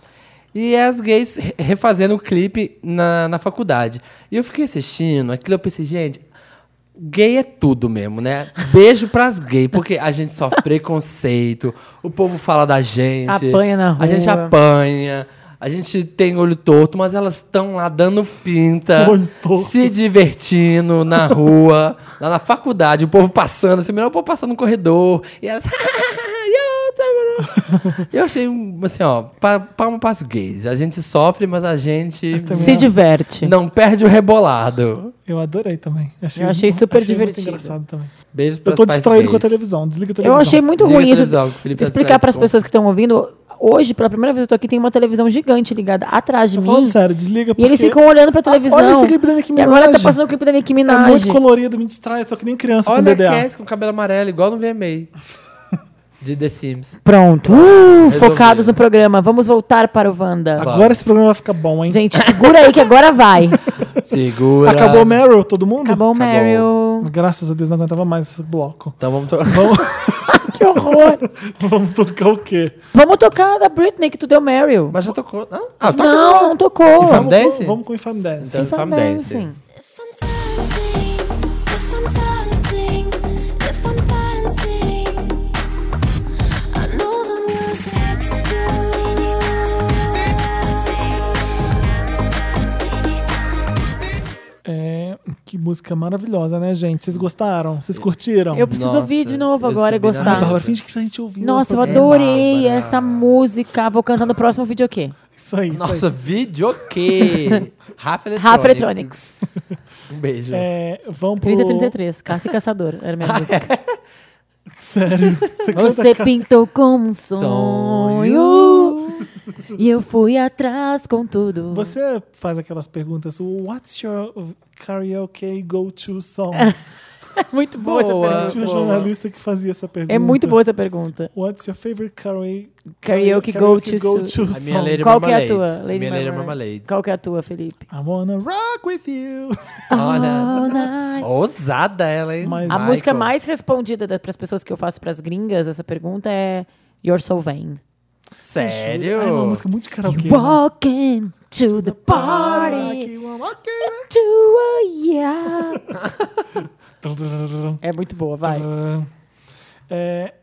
S2: E é as gays re- refazendo o clipe na, na faculdade. E eu fiquei assistindo aquilo, eu pensei, gente, gay é tudo mesmo, né? Beijo pras gays, porque a gente sofre preconceito, o povo fala da gente.
S1: Apanha na
S2: A gente
S1: rua.
S2: apanha, a gente tem olho torto, mas elas estão lá dando pinta,
S3: Olho torto.
S2: se divertindo na rua, lá na faculdade, o povo passando, assim, melhor o povo passando no corredor, e elas. Eu achei, assim, ó, pa- palma para os gays. A gente sofre, mas a gente
S1: Se diverte.
S2: não perde o rebolado.
S3: Eu adorei também.
S1: Eu achei super
S3: muito
S1: divertido.
S3: engraçado também.
S2: Beijo
S3: Eu
S2: pras
S3: tô
S2: pais
S3: distraído
S2: gays.
S3: com a televisão. Desliga a
S1: Eu
S3: televisão.
S1: achei muito
S2: Desliga a
S1: ruim isso.
S2: televisão, que o Felipe tá
S1: Explicar para as
S2: certo,
S1: pessoas que estão ouvindo. Hoje, pela primeira vez, eu tô aqui, tem uma televisão gigante ligada atrás de
S3: Tô
S1: mim.
S3: falando sério, desliga.
S1: E eles
S3: porque Ah,
S1: ficam olhando pra televisão.
S3: olha esse clipe da Nicki
S1: e agora tá
S3: Minaj.
S1: passando o clipe da Nicki
S3: É
S1: Minaj.
S3: muito colorido, me distrai. Eu tô que nem criança com
S2: Olha a
S1: é
S3: DDA.
S2: Cass com cabelo amarelo, igual no VMA. De The Sims.
S1: Pronto. Uh, focados no programa. Vamos voltar para o Wanda.
S3: Agora esse programa vai ficar bom, hein?
S1: Gente, segura aí que agora vai.
S2: Segura.
S3: Acabou o Meryl, todo mundo?
S1: Acabou, Meryl.
S3: Graças a Deus não aguentava mais esse bloco.
S2: Então vamos to...
S1: Que horror.
S3: Vamos tocar o quê?
S1: Vamos tocar da Britney que tu deu Meryl.
S2: Mas já tocou. Ah, ah toca
S1: não, não tocou.
S2: E vamos-
S3: Vamos,
S2: Dance?
S3: com- vamos com o Infame Dance.
S2: Então,
S1: Fun
S2: Fam Dance.
S1: dancing.
S7: If I'm dancing, if I'm dancing, if I'm dancing, I know the music's
S3: É, que música maravilhosa, né, gente? Vocês gostaram? Vocês curtiram?
S1: Eu preciso
S2: Nossa,
S1: ouvir de novo
S2: eu
S1: agora e
S2: subi na
S1: gostar.
S2: barra.
S3: Bárbara, finge que a gente ouviu.
S1: Nossa, eu
S3: Pra-
S1: adorei
S2: Bárbara.
S1: essa música. Vou cantar no próximo vídeo aqui.
S3: é Isso aí, isso aí.
S2: Nossa, vídeo ok. Rafa Electronics.
S1: Rafa Electronics.
S2: Um beijo.
S3: É, vamos pro...
S1: 3033, Caça e Caçador. Era a minha música.
S3: Sério. Você canta
S1: Você
S3: ca-
S1: pintou como um sonho. e eu fui atrás com tudo.
S3: Você faz aquelas perguntas, what's your karaoke go-to song?
S1: É. Muito boa, essa
S2: Boa.
S1: pergunta.
S3: Tinha um
S2: boa.
S3: jornalista que fazia essa pergunta.
S1: É muito boa essa pergunta.
S3: What's your favorite karaoke,
S1: Karaoke go-to
S3: go-to
S2: A minha
S3: song?
S2: Lady
S1: Qual que é a
S2: Marmalade.
S1: tua?
S2: Minha Lady
S1: Marmalade.
S2: Marmalade.
S1: Qual que é a tua, Felipe?
S3: I wanna rock with you.
S2: Olha. Ousada ela, hein?
S3: Mas-
S1: A
S3: Michael.
S1: música mais respondida para as pessoas que eu faço para as gringas essa pergunta é You're So Vain.
S2: Sério?
S3: É uma música muito de karaokê. né?
S1: Walking to the party
S3: Rock, you né? are rock.
S1: to a yacht. É muito boa, vai.
S3: É,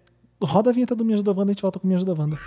S3: roda a vinheta do Me Ajuda Wanda, a gente volta com o Me Ajuda Wanda.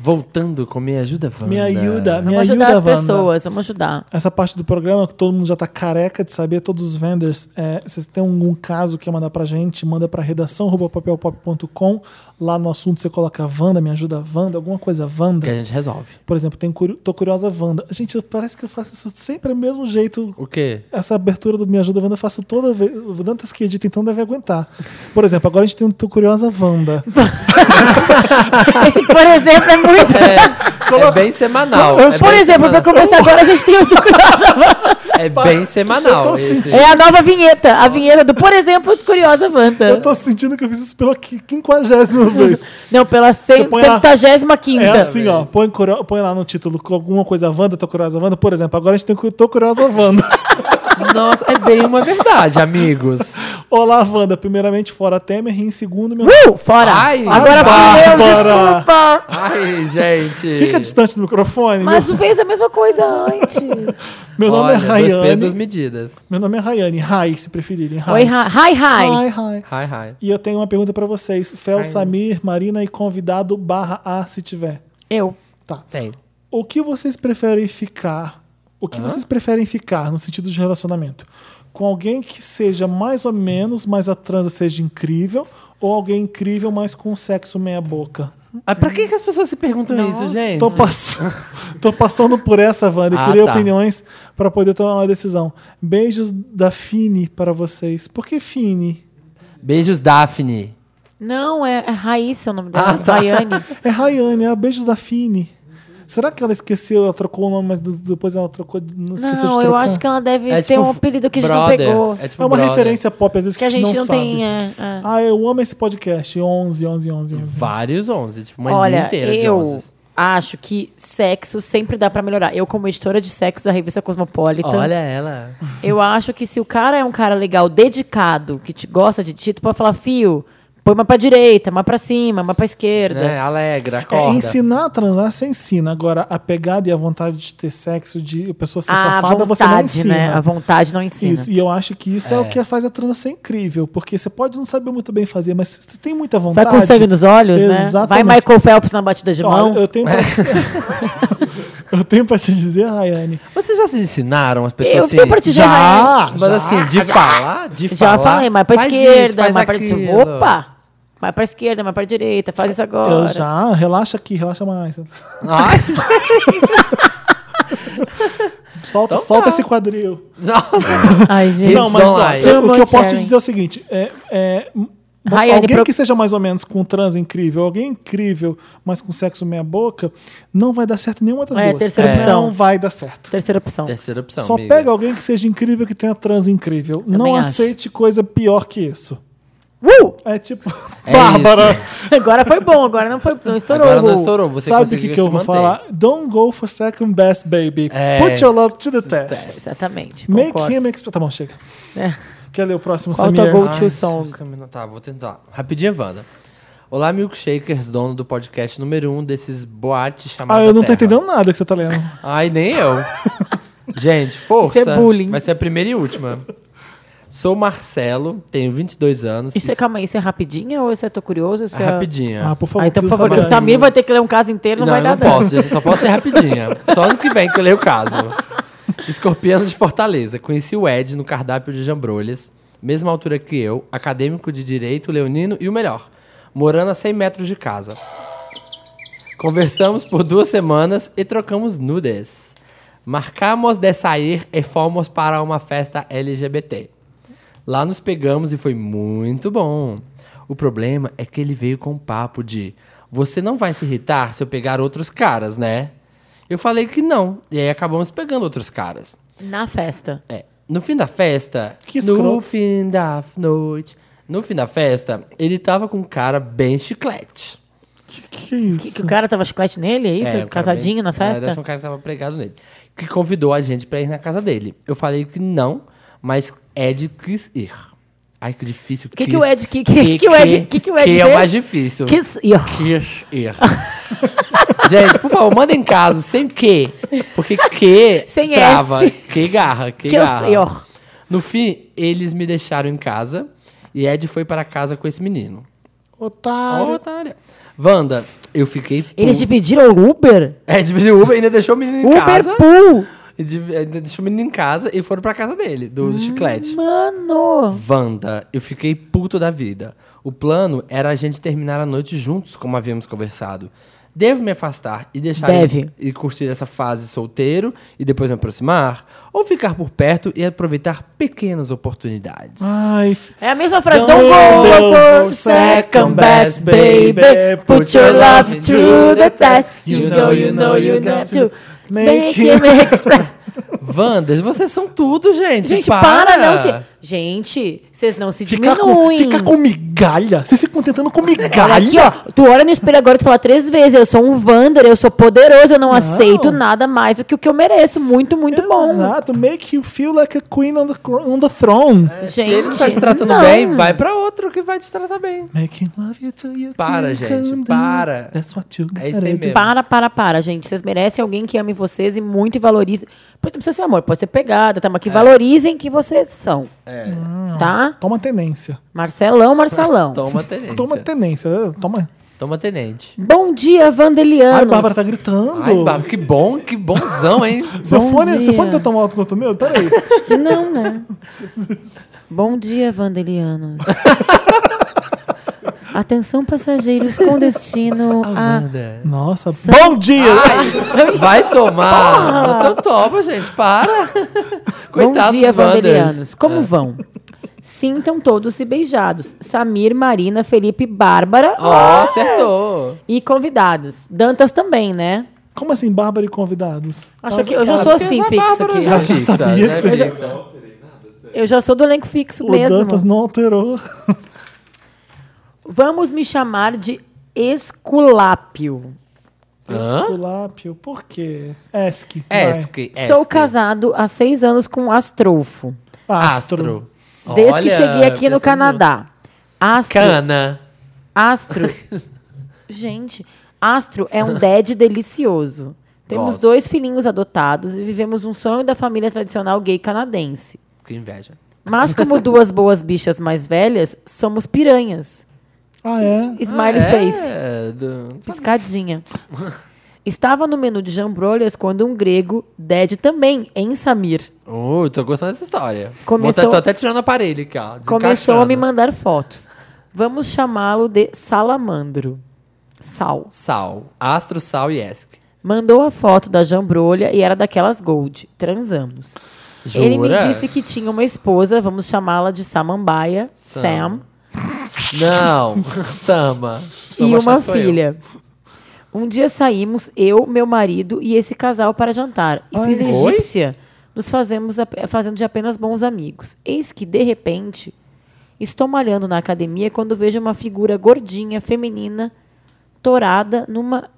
S2: Voltando com Me Ajuda, Wanda.
S3: Me ajuda, me
S1: Vamos
S3: ajuda,
S1: ajudar as
S3: Wanda.
S1: pessoas, vamos ajudar.
S3: Essa parte do programa que todo mundo já tá careca de saber, todos os vendors, é, se você tem algum caso que quer mandar pra gente, manda pra redação papelpop.com. Lá no assunto você coloca Wanda, me ajuda Wanda, alguma coisa Wanda.
S2: Que a gente resolve.
S3: Por exemplo, tem curi- tô curiosa Wanda. Gente, eu- parece que eu faço isso sempre do mesmo jeito.
S2: O quê?
S3: Essa abertura do Me Ajuda Wanda eu faço toda vez. O Dantas que edita, então deve aguentar. Por exemplo, agora a gente tem um Tô Curiosa Wanda.
S1: Esse, por exemplo, é gratuito.
S2: É, é bem semanal. é
S1: Por
S2: bem
S1: exemplo, pra
S2: semanal.
S1: começar agora, a gente tem o do Curiosa
S2: É bem
S3: Eu tô
S2: semanal. esse.
S1: É a nova vinheta. A vinheta do, por exemplo, Curiosa
S3: Eu
S1: Wanda.
S3: tô sentindo que eu fiz isso pela qui- quinquagésima vez.
S1: Não, pela
S3: Você põe a-
S1: 75
S3: É assim, ó. Põe, curio- põe lá no título com alguma coisa Wanda, tô curiosa Wanda. Por exemplo, agora a gente tem cu- Tô Curiosa Wanda.
S2: Nossa, é bem uma verdade, amigos.
S3: Olá, Wanda. Primeiramente, fora Temer e em segundo, meu.
S1: Uh, fora!
S2: Ai,
S1: Agora
S3: Bárbara.
S1: valeu, desculpa!
S2: Ai, gente.
S3: Fica distante do microfone.
S1: Mas
S3: meu,
S1: fez a mesma coisa antes.
S3: meu nome
S2: Olha,
S3: é
S2: dois pesos, duas
S3: Rayane.
S2: medidas.
S3: Meu nome é Rayane. Rai, se preferirem. Rai.
S1: Oi, hi, hi.
S3: Rai, Rai.
S2: Hi, hi.
S3: E eu tenho uma pergunta pra vocês. Fel, Samir, Marina e convidado barra A, se tiver.
S1: Eu.
S3: Tá.
S2: Tem.
S3: O que vocês preferem ficar? O que vocês preferem ficar no sentido de relacionamento? Com alguém que seja mais ou menos, mas a transa seja incrível, ou alguém incrível, mas com sexo meia boca?
S2: Ah, pra que, que as pessoas se perguntam isso, gente?
S3: Tô, pass... Tô passando por essa, Wanda, e
S2: Ah,
S3: queria
S2: tá.
S3: opiniões pra poder tomar uma decisão. Beijos da Fini pra vocês. Por que Fini?
S2: Beijos, Daphne.
S1: Não, é, é Raíssa o nome dela.
S2: Ah, tá.
S1: Rayane.
S3: É Rayane, é Beijos da Fini. Será que ela esqueceu, ela trocou o nome, mas do- depois ela trocou, não esqueceu de
S1: Não,
S3: trocar?
S1: eu acho que ela deve ter um apelido que a gente não
S2: É tipo brother.
S1: pegou.
S2: É, tipo
S3: É uma
S2: brother.
S3: referência pop, às vezes
S1: que a gente não,
S3: sabe.
S1: tem. é, é.
S3: Ah, eu amo esse podcast. 11, 11, 11, 11.
S2: Vários 11, tipo uma linha
S1: Olha,
S2: inteira de
S1: eu
S2: 11.
S1: acho que sexo sempre dá pra melhorar. Eu, como editora de sexo da revista Cosmopolitan,
S2: Olha ela.
S1: eu acho que se o cara é um cara legal, dedicado, que te gosta de ti, tu pode falar, fio, põe uma pra direita, uma pra cima, uma pra esquerda.
S2: Né? Alegre,
S3: É,
S2: acorda.
S3: ensinar a transar, você ensina. Agora, a pegada e a vontade de ter sexo, de a pessoa ser
S1: a
S3: safada,
S1: Ah, vontade,
S3: você não ensina.
S1: né? A vontade não ensina.
S3: Isso, e eu acho que isso é. o que faz a transa ser incrível, porque você pode não saber muito bem fazer, mas se você tem muita
S1: Vai
S3: vontade.
S1: com sangue nos olhos, né? Vai
S3: Exatamente.
S1: Michael Phelps na batida de
S3: Ó,
S1: mão.
S3: eu, tenho pra... eu tenho pra te dizer, Rayane.
S2: Vocês já se ensinaram as pessoas
S1: Eu
S2: assim?
S1: tenho pra te dizer,
S2: já,
S3: Rayane.
S2: Mas assim, de falar, de
S1: Já
S2: falar.
S1: falei, mas pra
S2: faz isso,
S1: esquerda,
S2: faz
S1: mas pra
S2: aquilo.
S1: Opa! Mas pra esquerda, mas pra direita, faz isso agora.
S3: Eu já, relaxa aqui, relaxa mais.
S2: Ai,
S3: Solta,
S2: Então
S3: solta
S2: tá.
S3: esse quadril.
S2: nossa.
S1: Ai, gente.
S3: Não, mas
S2: don't
S3: ó,
S2: lie.
S3: eu- o que eu
S1: Too much
S3: posso te
S1: sharing.
S3: dizer é o seguinte: é, é, m-
S1: Rayane,
S3: alguém
S1: pro-
S3: que seja mais ou menos com um trans incrível, alguém incrível, mas com sexo meia boca, não vai dar certo nenhuma das
S1: É,
S3: duas.
S1: terceira
S3: Não
S1: opção.
S3: vai dar certo.
S1: Terceira opção.
S2: Terceira opção,
S3: Só
S2: Então, amiga.
S3: pega alguém que seja incrível que tenha trans incrível. não
S1: acho.
S3: aceite coisa pior que isso.
S1: Uh!
S3: É tipo.
S2: É
S3: Bárbara,
S2: isso.
S1: Agora foi bom, agora não foi. Não estourou.
S2: Agora não
S1: o-
S2: estourou. Você
S3: sabe o
S2: conseguiu
S3: que, que eu
S2: se
S3: vou
S2: manter.
S3: falar? Don't go for second best, baby.
S2: É.
S3: Put your love to the test.
S1: Exatamente.
S3: Make
S1: concordo.
S3: him exp... Tá bom, chega.
S1: É.
S3: Quer ler o próximo,
S1: Qual o teu
S3: Samir?
S1: gol? Go-to
S2: Ai,
S1: song.
S2: isso também não- Tá, vou tentar. Rapidinho, Wanda. Olá, milkshakers, dono do podcast número um desses boates chamados.
S3: Ah, eu não tô entendendo nada que você tá lendo.
S2: Ai, nem eu. Gente, força.
S1: Isso é bullying.
S2: Vai ser a primeira e última. Sou Marcelo, tenho 22 anos.
S1: Isso é, calma aí, isso é rapidinho ou isso é tô curioso? Isso é...
S2: Rapidinha.
S3: Ah, por favor,
S1: Ah, então, por
S3: preciso
S1: favor, que o
S3: saber.
S1: Samir vai ter que ler um caso inteiro, não,
S2: não,
S1: vai
S2: eu
S1: dar
S2: não
S1: dano.
S2: posso, gente, só posso ser rapidinha. Só ano que vem que eu leio o caso. Escorpião de Fortaleza. Conheci o Ed no cardápio de Jambrolhas, mesma altura que eu, acadêmico de direito, leonino e o melhor, morando a 100 metros de casa. Conversamos por duas semanas e trocamos nudes. Marcamos de sair e fomos para uma festa LGBT. Lá nos pegamos e foi muito bom. O problema é que ele veio com um papo de: Você não vai se irritar se eu pegar outros caras, né? Eu falei que não, e aí acabamos pegando outros caras.
S1: Na festa.
S2: É. No fim da festa.
S3: Que escroto.
S2: no fim da noite. No fim da festa, ele tava com um cara bem chiclete.
S3: Que é
S1: Que,
S3: isso?
S1: que o cara tava chiclete nele, é isso?
S2: É, um cara
S1: Casadinho
S2: bem-
S1: na
S2: É, deve ser
S1: festa?
S2: um cara que tava pregado nele. Que convidou a gente pra ir na casa dele. Eu falei que não, mas Ed quis ir. Ai, que difícil.
S1: Que que
S2: quis-
S1: o Ed- que- que- que o Ed- que que o Ed
S2: Que é o
S1: fez?
S2: mais difícil.
S1: Kiss- Ih, ó.
S2: Quis ir. gente, por favor, mandem em casa, sem que. Porque que
S1: Sem
S2: trava.
S1: S.
S2: Que garra, que,
S1: Que eu
S2: garra.
S1: sei, ó.
S2: No fim, eles me deixaram em casa e Ed foi pra casa com esse menino. Ó,
S3: Otário.
S2: otária. Wanda, eu fiquei.
S1: Eles
S2: puto.
S1: dividiram o Uber?
S2: É, dividiu o Uber e ainda deixou o menino em casa.
S1: Uber Pool!
S2: E div- Ainda deixou o menino em casa e foram pra casa dele, do
S1: Hum.
S2: chiclete.
S1: Mano!
S2: Wanda, eu fiquei puto da vida. O plano era a gente terminar a noite juntos, como havíamos conversado. Devo me afastar e deixar
S1: Deve.
S2: e curtir essa fase solteiro e depois me aproximar? Ou ficar por perto e aproveitar pequenas oportunidades?
S3: Ai,
S1: É a mesma frase.
S2: Don't
S1: Don't go
S2: go
S1: for second best, baby. Put your love to the test. You know, you know, you know to make him express.
S2: Wanders, vocês são tudo, gente.
S1: Gente, para, não se... Gente, vocês não se
S3: ficar com,
S1: diminuem.
S3: ficar com migalha? Vocês ficam tentando com
S1: Olha Aqui,
S3: migalha?
S1: ó, tu olha no espelho agora e tu fala três vezes, eu sou um Wander, eu sou poderoso, eu não, aceito nada mais do que o que eu mereço. Muito, muito bom.
S3: Exato, make you feel like a queen on the, cro- on the throne.
S1: Gente,
S2: Se ele não tá te tratando
S1: não.
S2: bem, vai pra outro que vai te tratar bem.
S3: Making love you till you
S2: Para,
S3: can't
S2: gente,
S3: come down.
S2: para.
S3: That's what you gotta
S2: É isso aí
S3: do.
S2: mesmo.
S1: Para, para, para, gente. Vocês merecem alguém que ame vocês e muito e valorize. Pode, não precisa ser amor, pode ser pegada, tá? Mas
S2: É.
S1: que valorizem que vocês são. Tá?
S3: Toma tenência.
S1: Marcelão, Marcelão.
S2: Toma tenente.
S3: Toma tenência. né? Toma.
S2: Toma tenente.
S1: Bom dia, Vandelianos.
S3: Ai, Bárbara tá gritando.
S2: Ai, Bárbara, que bom, que bonzão, hein?
S3: Seu
S1: Bom
S3: fone, seu
S1: dia.
S3: fone tá tão alto quanto o meu? Peraí.
S1: Que não, né? Bom dia, Vandelianos. Atenção, passageiros com destino
S2: Ah,
S1: a.
S3: Nossa. Bom dia!
S2: Vai tomar. Então toma, gente, para.
S1: Bom dia,
S2: Coitado dos É. Wanders.
S1: Vandelianos. Como vão? Sintam todos-se beijados. Samir, Marina, Felipe, Bárbara.
S2: Ó, acertou.
S1: E convidados. Dantas também, né?
S3: Como assim, Bárbara e convidados?
S1: Acho que eu já sou
S2: Porque
S1: assim,
S2: já a
S1: fixo
S2: Bárbara
S1: aqui.
S2: Já,
S3: já
S2: fixa, né?
S3: sabia
S2: já
S3: que você-
S2: fixa.
S1: Eu já sou do elenco fixo
S3: O
S1: mesmo.
S3: Dantas não alterou.
S1: Vamos me chamar de Esculápio.
S2: Hã?
S3: Esculápio, por quê? Esc. vai.
S2: É, Esque, esque.
S1: Sou casado há seis anos com Astrolfo.
S3: Astro.
S2: Astro.
S1: Desde que
S2: Olha,
S1: cheguei aqui no
S2: pensamos
S1: Canadá.
S2: junto.
S1: Astro.
S2: Cana.
S1: Astro. Gente, Astro é um dad delicioso. Temos
S2: Gosto.
S1: dois filhinhos adotados e vivemos um sonho da família tradicional gay canadense.
S2: Que inveja.
S1: Mas como duas boas bichas mais velhas, somos piranhas.
S3: Ah, é?
S1: Smiley
S2: É,
S1: face.
S2: do-
S1: Piscadinha. Estava no menu de jambrolhas quando um grego, Ded também, em Samir,
S2: Uh, tô gostando dessa história.
S1: Começou-
S2: Vou- Tô até tirando o aparelho aqui, ó.
S1: começou a me
S2: desencaixando.
S1: mandar fotos. Vamos chamá-lo de Salamandro. Sal.
S2: Sal. Astro, sal e Esk.
S1: Mandou a foto da jambrolha e era daquelas gold. Transamos.
S2: Jura?
S1: Ele me disse que tinha uma esposa, vamos chamá-la de Samambaia, Sam,
S2: Não. Sama.
S1: e
S2: Tô
S1: uma
S2: achando que sou eu.
S1: filha. Um dia saímos, eu, meu marido e esse casal para jantar. E fiz
S2: Oi?
S1: egípcia, nos fazemos ap- fazendo de apenas bons amigos. Eis que, de repente, estou malhando na academia quando vejo uma figura gordinha, feminina, torada numa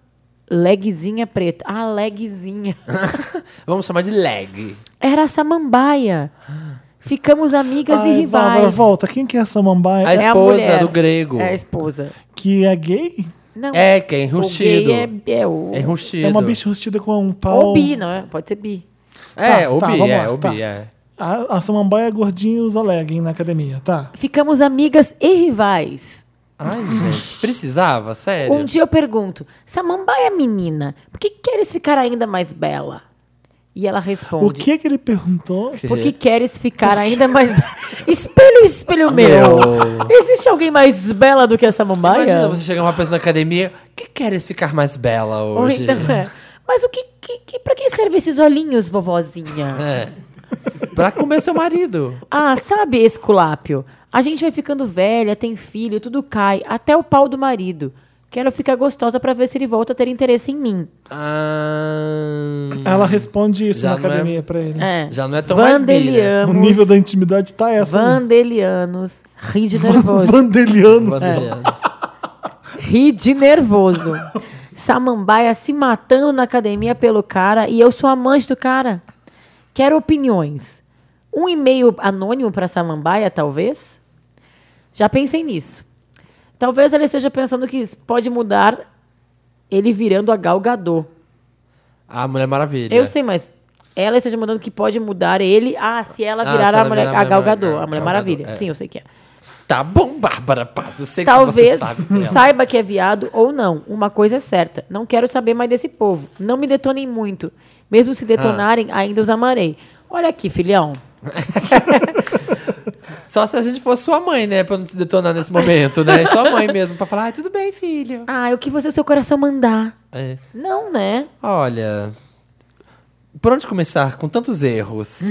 S1: legzinha preta. Ah, legzinha.
S2: Vamos chamar de lag.
S1: Era a Samambaia. Ficamos amigas e
S3: Ai,
S1: rivais.
S3: Bárbara, volta. Quem que é essa
S2: A
S3: mambaia?
S1: É a
S2: esposa
S1: mulher.
S2: do grego.
S1: É a
S2: É,
S1: esposa.
S3: Que é gay?
S1: Não.
S2: que é
S1: o gay
S2: enrustido.
S1: é, é o...
S2: É enrustido.
S3: É uma bicha rustida com um pau.
S1: Ou bi, não é? Pode ser bi.
S2: É,
S3: Tá,
S2: o
S3: tá,
S2: bi,
S3: vamos
S2: é,
S3: lá,
S2: o
S3: tá.
S2: bi, é.
S3: A, a samambaia é gordinha e usa legging na academia, tá?
S1: Ficamos amigas e rivais.
S2: Ai, gente, precisava, sério.
S1: Um dia eu pergunto, Samambaia é menina, por que queres ficar ainda mais bela? E ela responde,
S3: O que que ele perguntou?
S1: por que queres ficar ainda mais bela? Espelho, espelho meu,
S2: Meu.
S1: existe alguém mais bela do que a Samambaia?
S2: Imagina você chegar uma pessoa na academia, que queres ficar mais bela
S1: Ou
S2: hoje?
S1: então é, Mas o que, que, que para que servem esses olhinhos, vovozinha?
S2: É. Pra comer seu marido.
S1: Ah, sabe, Esculápio? A gente vai ficando velha, tem filho, tudo cai, até o pau do marido. Quero ficar gostosa pra ver se ele volta a ter interesse em mim.
S2: Ah,
S3: Ela responde isso
S2: Já
S3: na
S2: não é-
S3: academia pra ele.
S1: É.
S2: Já não é tão mais bi, né?
S3: O
S1: Vandelianos,
S3: nível da intimidade tá essa. né?
S1: Vandelianos. Ri de nervoso.
S3: Vandeliano.
S2: Brasileiro.
S1: Ri de nervoso. Samambaia se matando na academia pelo cara e eu sou amante do cara. Quero opiniões. Um e-mail anônimo para Samambaia, talvez? Já pensei nisso. Talvez ela esteja pensando que isso pode mudar ele virando a galgador.
S2: A Mulher Maravilha.
S1: Eu sei, mas ela esteja mudando que pode mudar ele. Ah, se ela
S2: Ah,
S1: virar
S2: se
S1: a,
S2: ela
S1: mulher,
S2: virar
S1: a
S2: a Mulher
S1: galgador,
S2: Maravilha,
S1: a Mulher
S2: Gal
S1: Maravilha.
S2: Gadot, é.
S1: Sim, eu sei que é.
S2: Tá bom, Bárbara Paz. Eu sei
S1: Talvez
S2: que você sabe dela.
S1: saiba que é viado ou não. Uma coisa é certa. Não quero saber mais desse povo. Não me detonem muito. Mesmo se detonarem,
S2: Ah.
S1: ainda os amarei. Olha aqui, filhão.
S2: Só se a gente fosse sua mãe, né? Pra não te detonar nesse momento, né? Sua mãe mesmo, pra falar, ah, tudo bem, filho.
S1: é Ah, o que você, o seu coração mandar.
S2: É.
S1: Não, né?
S2: Olha. Por onde começar com tantos erros?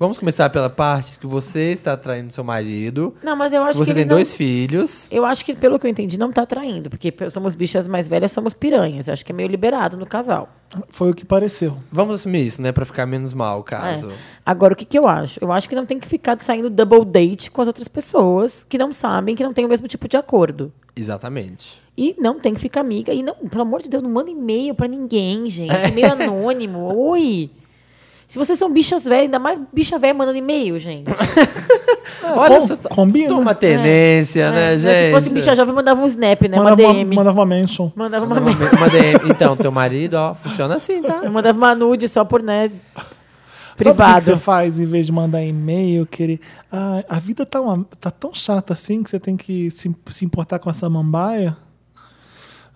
S2: Vamos começar pela parte que você está traindo seu marido.
S1: Não, mas eu acho
S2: você
S1: que
S2: tem
S1: eles não-
S2: dois filhos.
S1: Eu acho que, pelo que eu entendi, não tá traindo. Porque pe- somos bichas mais velhas, somos piranhas. Acho que é meio liberado no casal.
S3: É. Foi o que pareceu.
S2: Vamos assumir isso, né? Pra ficar menos mal o
S1: É.
S2: caso.
S1: Agora, o que, que eu acho? Eu acho que não tem que ficar saindo double date com as outras pessoas que não sabem, que não têm o mesmo tipo de acordo.
S2: Exatamente.
S1: E não tem que ficar amiga. E não, pelo amor de Deus, não manda e-mail pra ninguém, gente. E-mail anônimo. Oi! Se vocês são bichas velhas, ainda mais bicha velha mandando e-mail, gente.
S2: Olha
S3: com-
S2: só. to-
S3: combina.
S2: Toma tenência, né,
S1: É,
S2: gente?
S1: Se fosse bicha jovem, mandava um snap, né? Uma
S3: mandava, uma,
S1: DM.
S3: mandava uma mention.
S1: Mandava uma,
S2: Uma me- uma DM. Então, teu marido, ó, funciona assim, tá?
S1: Eu mandava uma nude só por, né?
S3: Sabe o que que
S1: Privado.
S3: você faz em vez de mandar e-mail, querer. Ah, a vida tá, uma- tá tão chata assim que você tem que se, se importar com essa mambaia?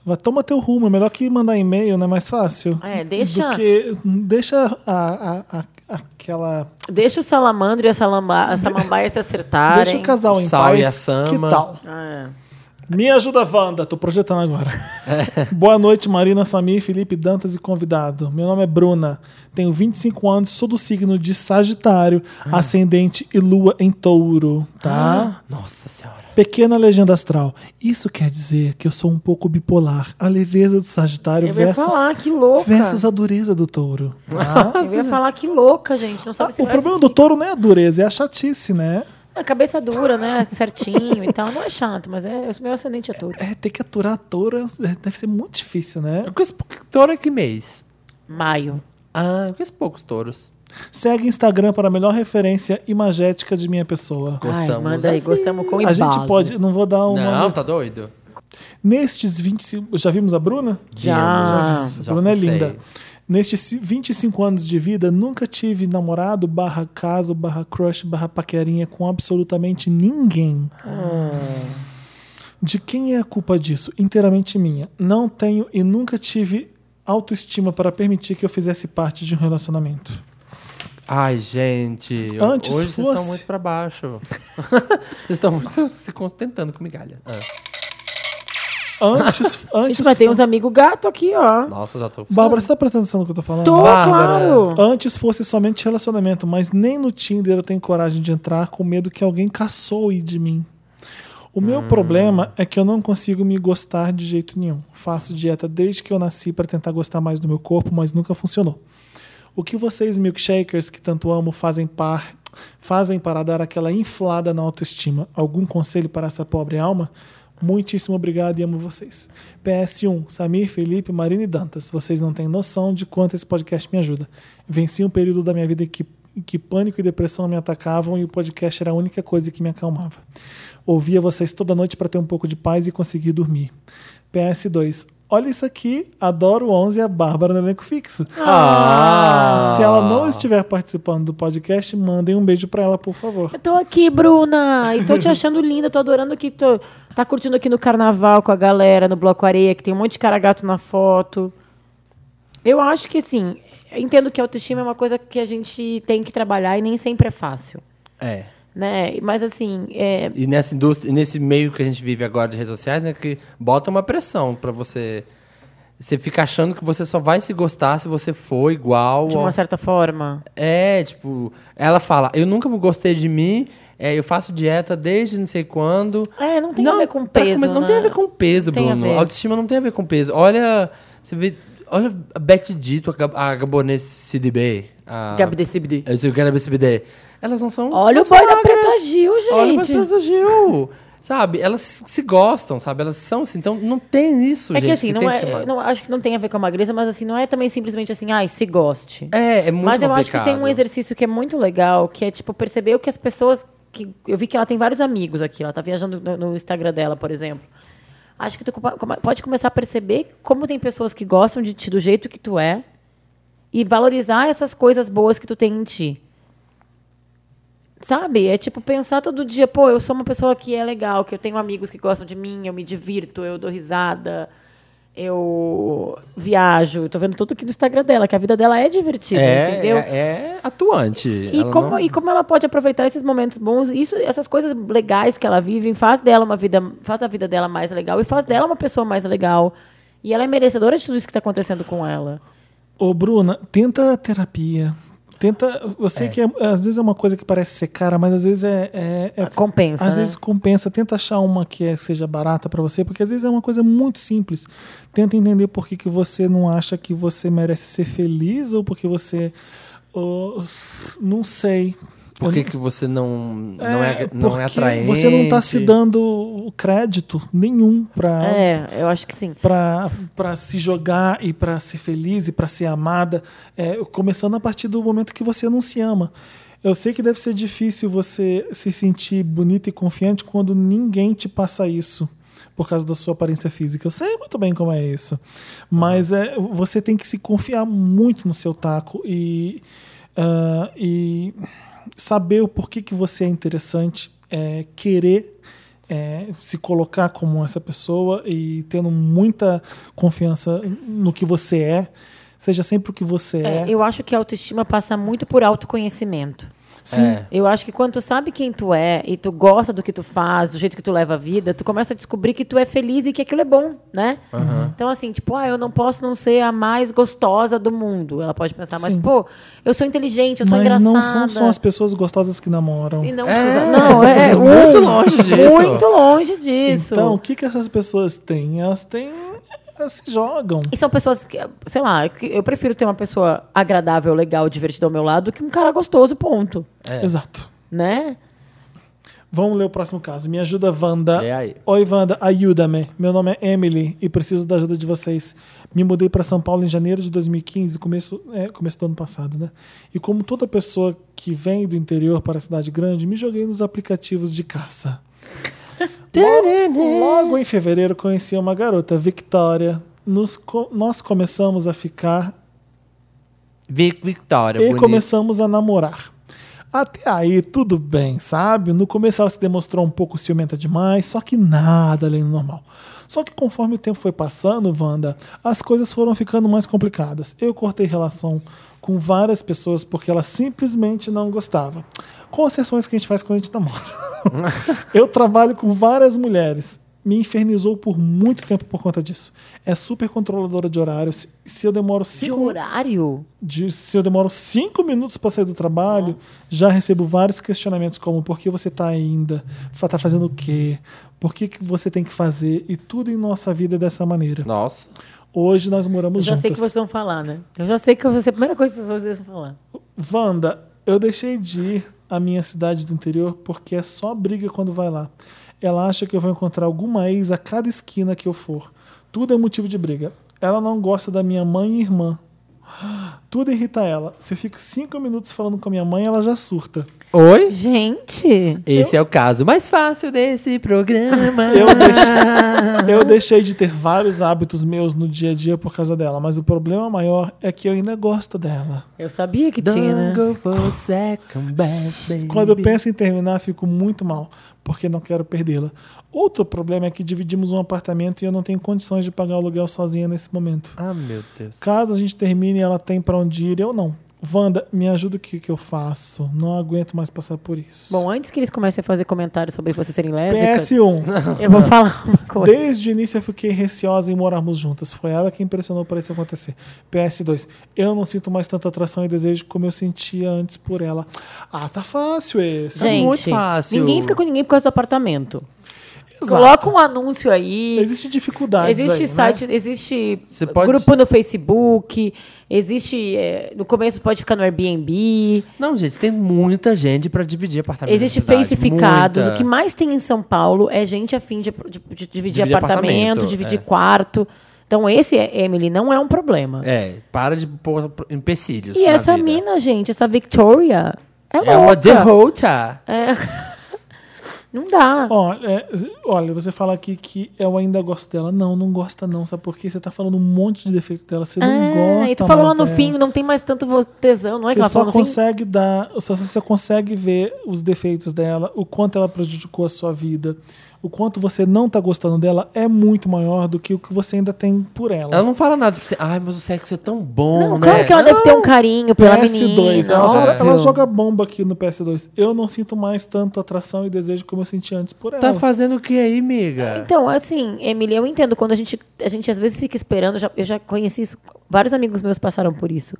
S3: Vai, toma teu rumo, é melhor que mandar e-mail, não é mais fácil?
S1: É, deixa-
S3: Do que, deixa a- a- a- aquela.
S1: Deixa o salamandro e a, salamba, a samambaia se acertarem.
S3: Deixa o casal em
S2: Sal
S3: paz.
S2: e a Sama.
S3: Que tal?
S1: Ah,
S3: Me ajuda, Wanda. Tô projetando agora.
S2: É.
S3: Boa noite, Marina, Samir, Felipe, Dantas e convidado. Meu nome é Bruna. Tenho 25 anos, sou do signo de Sagitário,
S2: Ah.
S3: ascendente e lua em touro, tá?
S2: Nossa senhora.
S3: Pequena legenda astral. Isso quer dizer que eu sou um pouco bipolar. A leveza do Sagitário
S1: Eu ia
S3: versus,
S1: falar, que louca.
S3: versus a dureza do touro. tá?
S1: Eu ia falar que louca, gente. Não sabe se
S3: Ah, o
S1: vai-
S3: problema do touro não é a dureza, é a chatice, né?
S1: A cabeça dura, né? Certinho e tal. Não é chato, mas é o meu ascendente é touro.
S3: É, ter que aturar touro é- deve ser muito difícil, né?
S2: Eu conheço pouco touro é que mês.
S1: Maio.
S2: Ah, eu conheço poucos touros.
S3: Segue Instagram para a melhor referência imagética de minha pessoa.
S1: Ai,
S2: Gostamos
S1: manda aí,
S2: assim.
S1: gostamos com
S3: É, a
S1: embalos.
S3: gente pode. Não vou dar um.
S2: Não,
S3: nome.
S2: tá doido?
S3: Nestes 25. Já vimos a Bruna?
S1: Ah, Já.
S2: Já
S3: a Bruna é
S2: fucei.
S3: linda. Nestes ci- 25 anos de vida, nunca tive namorado, barra caso, barra crush, barra paquerinha com absolutamente ninguém.
S1: Ah.
S3: De quem é a culpa disso? Inteiramente minha. Não tenho e nunca tive autoestima para permitir que eu fizesse parte de um relacionamento.
S2: Ai, gente. eu-
S3: Antes
S2: hoje vocês estão
S3: fosse.
S2: muito pra baixo. vocês estão muito se contentando com migalha. Ah,
S3: Antes.
S1: A gente
S3: antes
S1: vai ter um uns amigos gato aqui, ó.
S2: Nossa, já tô.
S3: Bárbara, você tá prestando atenção no que eu tô falando?
S1: Tô,
S2: Bárbara.
S1: claro.
S3: Antes fosse somente relacionamento, mas nem no Tinder eu tenho coragem de entrar com medo que alguém caçou e de mim. O meu problema é que eu não consigo me gostar de jeito nenhum. Faço dieta desde que eu nasci para tentar gostar mais do meu corpo, mas nunca funcionou. O que vocês milkshakers que tanto amo fazem par fazem para dar aquela inflada na autoestima? Algum conselho para essa pobre alma? Muitíssimo obrigado e amo vocês. PS1, Samir, Felipe, Marina e Dantas. Vocês não têm noção de quanto esse podcast me ajuda. Venci um período da minha vida em que, em que pânico e depressão me atacavam e o podcast era a única coisa que me acalmava. Ouvia vocês toda noite para ter um pouco de paz e conseguir dormir. PS2, olha isso aqui, adoro o 11 e a Bárbara no elenco fixo.
S2: Ah.
S3: Se ela não estiver participando do podcast, mandem um beijo pra ela, por favor.
S1: Eu tô aqui, Bruna, e tô te achando linda, tô adorando aqui, tô, tá curtindo aqui no carnaval com a galera, no Bloco Areia, que tem um monte de cara gato na foto. Eu acho que, assim, eu entendo que a autoestima é uma coisa que a gente tem que trabalhar e nem sempre é fácil,
S2: É.
S1: né? Mas, assim, é,
S2: E nessa indústria, e nesse meio que a gente vive agora de redes sociais, né? Que bota uma pressão pra você. Você fica achando que você só vai se gostar se você for igual.
S1: de
S3: Tipo,
S2: ao-
S1: uma certa forma...
S2: É, tipo, ela fala, eu nunca me gostei de mim, é, eu faço dieta desde não sei quando.
S1: É, não tem a ver com
S2: pra
S1: peso,
S2: começar, não
S1: né?
S2: tem a ver com peso,
S1: Tem a
S2: Bruno.
S1: ver.
S2: Autoestima não tem a ver com peso. Olha, você vê, olha a Beth Dito, a, Gab- a Gabonese CDB. A,
S3: Ah.
S1: Gabi Decibdi.
S2: Eu sei o que é era a CBD. Elas não são.
S1: Olha
S2: não
S1: o
S2: são
S1: boy da
S2: magras.
S1: Preta Gil,
S2: Olha o boy
S1: gente.
S2: da Preta Gil. Sabe, elas se gostam, sabe? Elas são assim, então não tem isso,
S1: É
S2: gente.
S1: que, assim, não
S2: tem ser
S1: é,
S2: magra.
S1: não, acho que não tem a ver com a magreza, mas, assim, não é também simplesmente assim, ai, se goste.
S2: É, é muito
S1: Mas eu
S2: complicado.
S1: acho que tem um exercício que é muito legal, que é, tipo, perceber o que as pessoas. Que, eu vi que ela tem vários amigos aqui, ela tá viajando no, no Instagram dela, por exemplo. Acho que tu co- come- pode começar a perceber como tem pessoas que gostam de ti do jeito que tu é e valorizar essas coisas boas que tu tem em ti. Sabe? É tipo pensar todo dia, pô, eu sou uma pessoa que é legal, que eu tenho amigos que gostam de mim, eu me divirto, eu dou risada, eu viajo. Eu tô vendo tudo aqui no Instagram dela, que a vida dela é divertida,
S2: É,
S1: entendeu?
S2: é, é atuante.
S1: E
S2: Ela
S1: como,
S2: não-
S1: e como ela pode aproveitar esses momentos bons, isso, essas coisas legais que ela vive, faz dela uma vida, faz a vida dela mais legal e faz dela uma pessoa mais legal. E ela é merecedora de tudo isso que tá acontecendo com ela.
S3: Ô, Bruna, tenta terapia. Tenta. Eu sei que é- às vezes é uma coisa que parece ser cara, mas às vezes é. é- é-
S1: Compensa,
S3: Às
S1: né?
S3: vezes compensa. Tenta achar uma que é- seja barata pra você, porque às vezes é uma coisa muito simples. Tenta entender por que, que você não acha que você merece ser feliz ou porque você. ou- não sei.
S2: Por que, que você não, não, é, não é
S3: porque
S2: atraente?
S3: Você não tá se dando o crédito nenhum pra.
S1: É, eu acho que sim.
S3: Pra pra se jogar e pra ser feliz e pra ser amada, é, começando a partir do momento que você não se ama. Eu sei que deve ser difícil você se sentir bonita e confiante quando ninguém te passa isso por causa da sua aparência física. Eu sei muito bem como é isso, mas é, você tem que se confiar muito no seu taco e ah, e saber o porquê que você é interessante, é, querer é, se colocar como essa pessoa e tendo muita confiança no que você é, seja sempre o que você é.
S1: É, Eu acho que a autoestima passa muito por autoconhecimento.
S3: Sim,
S2: É.
S1: Eu acho que quando tu sabe quem tu é e tu gosta do que tu faz, do jeito que tu leva a vida, tu começa a descobrir que tu é feliz e que aquilo é bom, né? Então, assim, tipo, ah, eu não posso não ser a mais gostosa do mundo. Ela pode pensar, mas,
S3: Sim.
S1: pô, eu sou inteligente, eu sou
S3: mas
S1: engraçada.
S3: não são só as pessoas gostosas que namoram.
S1: E não,
S2: É,
S1: precisa- não, é,
S2: é muito longe disso.
S1: Muito longe disso.
S3: Então, o que, que essas pessoas têm? Elas têm. Elas se jogam.
S1: E são pessoas que, sei lá, que eu prefiro ter uma pessoa agradável, legal, divertida ao meu lado do que um cara gostoso, ponto.
S3: Exato.
S1: Né?
S3: Vamos ler o próximo caso. Me ajuda, Wanda.
S2: Lê aí.
S3: Oi, Wanda, ajuda-me. Meu nome é Emily e preciso da ajuda de vocês. Me mudei para São Paulo em janeiro de 2015, começo, é, começo do ano passado, né? E como toda pessoa que vem do interior para a cidade grande, me joguei nos aplicativos de caça. Logo em fevereiro conheci uma garota, Victoria. Nos co- nós começamos a ficar
S2: Vic Victoria,
S3: e
S2: bonito.
S3: começamos a namorar. Até aí, tudo bem, sabe? No começo ela se demonstrou um pouco ciumenta demais, só que nada além do normal. Só que conforme o tempo foi passando, Wanda, as coisas foram ficando mais complicadas. Eu cortei relação com várias pessoas porque ela simplesmente não gostava. Concessões que a gente faz quando a gente namora. Eu trabalho com várias mulheres. Me infernizou por muito tempo por conta disso. É super controladora de horário. Se, se eu demoro
S1: De
S3: cinco
S1: horário.
S3: de- se eu demoro cinco minutos para sair do trabalho, já recebo vários questionamentos como por que você tá ainda, Fa- tá fazendo o quê, por que, que você tem que fazer e tudo em nossa vida é dessa maneira.
S2: Nossa.
S3: Hoje nós
S1: Eu
S3: moramos
S1: já
S3: juntas.
S1: sei que vocês vão falar, né? Eu já sei que vai ser a primeira coisa que vocês vão falar.
S3: Wanda, eu deixei de ir à minha cidade do interior porque é só briga quando vai lá. Ela acha que eu vou encontrar alguma ex a cada esquina que eu for. Tudo é motivo de briga. Ela não gosta da minha mãe e irmã. Tudo irrita ela. Se eu fico cinco minutos falando com a minha mãe, ela já surta.
S2: Oi?
S1: Gente!
S2: Esse é o caso mais fácil desse programa.
S3: Eu deixei, eu deixei de ter vários hábitos meus no dia a dia por causa dela, mas o problema maior é que eu ainda gosto dela.
S1: Eu sabia que tinha,
S2: Don't
S1: né?
S2: go for second best, é baby.
S3: Quando eu penso em terminar, fico muito mal, porque não quero perdê-la. Outro problema é que dividimos um apartamento e eu não tenho condições de pagar o aluguel sozinha nesse momento.
S2: Ah, meu Deus.
S3: Caso a gente termine, ela tem pra onde ir, eu não. Wanda, me ajuda o que, que eu faço. Não aguento mais passar por isso.
S1: Bom, é antes que eles comecem a fazer comentários sobre vocês serem lésbicas,
S3: PS1.
S1: eu vou falar uma coisa.
S3: Desde o início eu fiquei receosa em morarmos juntas. Foi ela que impressionou para isso acontecer. PS2. Eu não sinto mais tanta atração e desejo como eu sentia antes por ela. Ah, tá fácil esse.
S1: Gente,
S2: muito fácil.
S1: ninguém fica com ninguém por causa do apartamento.
S3: Exato.
S1: Coloca um anúncio aí.
S3: Existe dificuldades
S1: Existe
S3: aí, né?
S1: site, existe
S2: Você pode-
S1: grupo no Facebook, existe. é, no começo pode ficar no Airbnb,
S2: Não, gente, tem muita gente pra dividir
S3: É
S2: apartamento.
S1: existe
S2: na cidade,
S1: Faceficados.
S2: muita.
S1: O que mais tem em São Paulo é gente afim de, de- de dividir,
S2: Dividir
S1: apartamento,
S2: apartamento,
S1: dividir
S2: é.
S1: quarto. Então, esse, Emily, não é um problema.
S2: É, para de pôr empecilhos.
S1: e
S2: na
S1: essa
S2: vida.
S1: mina, gente, essa Victoria, é
S2: É uma
S1: louca. É.
S2: derrota.
S1: não dá.
S3: Olha, é, olha, você fala aqui que eu ainda gosto dela. Não, não gosta não. Sabe por quê? Você tá falando um monte de defeito dela. Você não
S1: Ah,
S3: gosta
S1: e tu falou lá
S3: mais
S1: no
S3: dela.
S1: fim, não tem mais tanto vo- tesão, não é que
S3: Você
S1: ela falou
S3: só
S1: no
S3: consegue dar, só, você só consegue ver os defeitos dela, o quanto ela prejudicou a sua vida, o quanto você não tá gostando dela é muito maior do que o que você ainda tem por ela.
S2: Ela não fala nada, tipo assim, ai, mas o sexo é tão bom,
S1: Não,
S2: né?
S1: claro que ela deve ter
S3: Não.
S1: um carinho pela
S3: PS2,
S1: menina.
S3: ela,
S2: ó,
S3: joga, ela
S2: viu?
S3: joga bomba aqui no PS2. Eu não sinto mais tanto atração e desejo como eu senti antes por
S2: Tá
S3: ela.
S2: fazendo o que aí, miga?
S1: Então, assim, Emily, eu entendo quando a gente, a gente às vezes fica esperando, eu já, eu já conheci isso, vários amigos meus passaram por isso.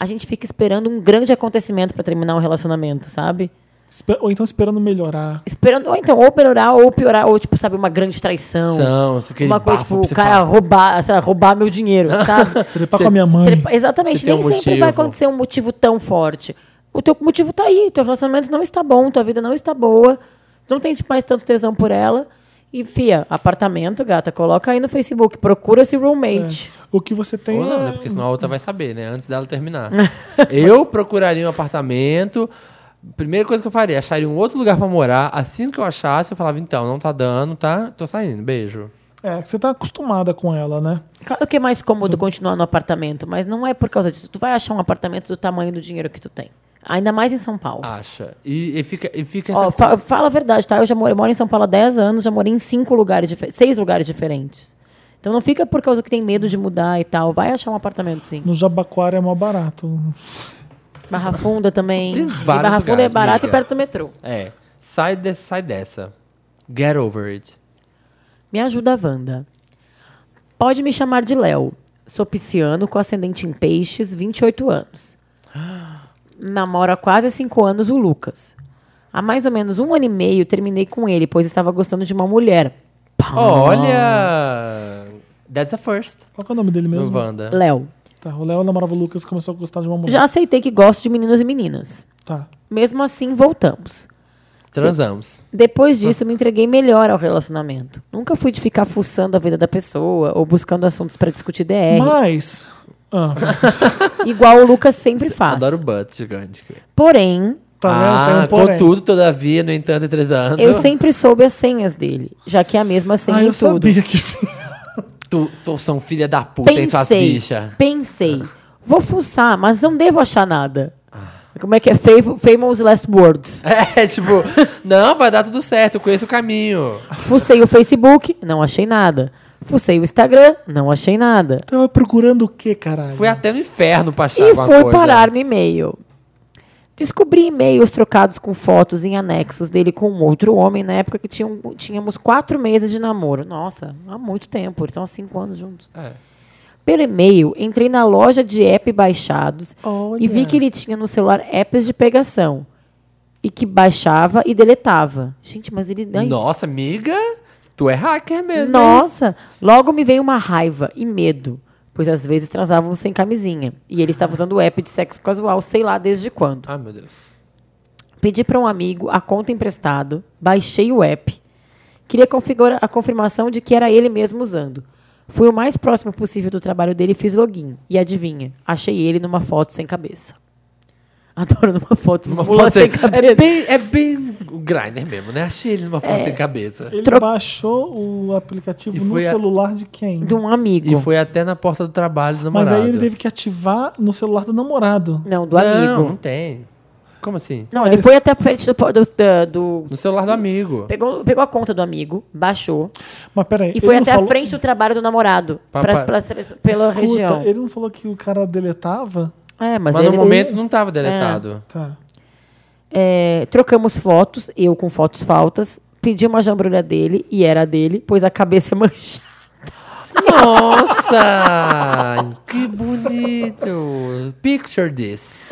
S1: A gente fica esperando um grande acontecimento pra terminar um relacionamento, sabe?
S3: Espe- Ou então esperando melhorar.
S1: Esperando, ou então, ou melhorar, ou piorar, ou, tipo, sabe, uma grande traição.
S2: São, isso, aquele
S1: uma coisa,
S2: bafo
S1: tipo,
S2: pra você
S1: o cara
S2: falar.
S1: roubar, sei lá, roubar meu dinheiro, sabe?
S3: Trepar com a minha mãe.
S1: Trepa- Exatamente.
S2: Você tem
S1: Nem
S2: um
S1: sempre
S2: motivo.
S1: vai acontecer um motivo tão forte. O teu motivo tá aí, teu relacionamento não está bom, tua vida não está boa, não tem tipo, mais tanto tesão por ela. E, fia, apartamento, gata, coloca aí no Facebook, procura esse roommate.
S3: O que você tem
S2: Ou não, né?
S3: é-
S2: Porque senão a outra vai saber, né? Antes dela terminar. eu procuraria um apartamento. Primeira coisa que eu faria, acharia um outro lugar pra morar. Assim que eu achasse, eu falava, então, não tá dando, tá? Tô saindo, beijo.
S3: É, você tá acostumada com ela, né?
S1: Claro que é mais cômodo continuar no apartamento, mas não é por causa disso. Tu vai achar um apartamento do tamanho do dinheiro que tu tem. Ainda mais em São Paulo.
S3: Ah.
S2: Acha. E, e fica, e fica
S3: é
S2: essa
S1: Ó, fa- fala a verdade, tá? Eu já moro, eu moro em São Paulo há 10 anos, já morei em cinco lugares, dife- seis lugares diferentes. Então não fica por causa que tem medo de mudar e tal. Vai achar um apartamento, sim.
S3: No Jabaquara é mó barato.
S1: Barra Funda também.
S2: Tem
S1: E
S2: vários
S1: Barra Funda é
S2: lugares,
S1: barato e
S2: Mídia.
S1: perto do metrô.
S2: É. Sai, de, sai dessa. Get over it.
S1: Me ajuda a Wanda. Pode me chamar de Léo. Sou pisciano, com ascendente em peixes, 28 anos. Namoro há quase 5 anos o Lucas. Há mais ou menos um ano e meio terminei com ele, pois estava gostando de uma mulher. Pá.
S2: Hum. Olha! That's a first.
S3: Qual que é o nome dele
S2: No
S3: mesmo?
S2: Wanda.
S1: Léo.
S3: Tá, o Léo namorava o Lucas e começou a gostar de uma mulher.
S1: Já aceitei que gosto de meninos e meninas.
S3: Tá.
S1: Mesmo assim, voltamos.
S2: Transamos.
S1: Depois
S3: Ah.
S1: disso, me entreguei melhor ao relacionamento. Nunca fui de ficar fuçando a vida da pessoa ou buscando assuntos pra discutir DR,
S3: Mas. Ah,
S1: igual o Lucas sempre faz.
S2: Adoro o butt gigante.
S1: Porém,
S3: tá
S2: ah,
S3: vendo? Tem um porém.
S2: contudo, todavia, no entanto, entretanto.
S1: eu sempre soube as senhas dele, já que é a mesma senha
S3: Ah, eu
S1: em tudo.
S3: sabia que.
S2: Tu, tu são filha da puta, hein, suas
S1: Pensei,
S2: bichas.
S1: pensei,
S3: Ah.
S1: vou fuçar, mas não devo achar nada. Como é que é? Fav- Famous Last Words.
S2: É, tipo, não, vai dar tudo certo, eu conheço o caminho.
S3: Ah.
S1: Fucei o Facebook, não achei nada. Fucei o Instagram, não achei nada.
S3: Tava procurando o quê, caralho?
S2: Fui até no inferno pra achar
S1: E
S2: alguma
S1: foi
S2: coisa.
S1: parar no e-mail. Descobri e-mails trocados com fotos em anexos dele com um outro homem na época que tinham, tínhamos quatro meses de namoro. Nossa, há muito tempo, eles estão há cinco anos juntos.
S2: É.
S1: Pelo e-mail, entrei na loja de app baixados e vi que ele tinha no celular apps de pegação. E que baixava e deletava. Gente, mas ele. ai,
S2: Nossa, amiga, tu é hacker mesmo. hein?
S1: né? nossa! Logo me veio uma raiva e medo, pois às vezes transavam sem camisinha. E ele estava usando o app de sexo casual, sei lá desde quando.
S2: Ai, meu Deus.
S1: Pedi para um amigo a conta emprestado, baixei o app. Queria configurar a confirmação de que era ele mesmo usando. Fui o mais próximo possível do trabalho dele e fiz login. E adivinha, achei ele numa foto sem cabeça. Adoro numa foto, numa foto Um sem
S2: É
S1: cabeça. É.
S2: bem, é bem o grinder mesmo, né? Achei ele numa foto sem cabeça.
S3: Ele
S1: Tro-
S3: baixou o aplicativo
S2: E
S3: no
S2: foi a-
S3: celular de quem?
S1: De um amigo.
S2: E foi até na porta do trabalho do
S3: Mas
S2: namorado.
S3: aí ele teve que ativar no celular do namorado.
S1: Não, do
S2: Não, não
S1: amigo.
S2: tem. Como assim?
S1: Não, ele foi até a frente do, po- do, da- do
S2: No celular do amigo.
S1: Pegou, pegou a conta do amigo, baixou
S3: Mas peraí.
S1: e foi
S3: ele não
S1: até
S3: falou-
S1: a frente do trabalho do namorado
S2: Pa-
S1: pra-
S2: pa-
S1: pela sele- pela
S3: Escuta,
S1: região.
S3: Ele não falou que o cara deletava?
S1: É, mas,
S2: Mas,
S1: ele,
S2: no momento não tava deletado.
S3: Tá.
S1: é, trocamos fotos, eu com fotos faltas, pedi uma jambrulha dele e era a dele, pois a cabeça é manchada.
S2: Nossa! que bonito! Picture this.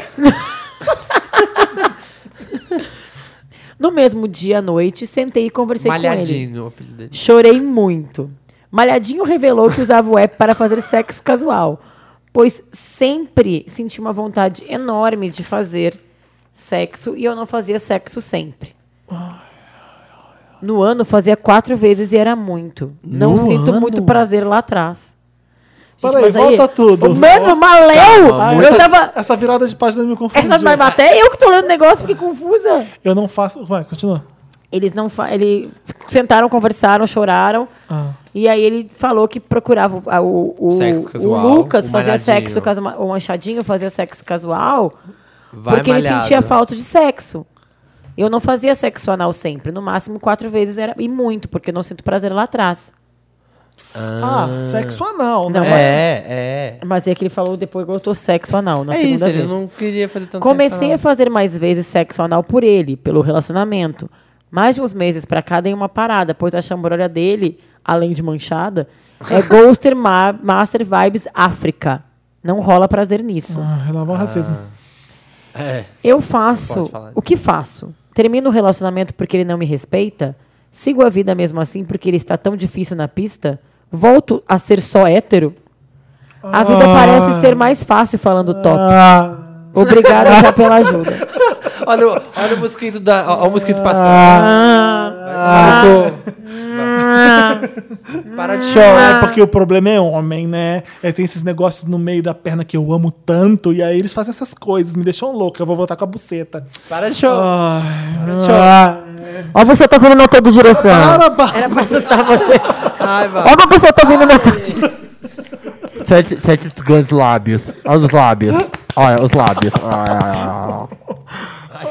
S1: No mesmo dia à noite, sentei e conversei com ele.
S2: Malhadinho o apelido dele.
S1: Chorei muito. Malhadinho revelou que usava o app para fazer sexo casual, pois sempre senti uma vontade enorme de fazer sexo e eu não fazia sexo sempre. No ano fazia quatro vezes e era muito. Não
S2: No
S1: sinto
S2: ano?
S1: muito prazer lá atrás. Gente,
S3: Peraí,
S1: mas aí-
S3: volta tudo.
S1: Ô, Mano,
S3: Nossa. Ah,
S1: maleu!
S2: Calma,
S1: eu
S3: essa,
S1: tava.
S3: essa virada de página me confundiu.
S1: Essa mas até eu que tô lendo o negócio, fiquei confusa.
S3: Eu não faço. Vai, continua.
S1: Eles não fa... ele sentaram, conversaram, choraram.
S3: Ah.
S1: E aí ele falou que procurava o, a- o, o-
S2: Sexo
S1: o
S2: casual,
S1: Lucas
S2: o
S1: fazia
S2: malhadinho.
S1: sexo casual, o manchadinho fazia sexo casual,
S2: Vai
S1: porque ele
S2: malhado.
S1: sentia falta de sexo. Eu não fazia sexo anal sempre. No máximo quatro vezes era. E muito, porque eu não sinto prazer lá atrás.
S3: Ah, sexo anal, né?
S2: É, é.
S1: Mas é que ele falou depois que eu tô sexo anal na
S2: é
S1: segunda
S2: isso,
S1: vez.
S2: ele não queria fazer
S3: Então,
S2: tanto
S1: Comecei a
S2: sexo,
S1: fazer mais vezes sexo anal por ele, pelo relacionamento. Mais de uns meses pra cá dei uma parada, pois a chambrolha dele, além de manchada, é Ghoster Ma- Master Vibes África. Não rola prazer nisso.
S3: Ah, relava o racismo.
S2: não. É.
S1: Eu faço.
S2: Pode falar.
S1: O que faço? Termino o relacionamento porque ele não me respeita? Sigo a vida mesmo assim porque ele está tão difícil na pista? Volto a ser só hétero? A vida
S3: Ah.
S1: parece ser mais fácil falando top.
S3: Ah,
S1: Obrigada já pela ajuda.
S2: Olha, o- olha o mosquito da. Olha o mosquito passando. Ah, Para de chorar.
S1: Ah.
S3: é porque o problema é homem, né? É, tem esses negócios no meio da perna que eu amo tanto, e aí eles fazem essas coisas, me deixam louca, eu vou voltar com a buceta.
S2: Para de chorar.
S3: Ai,
S1: Ó, você tá vindo na outra direção.
S3: para, para.
S1: Era pra assustar vocês.
S2: Ai, vai.
S1: Ó, você tá vindo na outra direção.
S8: Sete, sete grandes lábios. Olha os lábios. Olha os lábios. Ah,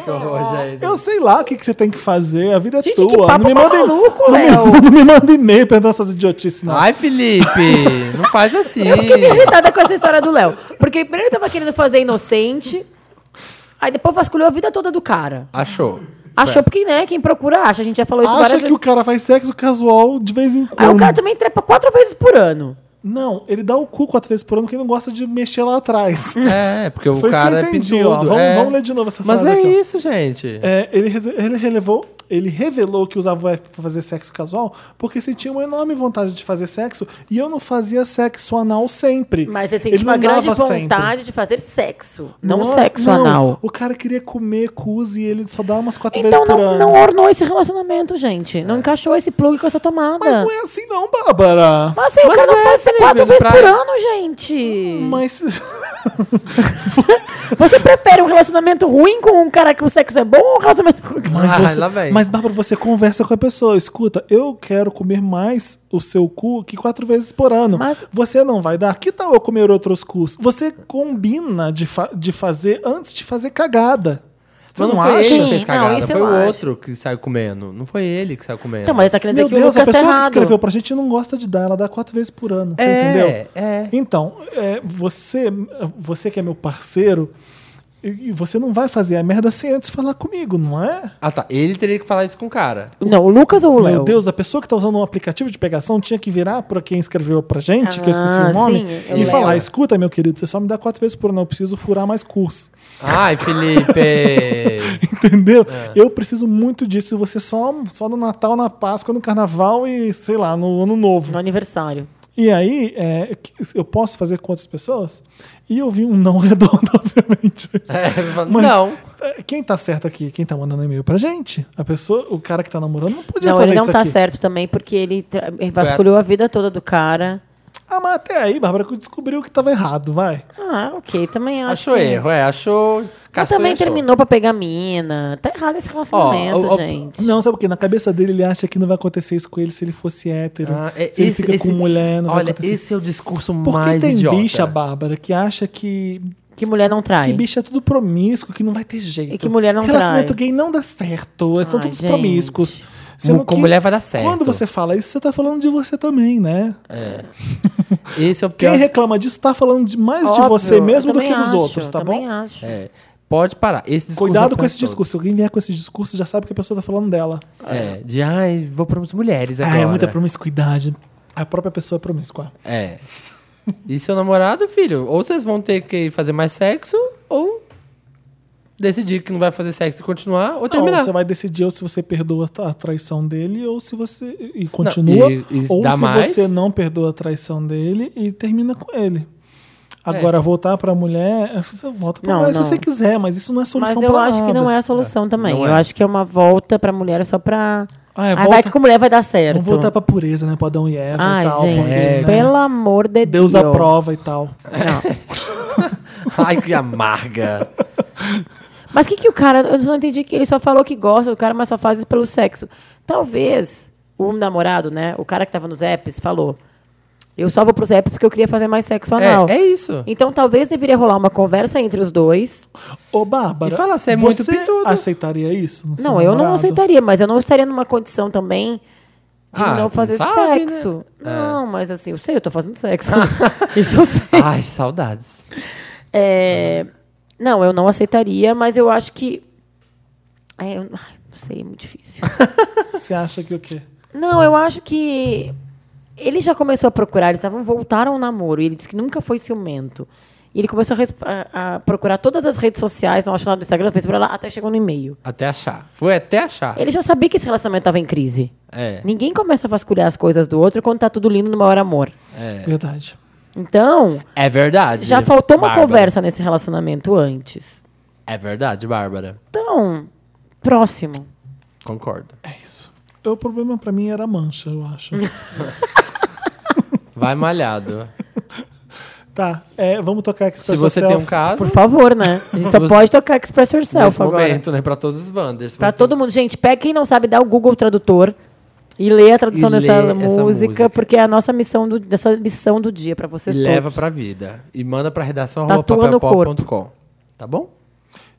S2: Que horror, gente.
S3: Eu sei lá o que, que você tem que fazer, a vida é
S1: Gente,
S3: tua.
S1: que papo
S3: não me manda
S1: maluco, Ah,
S3: não
S1: Léo.
S3: me, não me manda e-mail perguntando essas idiotices, não.
S2: Ai, Felipe, não faz assim.
S1: Eu fiquei meio irritada com essa história do Léo. Porque primeiro ele tava querendo fazer inocente. Aí depois vasculhou a vida toda do cara.
S2: Achou.
S1: Achou porque, né, quem procura acha. A gente já falou isso
S3: É. Acha
S1: várias
S3: que
S1: vezes.
S3: o é um cara faz sexo casual de vez em
S1: Aí
S3: quando.
S1: o cara também trepa quatro vezes por ano.
S3: Não, ele dá o cu quatro vezes por ano, porque ele não gosta de mexer lá atrás.
S2: É, porque o
S3: Foi isso que
S2: cara
S3: eu entendi,
S2: é pintudo.
S3: ó. Vamos-
S2: é.
S3: vamos ler de novo essa
S2: Mas
S3: frase
S2: é
S3: aqui, ó.
S2: isso, gente.
S3: É, ele, re- ele relevou. Ele revelou que usava o app pra fazer sexo casual porque sentia uma enorme vontade de fazer sexo e eu não fazia sexo anal sempre.
S1: Mas ele
S3: Ele
S1: sentiu uma
S3: não
S1: grande
S3: dava sempre.
S1: vontade de fazer sexo. Não,
S3: Não, é?
S1: sexo
S3: não.
S1: anal.
S3: O cara queria comer cus e ele só dá umas quatro
S1: Então
S3: vezes por
S1: não,
S3: ano. É.
S1: não ornou esse relacionamento, gente. Não encaixou esse plug com essa tomada.
S3: Mas não é assim não, Bárbara.
S1: Mas assim, o cara não faz
S2: Felipe,
S1: quatro vezes
S2: pra-
S1: por ano, gente.
S3: Mas
S1: Você prefere um relacionamento ruim com um cara que o sexo é bom ou um relacionamento ruim?
S3: Mas,
S2: Ah,
S3: você,
S2: lá vem.
S3: mas, Bárbara, você conversa com a pessoa. Escuta, eu quero comer mais o seu cu que quatro vezes por ano.
S1: Mas-
S3: Você não vai dar? Que tal eu comer outros cus? Você combina de, fa- de fazer antes de fazer cagada. Você
S2: Mas
S3: não, é
S2: foi
S3: acha?
S2: ele que fez
S1: Sim,
S2: cagada,
S1: não, isso
S2: foi
S1: eu
S2: o
S1: acho.
S2: outro que saiu comendo. Não foi ele que saiu comendo.
S1: Então, mas ele tá querendo
S3: Meu
S1: dizer que
S3: Deus,
S1: o
S3: a
S1: Lucas tá
S3: pessoa que
S1: errado.
S3: escreveu pra gente não gosta de dar, ela dá quatro vezes por ano. Você
S2: É,
S3: entendeu?
S2: é.
S3: Então, é, você, você que é meu parceiro, e e você não vai fazer a merda sem antes falar comigo, não é?
S2: Ah, tá. Ele teria que falar isso com o cara.
S1: Não, o Lucas ou o Léo?
S3: Meu Deus, a pessoa que tá usando um aplicativo de pegação tinha que virar pra quem escreveu pra gente, que eu esqueci
S1: Ah,
S3: o nome,
S1: sim, eu
S3: e
S1: lembro.
S3: falar: escuta, meu querido, você só me dá quatro vezes por ano, eu preciso furar mais curso.
S2: Ai, Felipe!
S3: Entendeu?
S2: É.
S3: Eu preciso muito disso. Você só, só no Natal, na Páscoa, no Carnaval e, sei lá, no Ano Novo.
S1: No aniversário.
S3: E aí, é, que- eu posso fazer com outras pessoas? E eu vi um não redondo, obviamente.
S2: É, ele falou,
S3: Mas,
S2: Não.
S3: é, Quem tá certo aqui? Quem tá mandando e-mail pra gente? A pessoa, o cara que tá namorando não podia
S1: Não,
S3: fazer
S1: ele não
S3: isso
S1: tá
S3: aqui.
S1: certo também, porque ele tra- vasculhou a vida toda do cara.
S3: Ah, mas até aí, Bárbara, que descobriu que tava errado, vai.
S1: Ah, ok, também acho.
S2: Achou
S1: que-
S2: erro, é. Achou.
S1: Mas
S2: caçou e
S1: também
S2: achou.
S1: terminou pra pegar mina. Tá errado esse relacionamento,
S2: Ó, ó, ó,
S1: gente.
S3: Não, sabe o quê? Na cabeça dele, ele acha que não vai acontecer isso com ele se ele fosse hétero.
S2: Ah, é,
S3: se ele fica com mulher, não vai
S2: Olha,
S3: acontecer.
S2: esse é o discurso
S3: Porque
S2: mais
S3: tem
S2: idiota.
S3: bicha, Bárbara, que acha que,
S1: Que mulher não trai.
S3: que bicho é tudo promíscuo, que não vai ter jeito.
S1: E que mulher não
S3: Relacionamento
S1: trai.
S3: gay não dá certo. é, São
S1: Ai,
S3: todos
S1: gente.
S3: promíscuos.
S2: Mu- com mulher vai dar certo. É.
S3: Quando você fala isso, você tá falando de você também, né?
S2: Esse é o
S3: Quem
S2: pior.
S3: reclama disso tá falando de mais de
S1: Óbvio,
S3: você
S1: eu
S3: mesmo do que
S1: também
S3: dos
S1: acho,
S3: outros, tá
S1: também
S3: bom?
S1: acho.
S2: É, pode parar. Esse discurso
S3: Cuidado com
S2: faz
S3: esse
S2: todo.
S3: discurso. Se alguém vier com esse discurso, já sabe que a pessoa tá falando dela.
S2: É, de ai, vou para as mulheres agora.
S3: Ah, é muita promiscuidade. A própria pessoa é promíscua.
S2: É. E seu namorado, filho, ou vocês vão ter que fazer mais sexo, ou decidir que não vai fazer sexo e continuar, ou
S3: Não,
S2: terminar.
S3: você vai decidir ou se você perdoa a traição dele ou se você e continua
S2: e- e
S3: ou
S2: dá
S3: se
S2: mais?
S3: você não perdoa a traição dele e termina com ele.
S2: É.
S3: Agora voltar pra mulher, é, você volta pra
S1: Não,
S3: mulher
S1: não.
S3: se você quiser, mas isso não é
S1: Mas
S3: solução
S1: eu
S3: pra
S1: acho
S3: nada.
S1: que não é a solução também.
S2: não
S1: Eu
S2: é.
S1: acho que é uma volta pra mulher só pra.
S3: Ah, é
S1: Aí vai
S3: volta-
S1: que com mulher vai dar é certo.
S3: Vamos voltar pra pureza, né, pra Adão e Eva
S1: Ai,
S3: e tal,
S1: gente,
S3: porque,
S2: é
S3: né,
S1: pelo amor de Deus.
S3: Deus aprova e tal.
S1: Não.
S2: Ai, que amarga.
S1: Mas o que, que o cara. Eu só não entendi que ele só falou que gosta do cara, mas só faz isso pelo sexo. Talvez o namorado, né? O cara que tava nos apps falou. Eu só vou pros apps porque eu queria fazer mais sexo anal.
S2: É, é isso.
S1: Então talvez deveria rolar uma conversa entre os dois.
S3: Ô, Bárbara.
S2: E fala, você é muito pitudo.
S3: aceitaria isso? no seu
S2: um
S1: não, eu não
S3: namorado?
S1: aceitaria, mas eu não estaria numa condição também de
S2: Ah,
S1: não fazer
S2: sabe, né?
S1: sexo. Não, mas assim, eu sei, eu tô fazendo sexo. Isso eu sei.
S2: Ai, saudades.
S1: É, Não, eu não aceitaria, mas eu acho que. É, eu... Ai, não sei, é muito difícil.
S3: Você acha que o quê?
S1: Não, eu acho que ele já começou a procurar, eles estavam voltaram ao namoro, e ele disse que nunca foi ciumento. E ele começou a, resp- a- a procurar todas as redes sociais, não achou nada do Instagram, fez pra lá, até chegou no e-mail.
S2: Até achar. Foi até achar.
S1: Ele já sabia que esse relacionamento estava em crise.
S2: É.
S1: Ninguém começa a vasculhar as coisas do outro quando tá tudo lindo no maior amor.
S3: Verdade.
S1: Então,
S2: É verdade.
S1: já faltou uma
S2: Bárbara.
S1: conversa nesse relacionamento antes.
S2: É verdade, Bárbara.
S1: Então, próximo.
S2: Concordo.
S3: É isso. O problema pra mim era a mancha, eu acho.
S2: Vai malhado.
S3: tá, é, vamos tocar
S2: Se
S3: Express
S2: você tem
S3: Yourself.
S2: um caso,
S1: Por favor, né? A gente só
S2: Você-
S1: pode tocar Express Yourself
S2: nesse
S1: agora.
S2: momento, né? Pra todos os Wanders.
S1: Pra todo mundo. Gente, pega quem não sabe, dá o Google Tradutor e lê a tradução
S2: E
S1: dessa
S2: lê essa
S1: música,
S2: música.
S1: porque é a nossa missão do, dessa lição do dia pra
S2: E
S1: vocês todos.
S2: leva pra vida. E manda pra redação arroba
S1: Tatua no
S2: papelpop.com. Tá bom?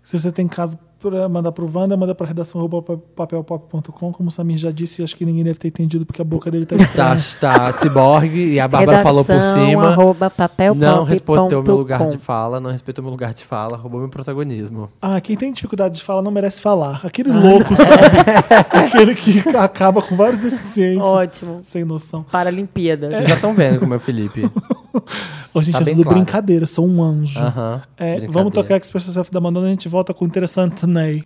S3: Se você tem caso pra mandar pro Wanda, manda pra redação arroba papelpop.com. Como o Samir já disse, acho que ninguém deve ter entendido porque a boca dele tá
S2: Tá,
S3: estranha.
S2: tá ciborgue e a Bárbara falou por
S1: Redação,
S2: cima.
S1: arroba papel
S2: não
S1: pop
S2: respeitou
S1: ponto
S2: meu lugar
S1: com.
S2: de fala, não respeitou meu lugar de fala, roubou meu protagonismo.
S3: Ah, quem tem dificuldade de falar não merece falar. Aquele
S2: Ah,
S3: louco, sabe? Aquele que acaba com vários deficientes.
S1: Ótimo.
S3: Sem noção.
S1: Paralimpíadas.
S2: Vocês já estão vendo como é o Felipe.
S3: Ô, gente,
S2: Tá
S3: é
S2: bem
S3: tudo
S2: claro.
S3: brincadeira, eu sou um anjo.
S2: Aham,
S3: É,
S2: brincadeira.
S3: vamos tocar Express Yourself da Madonna e a gente volta com o Interessante né? Ney.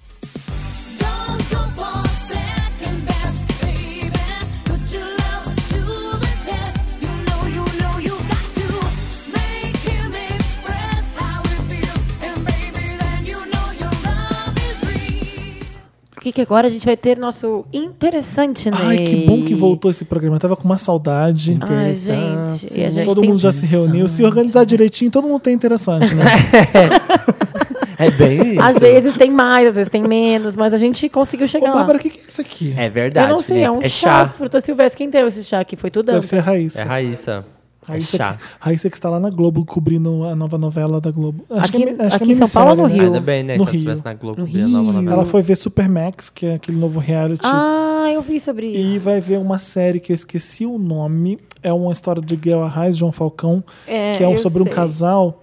S1: O que, que agora a gente vai ter nosso interessante, né?
S3: Ai, que bom que voltou esse programa. Eu tava com uma saudade.
S1: Ai, gente. e a gente
S3: todo
S1: tem-
S3: mundo já se reuniu. Se organizar direitinho, todo mundo tem interessante, né?
S2: É bem isso.
S1: Às vezes tem mais, às vezes tem menos, mas a gente conseguiu
S3: Ô,
S1: chegar lá.
S3: Bárbara, o que, que é isso aqui?
S2: É
S1: Eu
S2: verdade.
S1: não sei, é um
S2: Felipe.
S1: chá,
S2: chá.
S1: fruta silvestre. Quem deu esse chá aqui? Foi tudo
S3: Deve ser a Raíssa.
S2: É Raíssa. É
S3: Raíssa,
S2: chá.
S3: que, Raíssa que está lá na Globo, cobrindo a nova novela da Globo. Acho
S1: Aqui-
S3: que é, mi- acho
S1: aqui
S3: que é
S1: em São Paulo ou no
S3: minissérie,
S1: Rio?
S3: né?
S2: Ainda bem, né?
S3: No
S2: que ela
S3: Rio.
S2: estivesse na Globo,
S1: No
S2: via nova
S1: Rio.
S2: novela.
S3: Ela foi ver Supermax, que é aquele novo reality.
S1: Ah, eu vi sobre isso.
S3: E vai ver uma série que eu esqueci o nome. É uma história de Guel Arraes, João Falcão,
S1: É,
S3: que é um-
S1: eu
S3: sobre um
S1: sei.
S3: casal.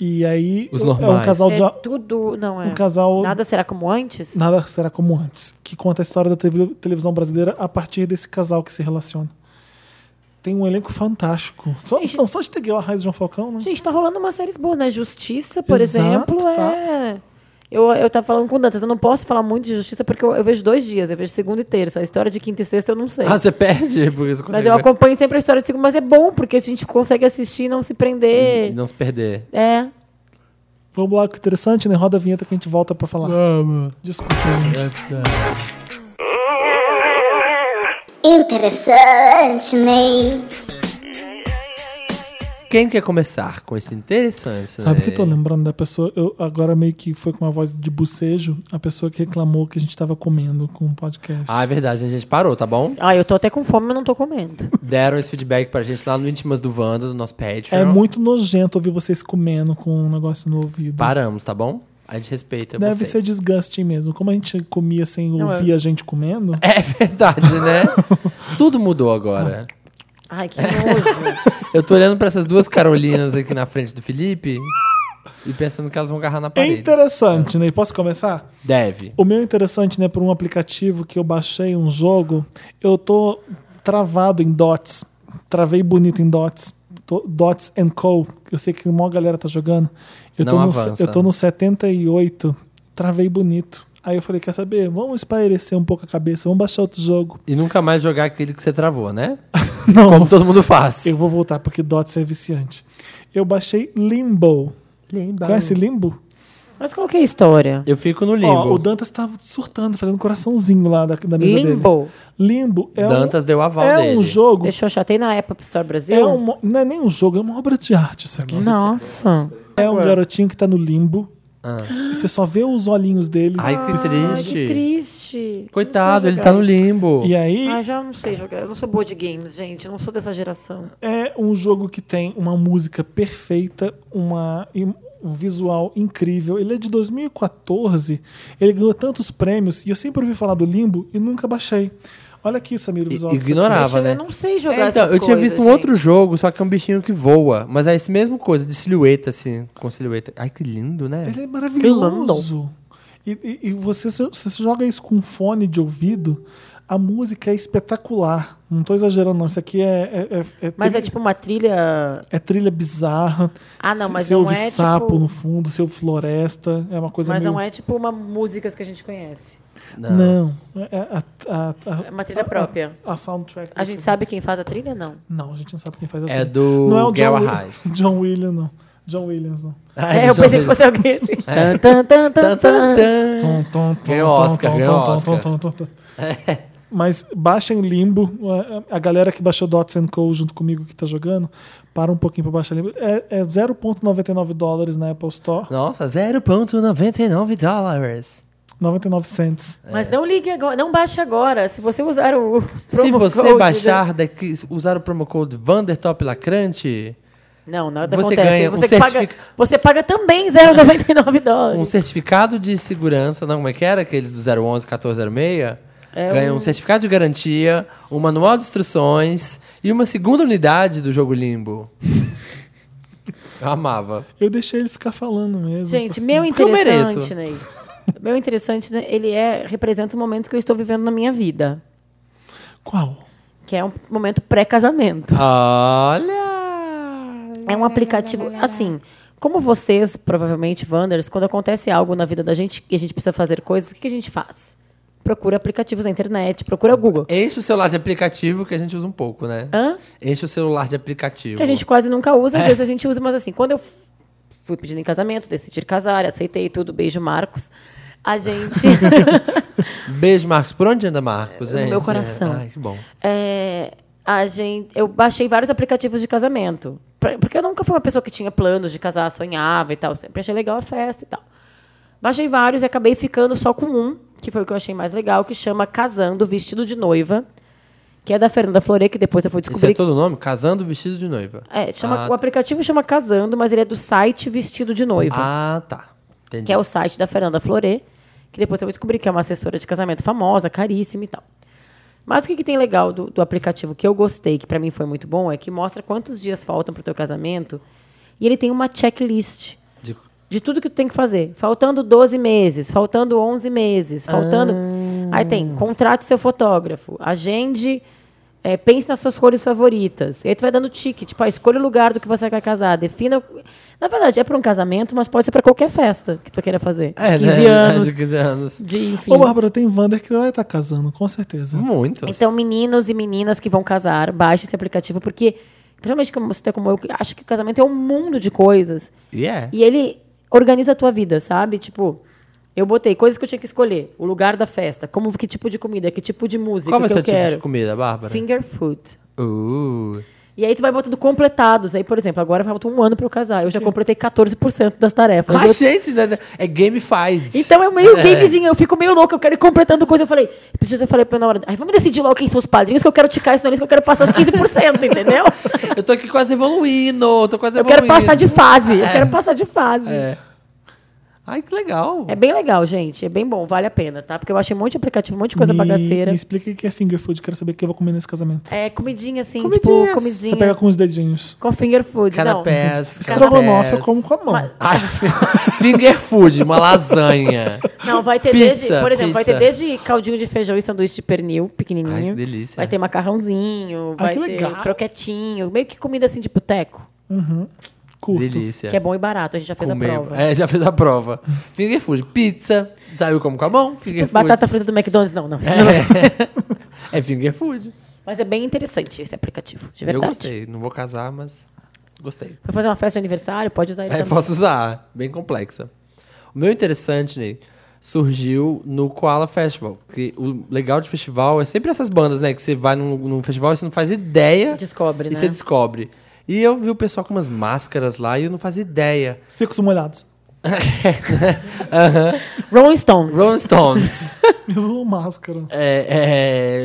S3: E aí
S2: Os
S3: é um
S2: normais.
S3: casal de,
S1: É tudo. Não, é.
S3: um casal
S1: Nada será como antes?
S3: nada será como antes, que conta a história da TV televisão brasileira a partir desse casal que se relaciona. Tem um elenco fantástico. Só, não, só de ter Guel Arraes e João Falcão, né?
S1: Gente, tá rolando umas séries boas, né? Justiça, por
S3: Exato,
S1: exemplo,
S3: tá.
S1: é. Eu, eu tava falando com o Dantas, eu não posso falar muito de justiça porque eu, eu vejo dois dias, eu vejo segunda e terça. A história de quinta e sexta eu não sei.
S2: Ah, você perde? Porque você
S1: mas
S2: consegue
S1: eu
S3: é.
S2: ver.
S1: acompanho sempre a história de segunda, mas é bom porque a gente consegue assistir e não se prender.
S3: Hum,
S2: E não se perder.
S1: É.
S3: Vamos lá, que interessante, né? Roda a vinheta que a gente volta pra falar.
S2: Ah.
S3: Desculpa,
S2: É,
S3: gente.
S6: Interessante, Ney.
S2: Quem quer começar com esse interessante?
S3: Sabe
S2: né?
S3: o que eu tô lembrando da pessoa? Eu agora meio que foi com uma voz de bocejo, a pessoa que reclamou que a gente tava comendo com o podcast.
S2: Ah, é verdade, a gente parou, tá bom?
S1: Ah, eu tô até com fome, mas não tô comendo.
S2: Deram esse feedback pra gente lá no Íntimas do Wanda, do nosso Patreon.
S3: é muito nojento ouvir vocês comendo com um negócio no ouvido.
S2: Paramos, tá bom? A gente respeita
S3: Deve
S2: vocês.
S3: ser disgusting mesmo. Como a gente comia sem ouvir a gente comendo.
S2: É verdade, né? Tudo mudou agora.
S1: Ai, que nojo.
S2: Eu tô olhando pra essas duas Carolinas aqui na frente do Felipe e pensando que elas vão agarrar na
S3: É
S2: parede.
S3: interessante, né? Posso começar?
S2: Deve.
S3: O meu é interessante, né? Por um aplicativo que eu baixei, um jogo, eu tô travado em dots. Travei bonito em dots. Tô- Dots and Co. Eu sei que a maior galera tá jogando. Eu, tô
S2: Não
S3: no, se-
S2: avança.
S3: eu tô no 78. Travei bonito. Aí eu falei, quer saber? Vamos espairecer um pouco a cabeça, vamos baixar outro jogo.
S2: E nunca mais jogar aquele que você travou, né?
S3: Não.
S2: Como todo mundo faz.
S3: Eu vou voltar, porque dots é viciante. Eu baixei Limbo.
S2: Limbo.
S3: Conhece Limbo?
S1: mas qual que é a história?
S2: Eu fico no limbo.
S3: Ó, o Dantas tava surtando, fazendo coraçãozinho lá da, da mesa dele.
S1: Limbo.
S3: Limbo é
S2: Dantas
S3: um,
S2: deu aval
S3: é
S2: dele.
S3: um jogo.
S1: Deixa eu chatei na Apple Store Brasil.
S3: É uma, não é nem um jogo, é uma obra de arte isso aqui.
S1: Nossa.
S3: É um garotinho que tá no limbo. E você só vê os olhinhos dele.
S2: Ah. Ai, que triste.
S1: Ai, que triste. Gente.
S2: Coitado, ele tá no limbo.
S3: E é- aí
S1: Ah, já não sei jogar. Eu não sou boa de games, gente. Eu não sou dessa geração.
S3: é um jogo que tem uma música perfeita, uma, e um visual incrível. Ele é de 2014, ele ganhou tantos prêmios e eu sempre ouvi falar do Limbo e nunca baixei. Olha aqui, Samir, o
S2: I-
S3: visual. que você
S2: ignorava,
S1: Poxa,
S2: né?
S1: Eu não sei jogar
S2: É, então,
S1: essas
S2: eu tinha
S1: coisas,
S2: visto um
S1: gente.
S2: outro jogo, só que é um bichinho que voa. Mas é esse mesmo coisa, de silhueta, assim, com silhueta. Ai, que lindo, né?
S3: Ele é maravilhoso. E, e- e você, se você joga isso com um fone de ouvido, a música é espetacular. Não tô exagerando, não. Isso aqui é. é, é- é
S1: Mas
S3: trilha,
S1: é tipo uma trilha.
S3: é trilha bizarra.
S1: Ah, não,
S3: Se-
S1: mas
S3: Você
S1: não
S3: ouve
S1: é,
S3: sapo
S1: tipo-
S3: no fundo, você ouve floresta. É uma coisa
S1: Mas
S3: meio...
S1: não é tipo uma músicas que a gente conhece.
S3: Não. É, a, a, a-
S1: É uma
S2: Ah,
S1: trilha própria.
S3: A, a soundtrack.
S1: A gente
S3: do-
S1: sabe quem faz a trilha? Não.
S3: Não, a gente não sabe quem faz a
S2: É
S3: trilha.
S2: do
S3: Não é o John,
S2: Guerra
S3: Wi-
S2: Reis.
S3: John Williams, não. John Williams, não.
S2: Ai,
S1: É, eu
S2: deixa
S1: pensei
S2: ver.
S1: que fosse alguém assim.
S2: É.
S1: Tan, tan, tan,
S2: Tan, tan,
S1: tan.
S2: tan.
S3: Tom, tom, tom,
S2: Ganhou
S3: tom,
S2: Oscar,
S3: tom,
S2: ganhou
S3: tom,
S2: Oscar. É.
S3: tom, tom, tom, tom. Mas baixem Limbo. A- A galera que baixou Dots and Co junto comigo que tá jogando, para um pouquinho pra baixar Limbo. É, é 0,99 dólares na Apple Store.
S2: Nossa, 0,99 dólares.
S3: 99 cents.
S1: Mas não ligue agora, não baixe agora. Se você usar o
S2: Se
S1: promo
S2: você
S1: code, né?
S2: baixar daqui, usar o promo code Vandertop Lacrante,
S1: Não, nada
S2: Você
S1: acontece.
S2: ganha um
S1: você, que paga,
S2: certifica-
S1: você paga também 0,99 dólares.
S2: um certificado de segurança, não, como é que era? Aqueles do 011, 1406.
S1: É
S2: ganha um...
S1: um-
S2: certificado de garantia, um manual de instruções e uma segunda unidade do jogo Limbo. Eu amava.
S3: Eu deixei ele ficar falando mesmo.
S1: Gente, meu
S2: Porque eu
S1: interessante, Ney. Meu interessante, né, ele é, representa o momento que eu estou vivendo na minha vida.
S3: Qual?
S1: Que é um momento pré-casamento.
S2: Olha!
S1: É um aplicativo. Assim, como vocês, provavelmente, Wanders, quando acontece algo na vida da gente e a gente precisa fazer coisas, o que que a gente faz? Procura aplicativos na internet, procura o Google.
S2: Enche o celular de aplicativo, que a gente usa um pouco, né?
S1: Hã?
S2: Enche o celular de aplicativo.
S1: Que a gente quase nunca usa, às
S2: É.
S1: vezes a gente usa, mas assim, quando eu f- fui pedindo em casamento, decidi casar, aceitei tudo, beijo, Marcos. A gente.
S2: Beijo, Marcos. Por onde anda Marcos,
S1: No
S2: gente?
S1: meu coração.
S2: Ai, que bom.
S1: É, a gente, eu baixei vários aplicativos de casamento. Pra- Porque eu nunca fui uma pessoa que tinha planos de casar, sonhava e tal. Sempre achei legal a festa e tal. Baixei vários e acabei ficando só com um, que foi o que eu achei mais legal, que chama Casando Vestido de Noiva, que é da Fernanda Flore, que depois eu fui
S2: Esse é
S1: descobrir.
S2: todo o nome? Casando Vestido de Noiva.
S1: É, chama-
S2: Ah,
S1: o aplicativo chama Casando, mas ele é do site Vestido de Noiva
S2: Ah, tá. Entendi.
S1: que é o site da Fernanda Florê, que depois eu vou descobrir que é uma assessora de casamento famosa, caríssima e tal. Mas o que, que tem legal do, do aplicativo que eu gostei, que pra mim foi muito bom, é que mostra quantos dias faltam pro teu casamento e ele tem uma checklist
S2: De-
S1: de tudo que tu tem que fazer. Faltando 12 meses, faltando 11 meses, faltando...
S2: Ah.
S1: Aí tem, contrate seu fotógrafo, agende, é, pense nas suas cores favoritas. E aí tu vai dando tique, tipo, ah, escolha o lugar do que você quer casar, defina... o- Na verdade, é pra um casamento, mas pode ser pra qualquer festa que tu queira fazer. De
S2: É,
S1: 15
S2: né?
S1: anos,
S2: De 15 anos.
S1: de enfim.
S3: Ô, Bárbara, tem Wander que vai estar casando, com certeza.
S2: Muito.
S1: Então, meninos e meninas que vão casar, baixe esse aplicativo, porque, principalmente como você tem como eu, que acho que o casamento é um mundo de coisas.
S2: E é.
S1: E ele organiza a tua vida, sabe? Tipo, eu botei coisas que eu tinha que escolher. O lugar da festa, como que tipo de comida, que tipo de música
S2: Qual vai
S1: que
S2: ser
S1: eu
S2: o tipo
S1: quero.
S2: de comida, Bárbara?
S1: Finger food.
S2: Uh.
S1: E aí tu vai botando completados. Aí, por exemplo, agora falta um ano pra eu casar. Eu já completei 14% das tarefas.
S2: Mas,
S1: Eu-
S2: gente, né? É gamified.
S1: Então é meio
S2: É.
S1: gamezinho, eu fico meio louca, eu quero ir completando coisa. Eu falei, preciso, eu falei pra ela na hora, "Ai, vamos decidir logo quem são os padrinhos, que eu quero ticar isso na lista, que eu quero passar os 15%, entendeu?
S2: Eu tô aqui quase evoluindo. Tô quase
S1: Eu quero
S2: evoluindo.
S1: passar de fase, eu
S2: É.
S1: quero passar de fase.
S2: É. Ai, que legal.
S1: É bem legal, gente. É bem bom, vale a pena, tá? Porque eu achei um monte de aplicativo, um monte de coisa
S3: me,
S1: bagaceira.
S3: Me explica o que é finger food, quero saber o que eu vou comer nesse casamento.
S1: É comidinha, assim,
S2: Comidinhas.
S1: tipo,
S3: Você
S1: comidinha.
S3: pega com os dedinhos.
S1: Com finger food, não.
S2: Canapés.
S3: Estrogonofe eu
S2: canapés.
S3: como com a mão.
S1: Mas-
S2: Ai, finger food, uma lasanha.
S1: Não, vai ter
S2: Pizza,
S1: desde, por exemplo, vai ter
S2: pizza.
S1: desde caldinho de feijão e sanduíche de pernil,
S2: Ai,
S1: pequenininho.
S2: que delícia.
S1: Uhum. Vai ter macarrãozinho,
S3: Ai,
S1: vai
S3: que
S1: ter
S3: legal.
S1: croquetinho, meio que comida assim de boteco.
S3: Curto.
S2: Delícia.
S1: Que é bom e barato, a gente já fez
S2: Comer-
S1: a prova.
S2: É, já fez a prova. Finger food, pizza. Tá, eu como com a mão. Finger food.
S1: Tipo, Batata frita do McDonald's, não, não. isso não.
S2: É. é finger food.
S1: Mas é bem interessante esse aplicativo, de
S2: Eu
S1: É verdade.
S2: gostei. Não vou casar, mas gostei.
S1: Pra fazer uma festa de aniversário, pode usar ele
S2: É,
S1: também.
S2: posso usar. Bem complexa. O meu interessante, Ney, surgiu no Koala Festival. Que o legal de festival é sempre essas bandas, né? Que você vai num, num festival e você não faz ideia.
S1: Descobre,
S2: e
S1: né?
S2: você descobre. E eu vi o pessoal com umas máscaras lá e eu não fazia ideia.
S3: Secos e molhados.
S1: Rolling Stones.
S2: Rolling Stones.
S3: Eles usam máscara. né?
S2: É,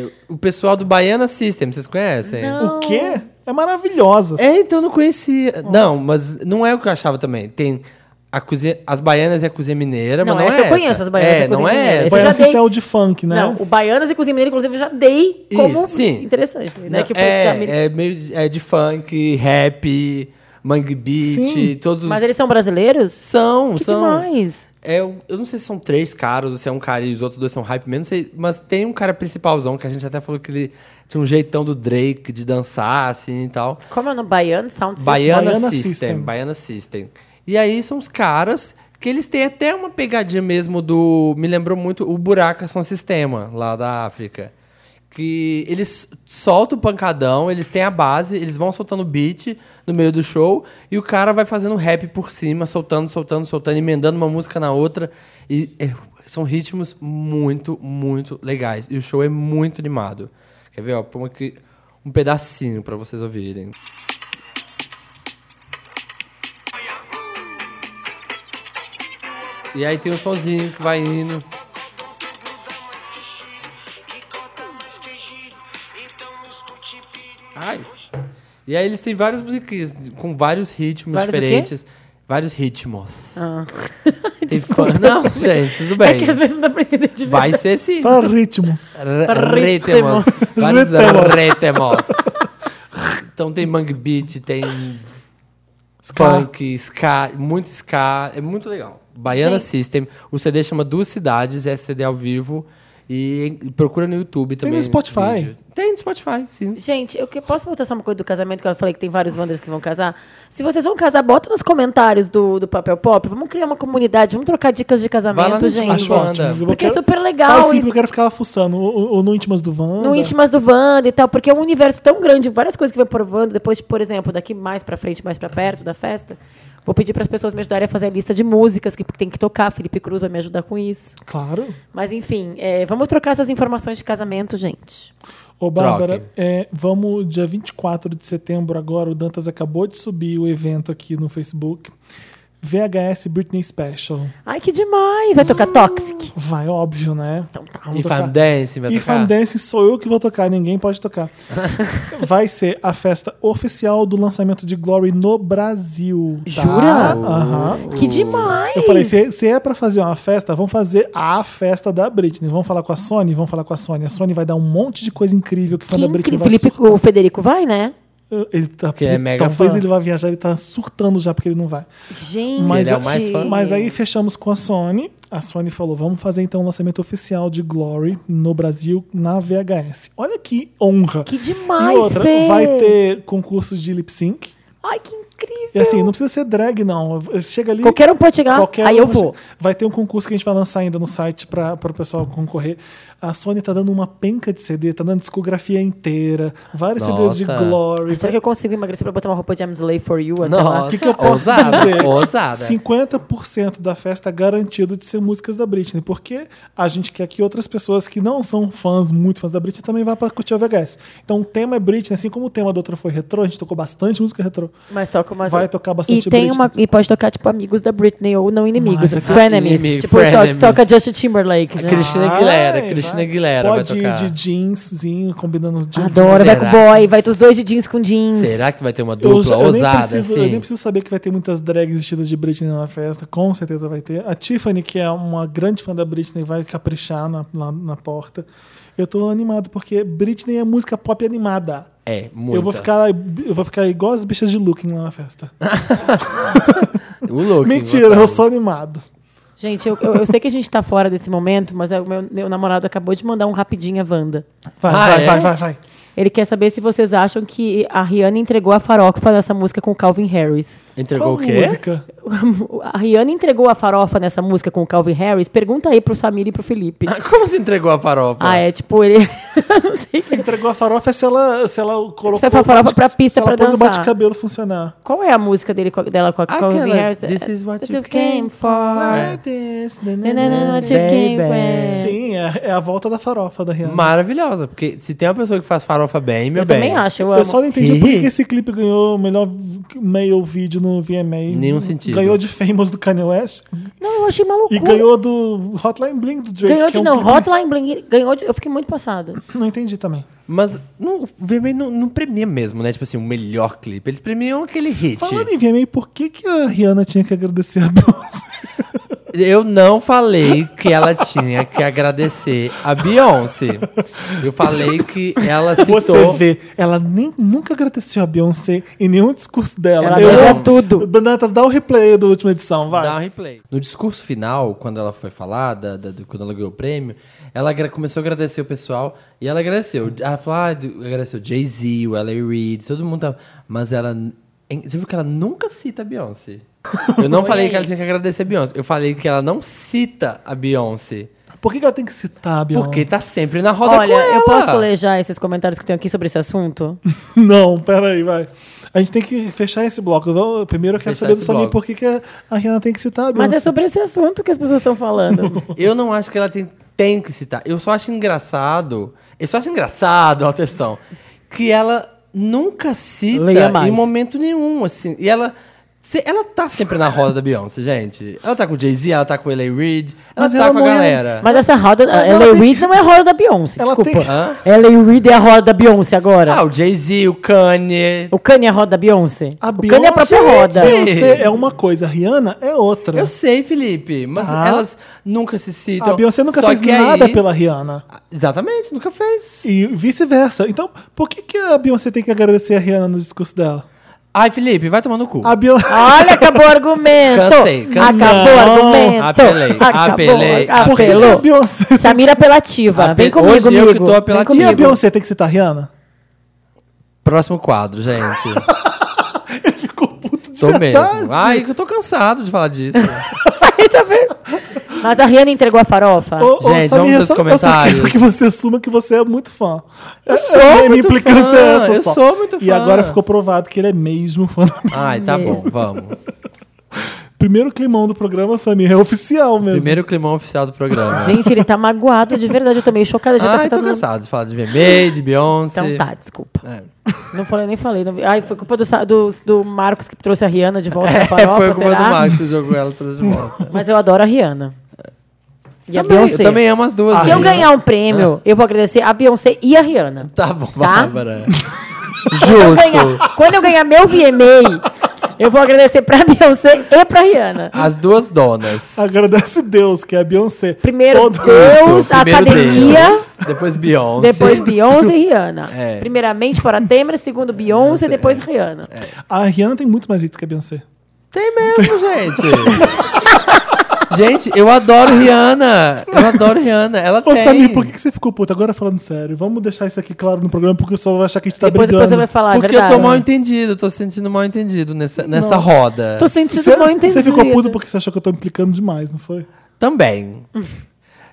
S2: é, o pessoal do Baiana System, vocês conhecem?
S1: Então,
S3: O quê? É maravilhosa.
S2: É, então eu não conhecia. Não, mas não é o que eu achava também. Tem a cozinha, as baianas e a cozinha mineira,
S1: Não,
S2: mas não
S1: essa
S2: é
S1: eu conheço, as baianas
S2: é,
S1: e a cozinha
S2: não
S1: mineira. Esse
S2: é
S3: O
S2: essa.
S1: eu já
S3: Baiana
S1: dei-
S3: System é o de funk, né?
S1: Não, o Baianas e Cozinha Mineira, inclusive, eu já dei como
S2: Isso, sim.
S1: interessante, né?
S2: Não,
S1: que foi esse da Miri-
S2: é, é meio de- é de funk, rap, mangue beat,
S3: Sim.
S2: todos
S1: Mas eles são brasileiros?
S2: são,
S1: Que
S2: são.
S1: demais.
S2: É, eu eu não sei se são três caras ou se é um cara e os outros dois são hype mesmo, não sei, mas tem um cara principalzão que a gente até falou que ele tinha um jeitão do Drake de dançar assim e tal.
S1: Como é o nome? Baiano Sound System.
S2: Baiana,
S3: Baiana
S2: System,
S3: System.
S2: Baiana System. E aí são os caras que eles têm até uma pegadinha mesmo do. Me lembrou muito o Buraca São Sistema, lá da África. Que eles soltam o pancadão, eles têm a base, eles vão soltando o beat no meio do show e o cara vai fazendo rap por cima, soltando, soltando, soltando, emendando uma música na outra. E é, são ritmos muito, muito legais. E o show é muito animado. Quer ver, ó? Põe aqui um pedacinho pra vocês ouvirem. E aí tem um sonzinho que vai indo. Ai. E aí eles têm várias musiquinhas com vários ritmos
S1: Vários o quê?
S2: diferentes. Vários ritmos. Tem
S1: Ah. Desculpa.
S2: qua- Não, gente, tudo bem.
S1: É que às vezes não dá pra entender de
S2: Vai
S1: verdade.
S2: ser sim.
S3: Para ritmos.
S2: R-
S1: Ritmos.
S2: Ritmos. Vários
S3: Ritmos.
S2: ritmos. Então tem mangue beat, tem
S3: Ska.
S2: funk, ska, muito ska, é muito legal. Baiana
S1: Gente.
S2: System, o CD chama Duas Cidades, é CD ao vivo e, e procura no YouTube também.
S3: no Spotify.
S2: vídeo. Tem no Spotify, sim.
S1: Gente, eu que- posso voltar só uma coisa do casamento que eu falei que tem vários Wanders que vão casar? Se vocês vão casar, bota nos comentários do, do Papel Pop. Vamos criar uma comunidade, vamos trocar dicas de
S2: Vai lá
S1: casamento,
S2: no
S1: gente.
S3: Acho
S2: Instagram,
S3: ótimo.
S2: Wanda.
S3: Eu
S1: Porque é
S3: quero-
S1: super
S3: Faz
S1: legal
S3: sim,
S1: isso.
S3: porque eu quero ficar lá fuçando. Ou, ou no íntimas do Wanda.
S1: No íntimas do Wanda e tal, porque é um universo tão grande, várias coisas que vai provando. Depois, por exemplo, daqui mais pra frente, mais pra perto da festa, vou pedir pras pessoas me ajudarem a fazer a lista de músicas que tem que tocar. Felipe Cruz vai me ajudar com isso.
S3: Claro.
S1: Mas enfim, é, vamos trocar essas informações de casamento, gente.
S3: Ô, Bárbara,
S2: Troque.
S3: é, vamos dia 24 de setembro agora. O Dantas acabou de subir o evento aqui no Facebook. VHS Britney Special.
S1: Ai, que demais! Vai tocar Toxic.
S3: Vai, óbvio, né?
S1: Então tá.
S3: Vamos
S2: E
S3: tocar.
S2: Fam Dance, vai
S3: E
S2: tocar.
S3: Fan Dance sou eu que vou tocar, ninguém pode tocar. Vai ser a festa oficial do lançamento de Glory no Brasil. tá?
S1: Jura?
S3: Aham.
S1: Que demais!
S3: Eu falei, se, se é pra fazer uma festa, vamos fazer a festa da Britney. Vamos falar com a Sony? Vamos falar com a Sony. A Sony vai dar um monte de coisa incrível que fã
S1: Que
S3: da Britney
S1: incrível.
S3: vai
S1: Felipe,
S3: surtar.
S1: o Federico vai, né?
S3: Ele tá,
S2: Que é mega
S3: talvez
S2: fã.
S3: ele vá viajar, ele tá surtando já porque ele não vai.
S1: Gente.
S3: Mas
S2: Ele é o mais fã.
S3: Mas aí fechamos com a Sony. A Sony falou: vamos fazer então o lançamento oficial de Glory no Brasil na VHS. Olha que honra.
S1: Que
S3: e
S1: demais,
S3: outra,
S1: Fê.
S3: vai ter concurso de lip sync.
S1: Ai, que incrível!
S3: E assim, não precisa ser drag, não. Chega ali.
S1: Qualquer um pode chegar,
S3: Qualquer
S1: aí
S3: um
S1: eu
S3: pode-
S1: vou.
S3: Vai ter um concurso que a gente vai lançar ainda no site para o pessoal concorrer. A Sony tá dando uma penca de CD, tá dando discografia inteira, vários CDs de
S2: Nossa.
S3: Glory.
S1: Ah, Será que eu consigo emagrecer pra botar uma roupa de I'm Slay for You até
S2: Nossa,
S1: lá?
S3: que que eu posso
S2: é ousada,
S3: dizer?
S2: ousada.
S3: 50% da festa é garantido de ser músicas da Britney, porque a gente quer que outras pessoas que não são fãs, muito fãs da Britney, também vá para curtir o VHS. Então o tema é Britney, assim como o tema da outra foi retrô, a gente tocou bastante música retrô.
S1: Mas toca umas...
S3: Vai tocar bastante
S1: e tem
S3: Britney.
S1: uma E pode tocar, tipo, amigos da Britney ou não inimigos.
S3: Mas-
S1: frenemies.
S2: Inimigo,
S1: tipo, to-
S2: frenemies.
S1: toca Justin Timberlake. né?
S2: Cristina Aguilera,
S3: Vai,
S2: Cristina
S3: vai.
S2: Aguilera vai
S3: Pode
S2: tocar.
S3: ir de jeanszinho, combinando jeans.
S1: Adoro, vai com
S2: Será?
S1: o boy, vai os dois de jeans com jeans.
S2: Será que vai ter uma
S3: Eu,
S2: dupla
S3: já- eu nem
S2: ousada
S3: preciso, eu
S2: assim?
S3: nem preciso saber que vai ter muitas drags vestidas de Britney na festa, com certeza vai ter. A Tiffany, que é uma grande fã da Britney, vai caprichar na, na, na porta. Eu tô animado porque Britney é música pop animada.
S2: É, muito.
S3: Eu vou ficar lá- eu vou ficar igual as bichas de Looking lá na festa.
S2: O look,
S3: Mentira,
S2: vou-
S3: eu sou animado.
S1: Gente, eu, eu, eu sei que a gente tá fora desse momento, mas é o meu, meu namorado acabou de mandar um rapidinho a Wanda.
S3: Vai,
S2: Ah,
S3: vai,
S2: é?
S3: vai, vai, vai.
S1: Ele quer saber se vocês acham que a Rihanna entregou a farofa nessa música com o Calvin Harris.
S2: Entregou o
S3: Qual
S2: quê?
S3: música?
S1: A Rihanna entregou a farofa nessa música com o Calvin Harris? Pergunta aí pro Samir e pro Felipe.
S2: Ah, Como você entregou a farofa?
S1: Ah, é tipo, ele. não sei se...
S3: Entregou a farofa é se ela, se ela colocou.
S1: Se a farofa
S3: o bate-
S1: pra pista
S3: se ela
S1: pra
S3: pôs o
S1: dançar.
S3: bate-cabelo funcionar.
S1: Qual é a música dele, com a- dela com a
S2: Aquela,
S1: Calvin Harris?
S2: "This is what you came
S1: for.
S2: É.
S3: This,
S1: Né, Nanana, what you came for.
S3: né, Sim, é, é a volta da farofa da Rihanna.
S2: Maravilhosa, porque se tem uma pessoa que faz farofa bem, meu
S1: Eu
S2: bem.
S1: também acho, eu amo.
S3: Eu só não entendi
S2: Ri.
S3: por que esse clipe ganhou o melhor v- male vídeo no VMA.
S2: Nenhum sentido.
S3: Ganhou de Famous do Kanye West
S1: Não, eu achei maluco.
S3: e ganhou do Hotline Bling do Drake.
S1: Ganhou
S3: que
S1: de
S3: é um
S1: não,
S3: crime.
S1: Hotline Bling ganhou de, eu fiquei muito passado.
S3: Não entendi também.
S2: Mas não, o VMA não, não premia mesmo, né? Tipo assim, o melhor clipe. Eles premiam aquele hit.
S3: Falando em VMA, por que, que a Rihanna tinha que agradecer a Beyoncé?
S2: Eu não falei que ela tinha que agradecer a Beyoncé. Eu falei que ela citou...
S3: Você vê, ela nem, nunca agradeceu a Beyoncé em nenhum discurso dela.
S1: Ela
S3: Eu-
S1: ganhou tudo.
S3: Donatas, dá o replay da última edição, vai.
S2: Dá um replay. No discurso final, quando ela foi falar, da- da- do- quando ela ganhou o prêmio, ela agra- começou a agradecer o pessoal e ela agradeceu. Ela falou, ah, do- agradeceu Jay-Z, o L.A. Reid, todo mundo tava. Mas ela. hein, Você viu que ela nunca cita a Beyoncé? Eu não falei que ela tinha que agradecer a Beyoncé. Eu falei que ela não cita a Beyoncé.
S3: Por que, que ela tem que citar a Beyoncé?
S2: Porque tá sempre na roda
S1: Olha,
S2: com ela.
S1: eu posso ler já esses comentários que tem aqui sobre esse assunto?
S3: Não, peraí, vai. A gente tem que fechar esse bloco. Vamos- Primeiro eu quero
S2: Fechar
S3: saber do
S2: esse
S3: Samir
S2: bloco.
S3: por que, que a a Rihanna tem que citar a Beyoncé.
S1: Mas é sobre esse assunto que as pessoas estão falando.
S2: Eu não acho que ela tem, tem que citar. Eu só acho engraçado. Eu só acho engraçado, ó, textão. Que ela nunca
S1: Leia
S2: cita
S1: mais.
S2: em momento nenhum, assim. E ela. se- ela tá sempre na roda da Beyoncé, gente. Ela tá com o Jay-Z, ela tá com o L.A. Reid, ela
S3: Mas
S2: tá
S3: ela
S2: com a
S3: não é-
S2: galera.
S1: Mas essa roda.
S3: Mas
S1: a
S3: ela
S1: LA
S3: tem
S1: Reid não é a roda da Beyoncé,
S3: Ela
S1: desculpa.
S3: tem-
S2: Hã?
S1: LA Reid é a roda da Beyoncé agora.
S2: Ah, o Jay-Z, o Kanye.
S1: O Kanye é a roda da Beyoncé?
S3: A
S1: o Kanye é a própria
S3: Beyoncé-
S1: roda.
S3: Beyoncé é uma coisa, a Rihanna é outra.
S2: Eu sei, Felipe, mas
S3: Tá.
S2: elas nunca se citam.
S3: a Beyoncé nunca
S2: Só
S3: fez
S2: que aí- Ah,
S3: nada pela Rihanna.
S2: Exatamente, nunca fez.
S3: E vice-versa. Então, por que, que a Beyoncé tem que agradecer a Rihanna no discurso dela?
S2: Ai, Felipe, vai tomar no cu.
S3: A Beyoncé...
S2: Ah,
S1: Olha, acabou o argumento.
S2: Cansei, cansei.
S1: Acabou o
S3: Não.
S1: argumento.
S2: Apelei,
S1: Acabou,
S2: apelei,
S3: por que, que
S1: apelou.
S3: a Beyoncé...
S1: Samira é apelativa.
S2: Ape-
S1: Vem comigo,
S2: Hoje eu
S1: amigo.
S2: que tô apelativo.
S3: Por que a
S2: comigo.
S3: Beyoncé tem que citar a Rihanna?
S2: Próximo quadro, gente.
S3: Ficou puto de
S2: Tô
S3: verdade.
S2: mesmo. Ai, que eu tô cansado de falar disso.
S1: Aí tá vendo? Mas a Rihanna entregou a farofa.
S3: Ô, ô,
S2: Gente, vamos pros
S3: eu só- eu só quero
S2: comentários.
S3: que você assuma que você é muito fã. Eu
S2: sou muito fã, eu sou muito
S3: E
S2: fã.
S3: agora ficou provado que ele é mesmo fã. da Beyoncé.
S2: Ai, tá bom, vamos.
S3: Primeiro climão do programa, Samir, é oficial mesmo.
S2: Primeiro climão oficial do programa.
S1: Gente, ele tá magoado de verdade. Eu tô meio chocada. Já tá
S2: Ai, tô
S1: sentado no-
S2: cansado de falar de VMA, de Beyoncé.
S1: Então tá, desculpa.
S2: É.
S1: Não falei, nem falei. não vi. Ai, foi culpa do, Sa- do, do Marcos que trouxe a Rihanna de volta
S2: É,
S1: na farofa,
S2: foi o culpa
S1: será?
S2: do Max que jogou ela toda de volta.
S1: Mas eu adoro a Rihanna. E a
S2: Também,
S1: Beyoncé.
S2: eu também É. amo as duas.
S1: Se eu ganhar um prêmio, eu vou agradecer a Beyoncé e a Rihanna.
S2: Tá bom,
S1: Tá?
S2: Bárbara.
S1: Eu
S2: Justo.
S1: ganhar- quando eu ganhar meu VMA, eu vou agradecer pra Beyoncé e pra Rihanna.
S2: As duas donas.
S3: Agradece Deus, que é a Beyoncé.
S1: Primeiro
S3: Todo-
S1: Deus, a
S2: Primeiro
S1: academia,
S2: Deus, depois Beyoncé.
S1: depois Beyoncé e Rihanna.
S2: É.
S1: Primeiramente fora Temer, segundo Beyoncé, depois Rihanna.
S3: A Rihanna tem muito mais hits que a Beyoncé.
S2: Tem mesmo, gente. gente, eu adoro Rihanna. Eu adoro Rihanna. Ela
S3: Ô,
S2: tem.
S3: Samir, por que, que você ficou puto? Agora falando sério, vamos deixar isso aqui claro no programa, porque o pessoal vai achar que a gente tá
S1: depois, depois você vai
S3: brigando.
S1: falar, é
S2: Porque
S1: verdade.
S2: eu tô mal entendido, tô sentindo mal entendido nessa, nessa roda.
S1: Tô sentindo
S3: Você-
S1: mal entendido.
S3: Você ficou puto porque você achou que eu tô implicando demais, não foi?
S2: Também.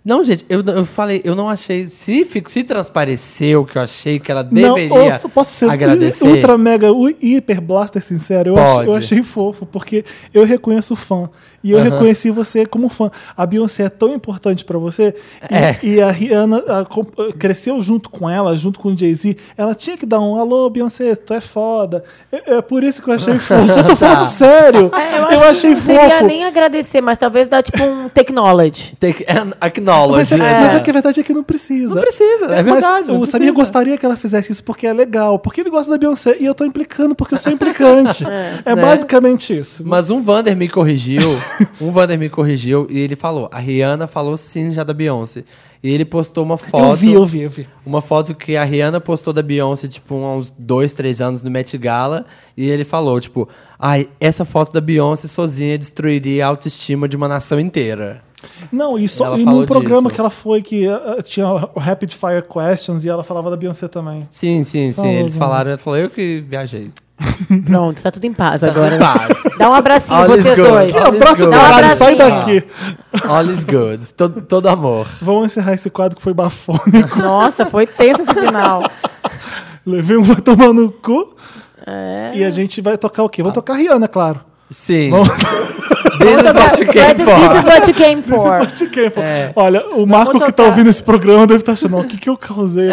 S2: Não, gente, eu, eu falei, eu não achei. Se, fi- se transpareceu que eu achei que ela deveria
S3: ou- posso ser
S2: agradecer.
S3: ultra mega u- hiper blaster sincero. Eu, ach- eu
S2: Pode.
S3: achei fofo, porque eu reconheço o fã. E eu reconheci você como fã. A Beyoncé é tão importante pra você. E,
S2: É.
S3: e a Rihanna a com- cresceu junto com ela, junto com o Jay-Z. Ela tinha que dar um alô, Beyoncé, tu é foda. É, é por isso que eu achei fofo. Eu tô
S2: Tá.
S3: falando sério.
S1: É,
S3: eu
S1: acho que
S3: achei
S1: não seria
S3: fofo.
S1: nem agradecer, mas talvez dar tipo um technology.
S2: Take and acknowledge.
S3: Mas é, mas é
S2: né?
S3: que a verdade é que não precisa.
S2: Não precisa, é
S3: mas
S2: verdade, não
S3: o Samir
S2: precisa.
S3: gostaria que ela fizesse isso porque é legal, porque ele gosta da Beyoncé e eu tô implicando porque eu sou implicante. é
S2: né?
S3: basicamente isso.
S2: Mas um Vander me corrigiu. um Vander me corrigiu e ele falou: a Rihanna falou sim já da Beyoncé. E ele postou uma foto.
S3: eu vi, eu vi, eu vi.
S2: Uma foto que a Rihanna postou da Beyoncé, tipo, há uns dois, três anos no Met Gala. E ele falou, tipo, ai, essa foto da Beyoncé sozinha destruiria a autoestima de uma nação inteira.
S3: Não, isso
S2: Ela
S3: e
S2: falou
S3: num programa
S2: disso.
S3: que ela foi que eh, tinha o Rapid Fire Questions e ela falava da Beyoncé também.
S2: Sim, sim, sim.
S3: Falou,
S2: Eles
S3: né?
S2: falaram, ela falou, eu que viajei.
S1: Pronto, tá tudo em paz agora.
S2: Paz.
S1: Dá um abracinho,
S2: All is
S1: vocês
S2: good.
S1: dois.
S2: All is
S3: Ah, Próximo
S2: good.
S1: Dá um
S3: caralho, sai
S1: abracinho.
S3: daqui.
S2: All is good. Todo, todo amor.
S3: Vamos encerrar esse quadro que foi bafônico.
S1: Nossa, foi tenso esse final.
S3: Levei um vai tomar no cu.
S2: É.
S3: E a gente vai tocar o quê? Vamos tocar Rihanna, claro.
S2: Sim. This is what you
S1: Mas
S2: came
S1: This is
S2: for.
S1: what you came for.
S3: Isso é de quem, pô?
S2: É.
S3: Olha, o Marco que tá
S1: tocar.
S3: ouvindo esse programa deve estar achando, "Não, o que, que eu causei?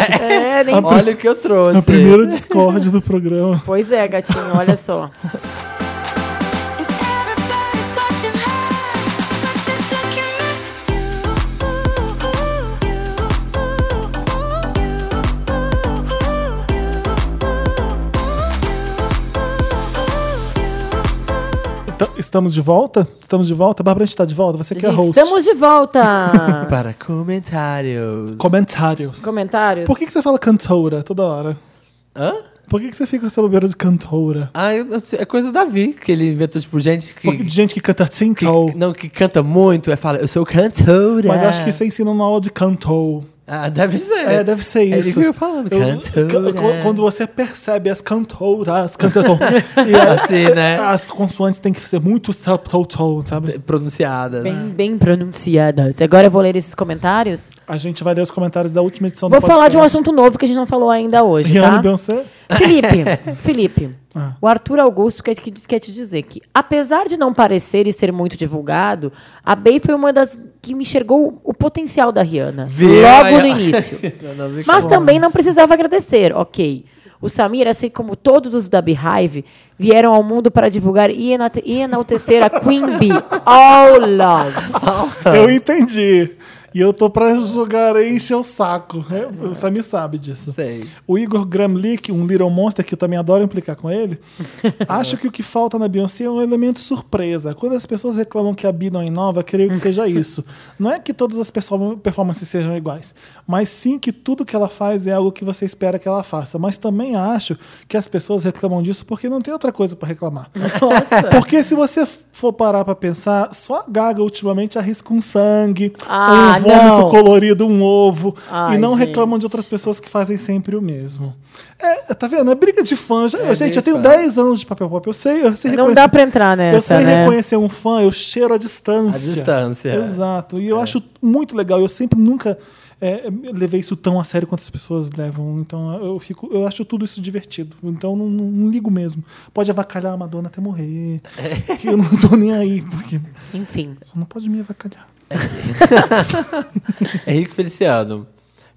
S3: aqui?"
S1: É, nem...
S2: Olha o que eu trouxe.
S3: A primeira Discord do programa.
S1: Pois é, gatinho, olha só.
S3: Então, estamos de volta? Estamos de volta? Bárbara, a gente tá de volta? Você que é
S1: Gente,
S3: host.
S1: Estamos de volta.
S2: Para comentários.
S3: Comentários.
S1: Comentários.
S3: Por que, que você fala cantora toda hora?
S2: Hã?
S3: Por que, que você fica com essa bobeira de cantora?
S2: Ah, eu- eu- é coisa do Davi, que ele inventou, tipo, gente que.
S3: Porque de gente que canta assim,
S2: que-
S3: cinco.
S2: não, que canta muito, é fala, eu sou cantora.
S3: Mas eu acho que isso ensina na aula de cantor.
S2: Ah, deve ser.
S3: É, deve ser
S2: É. É
S3: isso.
S2: que eu falando, cantora.
S3: ca- Quando você percebe as cantoras, cantor, e a-
S2: Assim, né?
S3: as consoantes têm que ser muito subtotal, sabe?
S2: Pronunciadas.
S3: Ah.
S1: Bem, bem pronunciadas. Agora eu vou ler esses comentários.
S3: A gente vai ler os comentários da última edição
S1: Vou
S3: do
S1: falar de um
S3: podcast.
S1: assunto novo que a gente não falou ainda hoje,
S3: Rihanna
S1: tá?
S3: e Ah. Beyoncé?
S1: Felipe, Felipe, o Arthur Augusto quer, que- quer te dizer que, apesar de não parecer e ser muito divulgado, a Bey foi uma das que me enxergou o potencial da Rihanna.
S2: Viu?
S1: Logo
S2: Aí,
S1: no
S2: ó.
S1: início. Mas também não precisava agradecer, ok. O Samir, assim como todos os da Beehive, vieram ao mundo para divulgar e enate- e enaltecer a Queen Bee. All love.
S3: Eu entendi. E eu tô pra jogar e encher o saco. É, Você me sabe disso.
S2: Sei.
S3: O Igor Gramlich, um Little Monster, que eu também adoro implicar com ele, acha que o que falta na Beyoncé é um elemento surpresa. Quando as pessoas reclamam que a Bi não inova, creio que seja isso. Não é que todas as perso- performances sejam iguais, mas sim que tudo que ela faz é algo que você espera que ela faça. Mas também acho que as pessoas reclamam disso porque não tem outra coisa pra reclamar. Porque se você for parar pra pensar, só a Gaga ultimamente arrisca um sangue,
S1: Ah,
S3: um vômito
S1: não.
S3: colorido, um ovo, e
S1: Ai,
S3: não
S1: gente.
S3: reclamam de outras pessoas que fazem sempre o mesmo. É, tá vendo? É briga de fã. Já, gente,
S2: briga
S3: eu
S2: de
S3: tenho
S2: fã.
S3: 10 anos de papel pop. Eu sei, eu sei
S1: Não
S3: reconhecer-
S1: dá pra entrar
S3: Eu
S1: nessa,
S3: sei
S1: né?
S3: reconhecer um fã, eu cheiro à distância.
S2: A distância.
S3: Exato. E eu acho muito legal. Eu sempre nunca é, levei isso tão a sério quanto as pessoas levam. Então eu fico, eu acho tudo isso divertido. Então não, não- não ligo mesmo. Pode avacalhar a Madonna até morrer. Que eu não tô nem aí, porque
S1: Enfim.
S3: só não pode me avacalhar.
S2: Henrique Feliciano.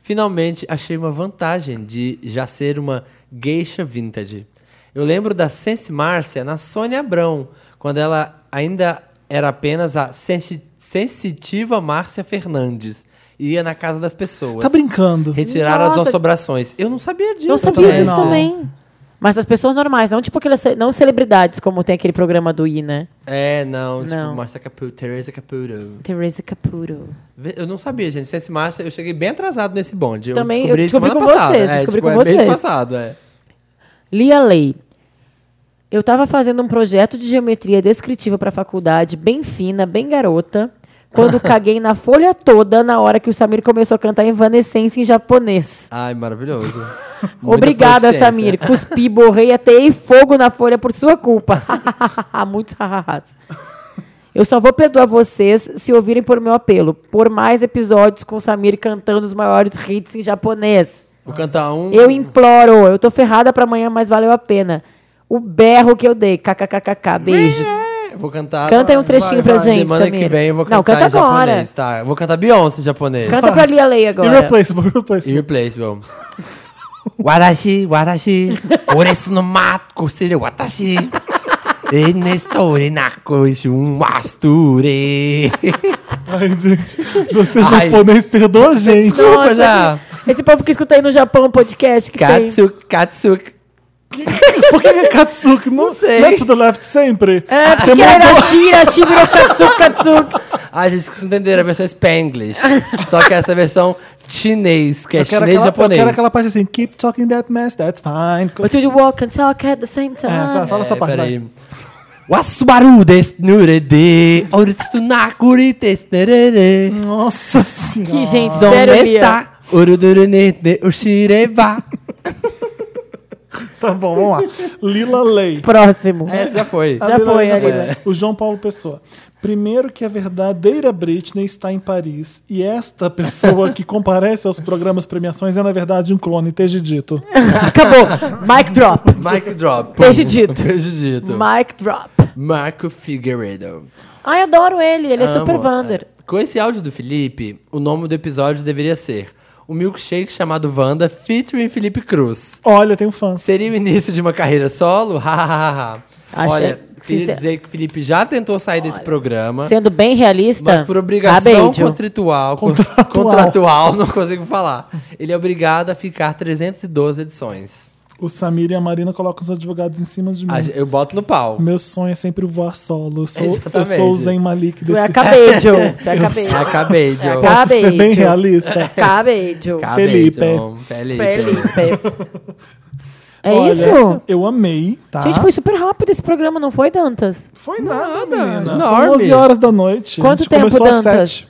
S2: Finalmente achei uma vantagem de já ser uma geisha vintage. Eu lembro da Sense Márcia na Sônia Abrão, quando ela ainda era apenas a sensi- sensitiva Márcia Fernandes. Ia na casa das pessoas.
S3: Tá brincando.
S2: Retiraram as
S1: Nossa.
S2: assobrações. Eu não sabia disso.
S1: Eu sabia disso
S3: não.
S1: também. Mas as pessoas normais, não tipo aquelas, ce- não celebridades, como tem aquele programa do I, né?
S2: É, não. Tipo,
S1: Não.
S2: Márcia Capu, Teresa Caputo.
S1: Teresa Caputo.
S2: Ve- Eu não sabia, gente. Sense Márcia, eu cheguei bem atrasado nesse bonde. Eu
S1: Também,
S2: descobri,
S1: eu descobri
S2: semana
S1: com
S2: passada.
S1: vocês,
S2: É,
S1: descobri
S2: tipo,
S1: com
S2: é mês
S1: vocês.
S2: passado, é.
S1: Lia Lei. Eu tava fazendo um projeto de geometria descritiva pra faculdade, bem fina, bem garota, quando caguei na folha toda na hora que o Samir começou a cantar Evanescence em japonês.
S2: Ai, maravilhoso. Muita
S1: Obrigada,
S2: proficiência.
S1: Samir. Cuspi, borrei, ateei fogo na folha por sua culpa. Muitos hahahás. Eu só vou perdoar vocês se ouvirem por meu apelo. Por mais episódios com o Samir cantando os maiores hits em japonês.
S2: Vou cantar um.
S1: Eu imploro. Eu tô ferrada pra amanhã, mas valeu a pena. O berro que eu dei. KKKKK. Beijos.
S2: É, Vou cantar.
S1: Canta aí um trechinho pra gente,
S2: Semana que
S1: Samira.
S2: vem eu vou cantar
S1: Não,
S2: em
S1: canta agora.
S2: japonês, tá? Eu vou cantar Beyoncé em japonês.
S1: Canta pra Lia Lei agora.
S3: Irreplaceable, irreplaceable.
S2: Irreplaceable. Warashi, warashi, koresu no mato, koseru watashi. Enestore na koishi um masture.
S3: Ai, gente. Você é
S2: Ai.
S3: japonês, perdoa a gente.
S2: Desculpa. já.
S1: Esse povo que escuta aí no Japão o podcast que tem.
S2: Katsuki, katsuki.
S3: Por que que é Katsuki? Não,
S2: Não sei.
S3: Não é to the left sempre?
S1: É,
S3: Você
S1: porque era
S3: mandou-
S1: Shira, Shiburo Katsuki Katsuki.
S2: Ah, gente, vocês entenderam a versão Spanglish. Só que essa é a versão chinês, que é
S3: Eu quero,
S2: chinês e
S3: aquela, eu
S2: japonês.
S3: quero aquela parte assim, keep talking that mess, that's fine.
S1: But you walk and talk at the same time.
S3: É, fala, fala essa
S2: É,
S3: parte. vai.
S2: peraí. Wasubaru desu nure de, orutsunakuri desu nerere.
S3: Nossa senhora.
S1: Que gente, sério,
S2: Onde
S1: Bia.
S2: está? Urudurunete, ushireba.
S3: Tá bom, vamos lá. Lila Lei.
S1: Próximo.
S2: Essa já foi.
S3: A
S1: Já
S3: Lila
S1: foi,
S3: Lei
S1: a Lila.
S3: foi. né? O João Paulo Pessoa. Primeiro que a verdadeira Britney está em Paris e esta pessoa que comparece aos programas premiações é, na verdade, um clone, esteja dito.
S1: Acabou. Mic drop.
S2: Mic drop.
S1: Beijo dito.
S2: Beijo dito.
S1: Mic drop.
S2: Marco Figueiredo.
S1: Ai, adoro ele. Ele é
S2: Amo.
S1: super Vander.
S2: Com esse áudio do Felipe, o nome do episódio deveria ser O Milkshake Chamado Wanda featuring Felipe Cruz.
S3: Olha, tem um fã.
S2: Seria o início de uma carreira solo? Hahaha.
S1: Achei-
S2: Olha, queria
S1: sincer-
S2: dizer que o Felipe já tentou sair desse programa.
S1: Sendo bem realista.
S2: Mas por obrigação
S1: Cabeidio.
S2: contratual, con-
S3: Contratual.
S2: contratual. não consigo falar. Ele é obrigado a ficar 312 edições.
S3: O Samir e a Marina colocam os advogados em cima de mim.
S2: Ah, Eu boto no pau.
S3: Hum. Meu sonho é sempre voar solo. Eu sou, eu
S2: Exatamente.
S3: sou o Zen Malik
S1: Tu
S3: desse
S1: é cabejo. Tu é cabejo.
S2: Acabei,
S1: É
S2: John.
S3: Posso ser
S1: Cabejo.
S3: bem realista?
S1: Cabejo.
S2: Acabei,
S3: Felipe. é.
S2: John. Então, Felipe.
S1: Felipe. É
S3: Olha,
S1: isso?
S3: Eu amei, tá?
S1: Gente, foi super rápido esse programa, não foi, Dantas?
S3: Foi nada, menina.
S2: enorme.
S3: São 11 horas da noite.
S1: Quanto
S3: a gente
S1: tempo,
S3: começou às
S1: Dantas?
S3: 7.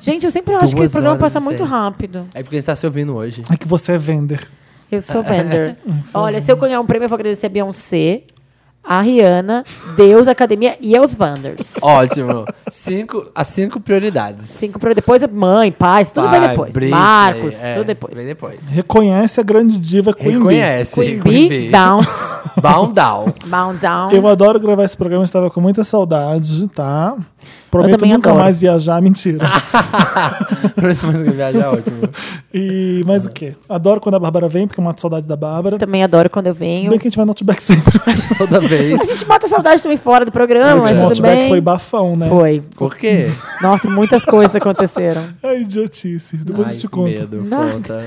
S1: Gente, eu sempre acho que o
S2: Duas
S1: programa
S2: horas
S1: passa
S2: e
S1: muito
S2: seis.
S1: rápido.
S2: É porque a gente tá se ouvindo hoje.
S3: É que você é vender.
S1: Eu
S2: É.
S1: sou vender. Olha, se eu ganhar um prêmio, eu vou agradecer a Beyoncé, a Rihanna, Deus, a Academia e aos Wanders.
S2: Ótimo. Cinco, as cinco prioridades.
S1: Cinco pra depois, é mãe, pais, tudo vem
S2: Vai,
S1: depois.
S2: Britney,
S1: Marcos,
S2: é,
S1: tudo depois.
S2: Vem depois.
S3: Reconhece a grande diva Queen Bee.
S2: Reconhece.
S1: Queen Bee, Bounce,
S2: Bound down.
S1: Bound Down.
S3: Eu adoro gravar esse programa, estava com muita saudade, tá? Prometo
S1: também
S3: nunca
S1: adoro. Ah.
S3: mais viajar, mentira.
S2: viajar ótimo.
S3: E mais o quê? Adoro quando a Bárbara vem, porque eu mato saudade da Bárbara.
S1: Também adoro quando eu
S3: Tudo
S1: venho.
S3: Bem que a gente vai no Outback sempre.
S2: Toda vez.
S1: A gente mata a saudade também fora do programa, mas
S3: o
S1: tudo
S3: Outback
S1: bem.
S3: é foi bafão, né?
S1: Foi.
S2: Por quê?
S1: Nossa, muitas coisas aconteceram.
S3: Ai, É idiotice. Depois eu te conto.
S2: medo.
S1: Nada.
S2: Conta.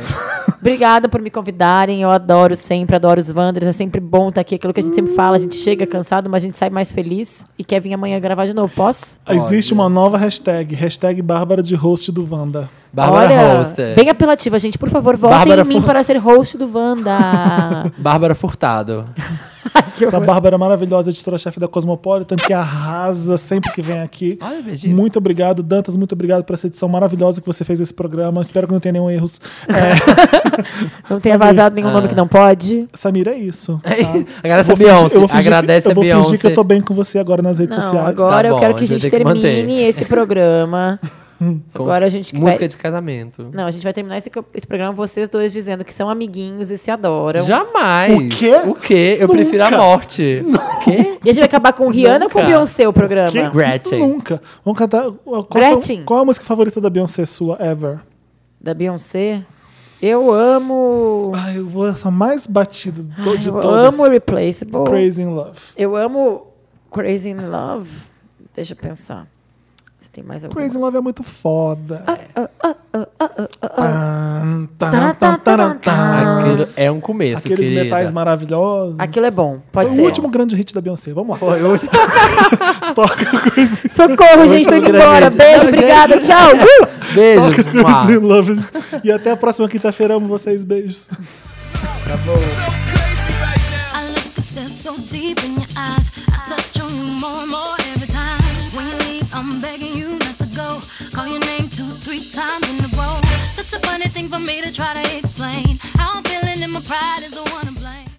S1: Obrigada por me convidarem. Eu adoro sempre, adoro os Wanders. É sempre bom estar aqui. Aquilo que a gente sempre fala, a gente chega cansado, mas a gente sai mais feliz e quer vir amanhã gravar de novo. Posso?
S3: Existe uma nova hashtag, hashtag Bárbara de host do Wanda.
S2: Bárbara Holster.
S1: bem apelativa, gente. Por favor, votem
S2: Bárbara
S1: em mim
S2: Fu-
S1: para ser host do Wanda.
S2: Bárbara Furtado.
S1: Que
S3: Essa
S1: horror.
S3: Bárbara maravilhosa, editora-chefe da Cosmopolitan, que arrasa sempre que vem aqui.
S2: Olha, beijinho.
S3: Muito obrigado, Dantas. Muito obrigado por essa edição maravilhosa que você fez desse programa. Espero que não tenha nenhum erros. É,
S1: não tenha vazado
S2: Ah.
S1: nenhum nome que não pode.
S3: Samir, é isso. tá?
S2: Agradece a
S3: Eu vou fingir-
S2: Beyoncé.
S3: eu vou fingir que-
S2: Agradece a
S3: Eu vou
S2: Beyoncé.
S3: fingir que eu tô bem com você agora nas redes
S1: Não,
S3: sociais.
S1: agora
S2: Tá
S1: eu
S2: bom,
S1: quero que
S2: a
S1: a gente
S2: gente vai ter que
S1: termine
S2: manter.
S1: esse programa.
S2: Com
S1: Agora a gente
S2: Música
S1: vai...
S2: de casamento.
S1: Não, a gente vai terminar esse, co- esse programa vocês dois dizendo que são amiguinhos e se adoram.
S2: Jamais.
S3: O quê?
S2: O quê? Eu prefiro a morte. O quê?
S1: E a gente vai acabar com Rihanna ou com
S2: Nunca.
S1: Beyoncé o programa?
S3: Que-
S2: Gretchen.
S3: Nunca. Vamos cantar. uh, Qual,
S1: Gretchen.
S3: são- qual a música favorita da Beyoncé sua ever?
S1: Da Beyoncé? Eu amo.
S3: Ai, eu vou essa mais batida de, to- de
S1: eu
S3: todas.
S1: amo Replaceable.
S3: Crazy in Love.
S1: Eu amo Crazy in Love. Deixa eu pensar. Se tem mais alguma.
S3: Crazy in Love é muito foda.
S1: Ah, Tá, tá, tá, tá.
S2: Aquilo é um começo,
S3: Ah. Aqueles
S2: querida.
S3: metais maravilhosos.
S1: Aquilo é bom. Pode
S3: Foi
S1: ser.
S3: o último grande hit da Beyoncé. Vamos lá.
S2: Foi hoje.
S3: Toca Crazy
S1: Socorro, gente. Tô indo
S2: grande.
S1: embora. Beijo,
S2: Não,
S1: obrigada.
S2: gente.
S1: Tchau. Uh!
S2: Beijo. Mua.
S3: in Love. E até a próxima quinta-feira. Amo vocês. Beijos.
S7: I look 'cause there's so deep in your eyes.